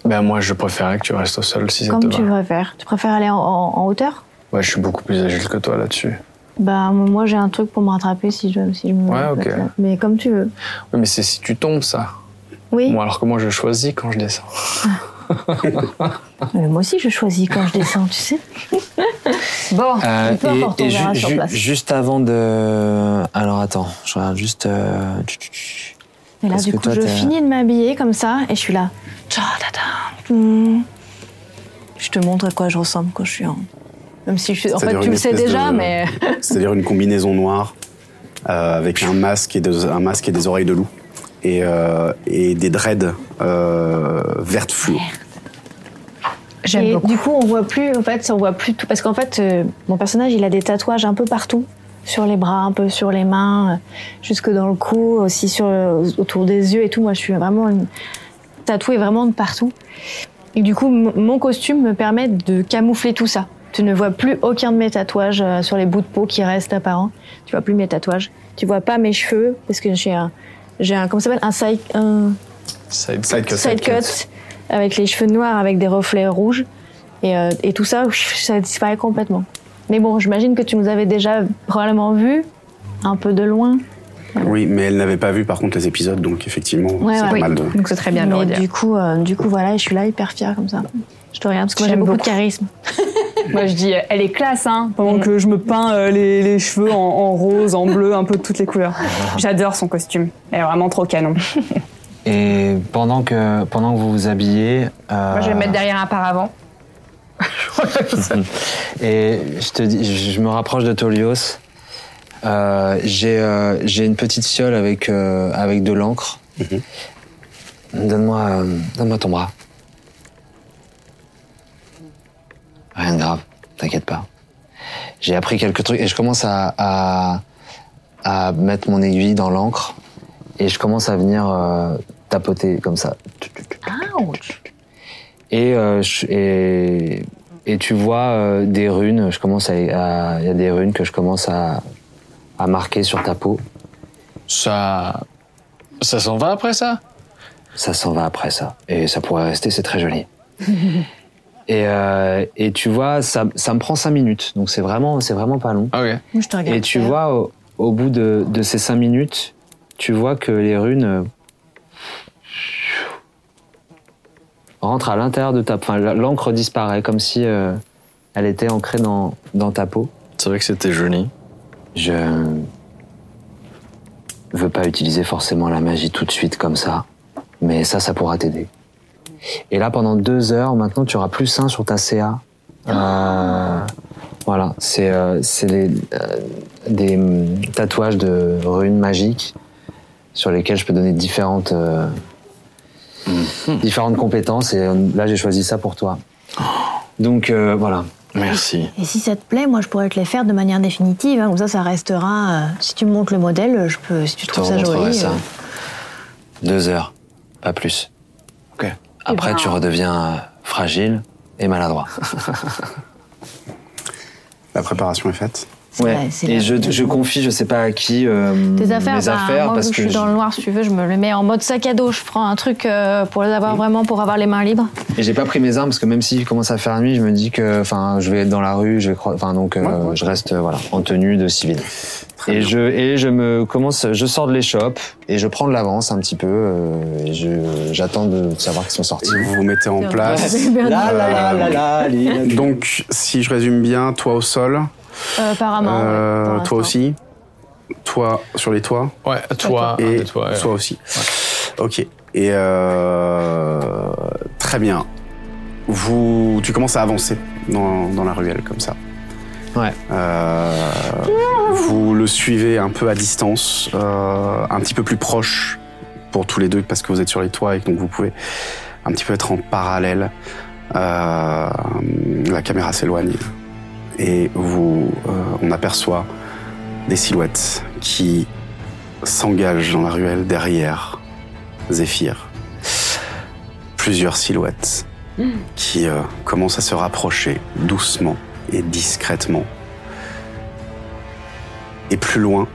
[SPEAKER 5] Ben moi, je préférais que tu restes au sol si ça te
[SPEAKER 7] comme
[SPEAKER 5] va.
[SPEAKER 7] tu préfères. Tu préfères aller en, en- en hauteur
[SPEAKER 5] Ouais, je suis beaucoup plus agile que toi là-dessus.
[SPEAKER 7] Bah, moi, j'ai un truc pour me rattraper si je, si je me.
[SPEAKER 5] Ouais, ok.
[SPEAKER 7] Mais comme tu veux.
[SPEAKER 5] Oui, mais c'est si tu tombes, ça.
[SPEAKER 7] Oui.
[SPEAKER 5] Bon, alors que moi, je choisis quand je descends.
[SPEAKER 7] Mais Euh, moi aussi, je choisis quand je descends, tu sais.
[SPEAKER 6] Bon,
[SPEAKER 2] Euh,
[SPEAKER 6] peu importe, on
[SPEAKER 2] ju-
[SPEAKER 6] verra sur
[SPEAKER 2] ju-
[SPEAKER 6] place.
[SPEAKER 2] juste avant de... Alors attends, je regarde juste... euh, tch, tch, tch.
[SPEAKER 7] Et là,
[SPEAKER 2] Parce
[SPEAKER 7] du
[SPEAKER 2] que
[SPEAKER 7] coup,
[SPEAKER 2] toi,
[SPEAKER 7] je
[SPEAKER 2] t'as-
[SPEAKER 7] finis de m'habiller comme ça et je suis là. Tcha-ta-ta. Hmm. Je te montre à quoi je ressemble quand je suis en. Même si je suis. En fait,
[SPEAKER 9] C'est-à-dire
[SPEAKER 7] tu
[SPEAKER 9] une
[SPEAKER 7] le sais
[SPEAKER 9] espèce
[SPEAKER 7] déjà,
[SPEAKER 9] de-
[SPEAKER 7] mais.
[SPEAKER 9] C'est-à-dire une combinaison noire euh, avec un masque, et des, un masque et des oreilles de loup et, euh, et des dreads euh, vertes fluo.
[SPEAKER 7] Ah,
[SPEAKER 11] J'aime
[SPEAKER 7] Et
[SPEAKER 11] beaucoup.
[SPEAKER 7] du coup, on voit plus, en fait, on voit plus tout. Parce qu'en fait, euh, mon personnage, il a des tatouages un peu partout. Sur les bras, un peu sur les mains, euh, jusque dans le cou, aussi sur, euh, autour des yeux et tout. Moi, je suis vraiment une- tatouée vraiment de partout. Et du coup, mon mon costume me permet de camoufler tout ça. Tu ne vois plus aucun de mes tatouages euh, sur les bouts de peau qui restent apparents. Tu vois plus mes tatouages. Tu vois pas mes cheveux, parce que j'ai un, j'ai un, comment ça s'appelle Un side, un,
[SPEAKER 5] Side,
[SPEAKER 7] side cut, avec les cheveux noirs, avec des reflets rouges. Et, euh, et tout ça, ça disparaît complètement. Mais bon, j'imagine que tu nous avais déjà probablement vu, un peu de loin.
[SPEAKER 9] Oui, mais elle n'avait pas vu par contre les épisodes, donc effectivement,
[SPEAKER 7] Ouais,
[SPEAKER 9] c'est
[SPEAKER 7] ouais.
[SPEAKER 9] pas mal de.
[SPEAKER 11] Donc c'est très bien de le
[SPEAKER 7] Mais
[SPEAKER 11] redire.
[SPEAKER 7] du coup, euh, du coup, voilà, je suis là hyper fière comme ça. Je te regarde parce que moi j'ai
[SPEAKER 4] J'aime
[SPEAKER 7] beaucoup, de
[SPEAKER 4] beaucoup.
[SPEAKER 7] charisme.
[SPEAKER 4] Moi, je dis, euh, elle est classe, hein,
[SPEAKER 6] Mm.
[SPEAKER 4] pendant que je me peins euh, les, les cheveux en, en rose, en bleu, un peu de toutes les couleurs. J'adore son costume. Elle est vraiment trop canon.
[SPEAKER 2] Et pendant que, pendant que vous vous habillez... euh,
[SPEAKER 11] Moi, je vais me mettre derrière un paravent.
[SPEAKER 2] Et je te dis, je je me rapproche de Tolios. Euh, j'ai euh, j'ai une petite fiole avec, euh, avec de l'encre. Donne-moi euh, donne-moi ton bras. Rien de grave, t'inquiète pas. J'ai appris quelques trucs et je commence à, à, à mettre mon aiguille dans l'encre et je commence à venir euh, tapoter comme ça. Et, euh, je- et, et tu vois euh, des runes, je commence à, à- il y a des runes que je commence à, à marquer sur ta peau.
[SPEAKER 5] Ça. Ça s'en va après ça
[SPEAKER 2] Ça s'en va après ça. Et ça pourrait rester, c'est très joli. Et, euh, et tu vois, ça, ça me prend 5 minutes, donc c'est vraiment, c'est vraiment pas long.
[SPEAKER 11] Moi, je te regarde
[SPEAKER 2] Et tu
[SPEAKER 11] faire.
[SPEAKER 2] vois, au, au bout de, de ces 5 minutes, tu vois que les runes euh, rentrent à l'intérieur de ta... Enfin, l'encre disparaît, comme si euh, elle était ancrée dans, dans ta peau.
[SPEAKER 5] C'est vrai que c'était joli.
[SPEAKER 2] Je veux pas utiliser forcément la magie tout de suite comme ça, mais ça, ça pourra t'aider. Et là, pendant deux heures, maintenant, tu auras plus un sur ta CA. Euh, voilà, c'est euh, c'est des, euh, des, hum, tatouages de runes magiques sur lesquels je peux donner différentes, euh, différentes compétences. Et euh, là, j'ai choisi ça pour toi. Donc euh, voilà.
[SPEAKER 5] Merci.
[SPEAKER 7] Et si ça te plaît, moi je pourrais te les faire de manière définitive. hein, comme ça, ça restera. euh, si tu me montres le modèle, je peux. Si tu trouves ça
[SPEAKER 20] remontrerai
[SPEAKER 7] joli.
[SPEAKER 20] ça.
[SPEAKER 7] euh,
[SPEAKER 20] Deux heures, pas plus.
[SPEAKER 5] Ok.
[SPEAKER 20] Après,
[SPEAKER 7] Eh ben-
[SPEAKER 20] tu redeviens euh, fragile et maladroit.
[SPEAKER 1] La préparation est faite.
[SPEAKER 2] Ouais.
[SPEAKER 7] vrai, c'est
[SPEAKER 2] et
[SPEAKER 7] la-
[SPEAKER 2] je, je confie, je sais pas à qui, euh,
[SPEAKER 7] Tes affaires,
[SPEAKER 2] mes
[SPEAKER 7] bah,
[SPEAKER 2] affaires,
[SPEAKER 7] moi, vu
[SPEAKER 2] parce
[SPEAKER 7] que je
[SPEAKER 2] que
[SPEAKER 7] suis
[SPEAKER 2] je-
[SPEAKER 7] dans le noir, si tu veux, je me le mets en mode sac à dos. Je prends un truc euh, pour les avoir vraiment, pour avoir les mains libres.
[SPEAKER 2] Et j'ai pas pris mes armes parce que même s'il commence à faire nuit, je me dis que enfin je vais être dans la rue, je vais cro- enfin donc euh, je reste euh, voilà en tenue de civil. et je et je me commence je sors de l'échoppe et je prends de l'avance un petit peu euh, et je j'attends de savoir qu'ils sont sortis.
[SPEAKER 1] Vous vous mettez en
[SPEAKER 7] Euh,
[SPEAKER 1] place.
[SPEAKER 2] Ah
[SPEAKER 1] Euh, Donc, si je résume bien, toi au sol,
[SPEAKER 7] Euh, apparemment.
[SPEAKER 1] euh,
[SPEAKER 7] ouais, pour l'instant.
[SPEAKER 1] toi aussi, toi sur les toits.
[SPEAKER 5] Ouais, toi, un
[SPEAKER 1] et
[SPEAKER 5] des toits, ouais.
[SPEAKER 1] Ah, toi aussi. Ok. Et euh, très bien. Vous, tu commences à avancer dans, dans la ruelle comme ça.
[SPEAKER 2] Ouais.
[SPEAKER 1] Euh, vous le suivez un peu à distance, euh, un petit peu plus proche pour tous les deux parce que vous êtes sur les toits et que donc vous pouvez un petit peu être en parallèle. Euh, la caméra s'éloigne et vous, euh, on aperçoit des silhouettes qui s'engagent dans la ruelle derrière Zéphyr. Plusieurs silhouettes qui euh, commencent à se rapprocher doucement et discrètement. Et plus loin,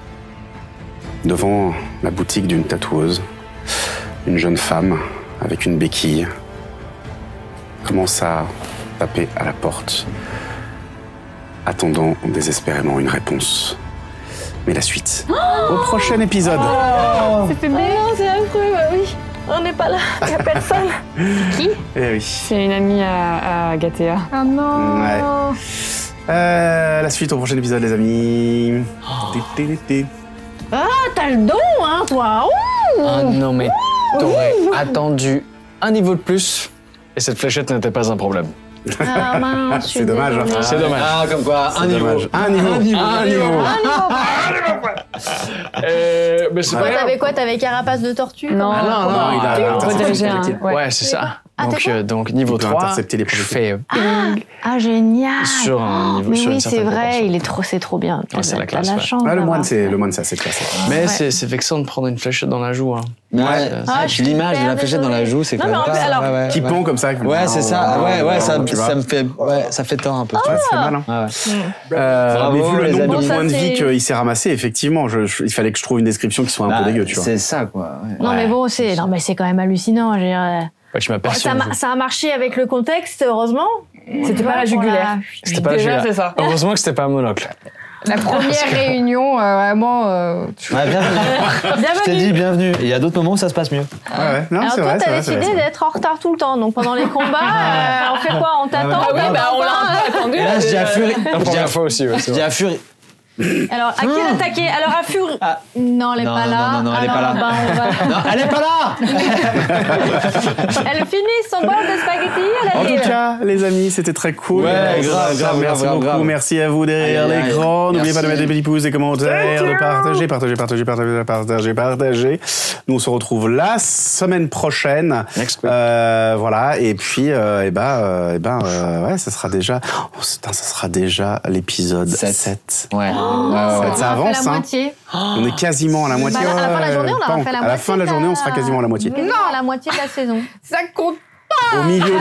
[SPEAKER 1] devant la boutique d'une tatoueuse, une jeune femme avec une béquille commence à taper à la porte, attendant désespérément une réponse. Mais la suite, au prochain épisode.
[SPEAKER 6] Oh.
[SPEAKER 11] C'était non, c'est affreux, bah oui. On n'est pas là, il a personne.
[SPEAKER 6] Qui
[SPEAKER 1] Eh oui.
[SPEAKER 6] C'est une amie à, à Gatea.
[SPEAKER 11] Ah non
[SPEAKER 1] Ouais. Euh, la suite au prochain épisode, les amis. Té, té, té, té.
[SPEAKER 7] Ah, t'as le don, hein, toi Ouh
[SPEAKER 5] Ah non, mais t'aurais attendu un niveau de plus et cette fléchette n'était pas un problème.
[SPEAKER 7] Ah, mince, je suis
[SPEAKER 5] C'est dommage,
[SPEAKER 7] désolée.
[SPEAKER 5] hein. C'est dommage. Ah, comme quoi, un niveau.
[SPEAKER 1] Un niveau.
[SPEAKER 5] Un niveau. Un niveau. Euh, mais c'est
[SPEAKER 7] Toi,
[SPEAKER 5] pas grave.
[SPEAKER 7] t'avais quoi T'avais carapace de tortue
[SPEAKER 6] Non,
[SPEAKER 5] Ah non, non, il a
[SPEAKER 7] Tu-
[SPEAKER 5] il a
[SPEAKER 6] Faut
[SPEAKER 5] intercepté
[SPEAKER 6] diriger
[SPEAKER 5] le
[SPEAKER 6] un-
[SPEAKER 5] projectile.
[SPEAKER 6] ouais.
[SPEAKER 5] Ouais, c'est ça.
[SPEAKER 7] Ah, t'as
[SPEAKER 5] Donc,
[SPEAKER 7] quoi
[SPEAKER 5] euh, donc niveau
[SPEAKER 1] peut
[SPEAKER 5] 3,
[SPEAKER 1] intercepter les
[SPEAKER 5] je fais... euh,
[SPEAKER 7] Ah, ah, génial
[SPEAKER 5] Sur un
[SPEAKER 7] Oh,
[SPEAKER 5] niveau-
[SPEAKER 7] Mais
[SPEAKER 5] sur une
[SPEAKER 7] oui, c'est
[SPEAKER 5] certaine
[SPEAKER 7] vrai,
[SPEAKER 5] proportion.
[SPEAKER 7] il est trop, c'est trop bien. T'as
[SPEAKER 5] Ouais, c'est la
[SPEAKER 7] t'as
[SPEAKER 5] classe, ouais.
[SPEAKER 7] chance
[SPEAKER 1] Ah, le
[SPEAKER 7] d'avoir
[SPEAKER 1] moine,
[SPEAKER 7] ça.
[SPEAKER 1] c'est le moine, c'est assez classe.
[SPEAKER 5] Mais
[SPEAKER 7] Ouais.
[SPEAKER 5] c'est c'est vexant de prendre une fléchette dans la joue. hein.
[SPEAKER 2] Ouais,
[SPEAKER 7] Ah, je
[SPEAKER 2] c'est
[SPEAKER 7] suis
[SPEAKER 2] l'image de
[SPEAKER 7] hyper
[SPEAKER 2] la fléchette dans la
[SPEAKER 7] désolée.
[SPEAKER 2] joue, c'est
[SPEAKER 7] Non,
[SPEAKER 2] comme
[SPEAKER 7] mais en
[SPEAKER 2] ça.
[SPEAKER 7] plus, alors-
[SPEAKER 2] ouais, ouais,
[SPEAKER 1] Qui
[SPEAKER 2] ouais.
[SPEAKER 1] pend comme ça.
[SPEAKER 2] Ouais, c'est ça. Ah Ouais,
[SPEAKER 1] Ah,
[SPEAKER 2] ouais, ça, ça me fait, ouais, ça fait tort un peu. tu vois.
[SPEAKER 7] Ah.
[SPEAKER 1] C'est mal, hein.
[SPEAKER 2] Ouais, ouais.
[SPEAKER 1] Euh,
[SPEAKER 2] Bravo,
[SPEAKER 1] mais vu le
[SPEAKER 2] les
[SPEAKER 1] nombre
[SPEAKER 2] amis.
[SPEAKER 1] de
[SPEAKER 2] Bon, ça,
[SPEAKER 1] points de vie
[SPEAKER 7] c'est-
[SPEAKER 1] qu'il s'est ramassé, effectivement, je- je- il fallait que je trouve une description qui soit un
[SPEAKER 2] Bah,
[SPEAKER 1] peu dégueu, tu vois.
[SPEAKER 2] C'est ça, quoi. ouais.
[SPEAKER 7] Non, mais bon, c'est non, mais c'est quand même hallucinant. je veux dire, euh,
[SPEAKER 5] Ouais, je m'aperçois.
[SPEAKER 7] ça, ma- ça a marché avec le contexte, heureusement.
[SPEAKER 6] C'était pas la jugulaire.
[SPEAKER 5] C'était pas
[SPEAKER 6] Déjà,
[SPEAKER 5] la
[SPEAKER 6] c'est ça.
[SPEAKER 5] Heureusement que c'était pas un monocle.
[SPEAKER 11] La première réunion, euh, vraiment. euh,
[SPEAKER 2] Ouais, bienvenue. Je t'ai dit bienvenue. Et Il y a d'autres moments où ça se passe mieux.
[SPEAKER 1] Ouais, ouais. Non,
[SPEAKER 7] Alors
[SPEAKER 1] c'est
[SPEAKER 7] toi,
[SPEAKER 1] vrai, c'est
[SPEAKER 7] t'as
[SPEAKER 1] vrai, c'est vrai,
[SPEAKER 7] décidé
[SPEAKER 1] c'est vrai.
[SPEAKER 7] d'être en retard tout le temps. Donc pendant les combats, euh, on fait quoi On t'attend
[SPEAKER 2] Ah oui,
[SPEAKER 7] on
[SPEAKER 6] bah, on
[SPEAKER 7] t'attend
[SPEAKER 6] l'a un peu attendu.
[SPEAKER 2] Et là, je dis à Fury.
[SPEAKER 5] La
[SPEAKER 2] Je dis à-
[SPEAKER 5] première fois aussi, ouais, c'est
[SPEAKER 2] je dis
[SPEAKER 5] vrai.
[SPEAKER 2] à Fury.
[SPEAKER 7] Alors à qui attaquer Alors à Fury. Non, elle est
[SPEAKER 2] Ah. Non,
[SPEAKER 7] pas
[SPEAKER 2] non,
[SPEAKER 7] là.
[SPEAKER 2] non, non, elle est
[SPEAKER 7] Alors,
[SPEAKER 2] pas là.
[SPEAKER 7] bah, on va-
[SPEAKER 2] Non, elle est pas là
[SPEAKER 7] Elle finit son bol de spaghetti. Elle
[SPEAKER 1] En
[SPEAKER 7] arrive.
[SPEAKER 1] tout cas, les amis, c'était très cool.
[SPEAKER 2] Ouais,
[SPEAKER 1] Merci
[SPEAKER 2] grave,
[SPEAKER 1] beaucoup,
[SPEAKER 2] grave,
[SPEAKER 1] Merci
[SPEAKER 2] grave,
[SPEAKER 1] beaucoup.
[SPEAKER 2] grave.
[SPEAKER 1] Merci à vous derrière
[SPEAKER 2] Aïe, aïe, aïe.
[SPEAKER 1] l'écran. N'oubliez pas de
[SPEAKER 2] Merci.
[SPEAKER 1] mettre des petits pouces, des commentaires, de partager, partager, partager, partager, partager, partager. Nous, on se retrouve la semaine prochaine.
[SPEAKER 5] Next week.
[SPEAKER 1] Euh, voilà. Et puis, euh, eh ben, euh, eh ben, euh, ouais, ça sera déjà, oh, putain, ça sera déjà l'épisode 7.
[SPEAKER 2] Sept.
[SPEAKER 5] Oh,
[SPEAKER 2] Ouais.
[SPEAKER 1] Ça,
[SPEAKER 7] On aura fait
[SPEAKER 1] avance,
[SPEAKER 7] la
[SPEAKER 1] hein.
[SPEAKER 7] moitié.
[SPEAKER 1] On est quasiment à la moitié.
[SPEAKER 7] Bah, à la fin de la
[SPEAKER 1] Ouais,
[SPEAKER 7] journée, on aura
[SPEAKER 1] pas
[SPEAKER 7] fait
[SPEAKER 1] encore.
[SPEAKER 7] la
[SPEAKER 1] À la fin de la
[SPEAKER 7] moitié,
[SPEAKER 1] journée, on sera
[SPEAKER 7] là.
[SPEAKER 1] quasiment à la moitié.
[SPEAKER 7] Quasiment à la moitié de la saison.
[SPEAKER 11] Ça compte
[SPEAKER 7] Bah.
[SPEAKER 1] Au milieu,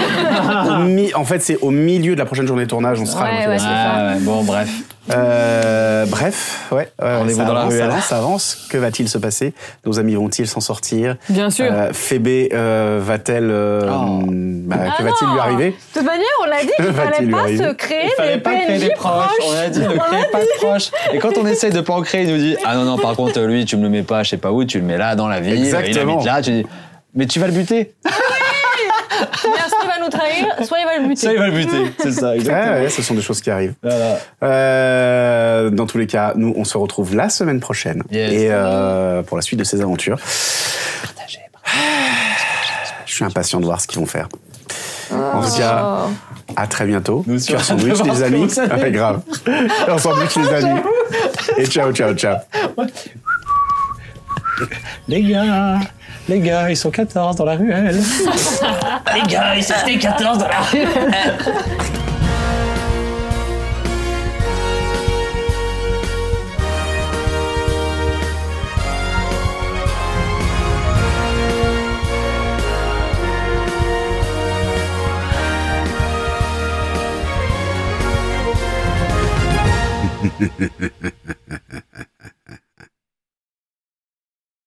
[SPEAKER 1] au mi- en fait, c'est au milieu de la prochaine journée de tournage, on sera à la
[SPEAKER 7] Ouais,
[SPEAKER 1] moitié de la
[SPEAKER 7] ouais,
[SPEAKER 6] Ah
[SPEAKER 1] saison.
[SPEAKER 7] c'est ça.
[SPEAKER 2] ouais, bon, bref.
[SPEAKER 1] Euh, bref, ouais, ouais,
[SPEAKER 9] Rendez-vous
[SPEAKER 1] ça
[SPEAKER 9] dans la
[SPEAKER 1] avance,
[SPEAKER 9] ruelle.
[SPEAKER 1] Ça avance, ça avance. Que va-t-il se passer Nos amis vont-ils s'en sortir
[SPEAKER 7] Bien sûr.
[SPEAKER 1] Euh, Phébé euh, va-t-elle. euh,
[SPEAKER 9] Oh.
[SPEAKER 1] bah,
[SPEAKER 7] Ah
[SPEAKER 1] que va-t-il
[SPEAKER 7] non
[SPEAKER 1] lui arriver
[SPEAKER 7] De toute manière, on a dit qu'il
[SPEAKER 1] Va-t-il
[SPEAKER 7] fallait
[SPEAKER 1] lui
[SPEAKER 7] pas
[SPEAKER 1] arriver
[SPEAKER 7] se créer
[SPEAKER 9] Il fallait
[SPEAKER 7] des
[SPEAKER 9] pas créer
[SPEAKER 7] PNJ
[SPEAKER 9] des proches. On a dit ne créez pas de proches.
[SPEAKER 2] Et quand on essaye de pas en créer, il nous dit Ah non, non, par contre, lui, tu me le mets pas, je sais pas où, tu le mets là, dans la ville, il
[SPEAKER 1] Exactement.
[SPEAKER 2] habite là, tu dis Mais tu vas le buter
[SPEAKER 7] Mais soit il va nous trahir, soit il va le buter.
[SPEAKER 2] Ça, il va le buter, c'est ça, exactement.
[SPEAKER 1] Ouais, ouais, ce sont des choses qui arrivent. Euh, dans tous les cas, nous, on se retrouve la semaine prochaine. Et euh, pour la suite de ces aventures. Je suis impatient de voir ce qu'ils vont faire. En tout cas, à très bientôt. Nous Cœur
[SPEAKER 9] Oh. on a
[SPEAKER 1] sandwich,
[SPEAKER 9] hâte de voir
[SPEAKER 1] les
[SPEAKER 9] ce que
[SPEAKER 1] amis.
[SPEAKER 9] vous allez
[SPEAKER 1] Ouais, grave. Cœur sandwich, les amis. Et ciao, ciao, ciao.
[SPEAKER 9] Les gars, les gars, ils sont 14 dans la ruelle.
[SPEAKER 21] Les gars, ils étaient 14 dans la rue.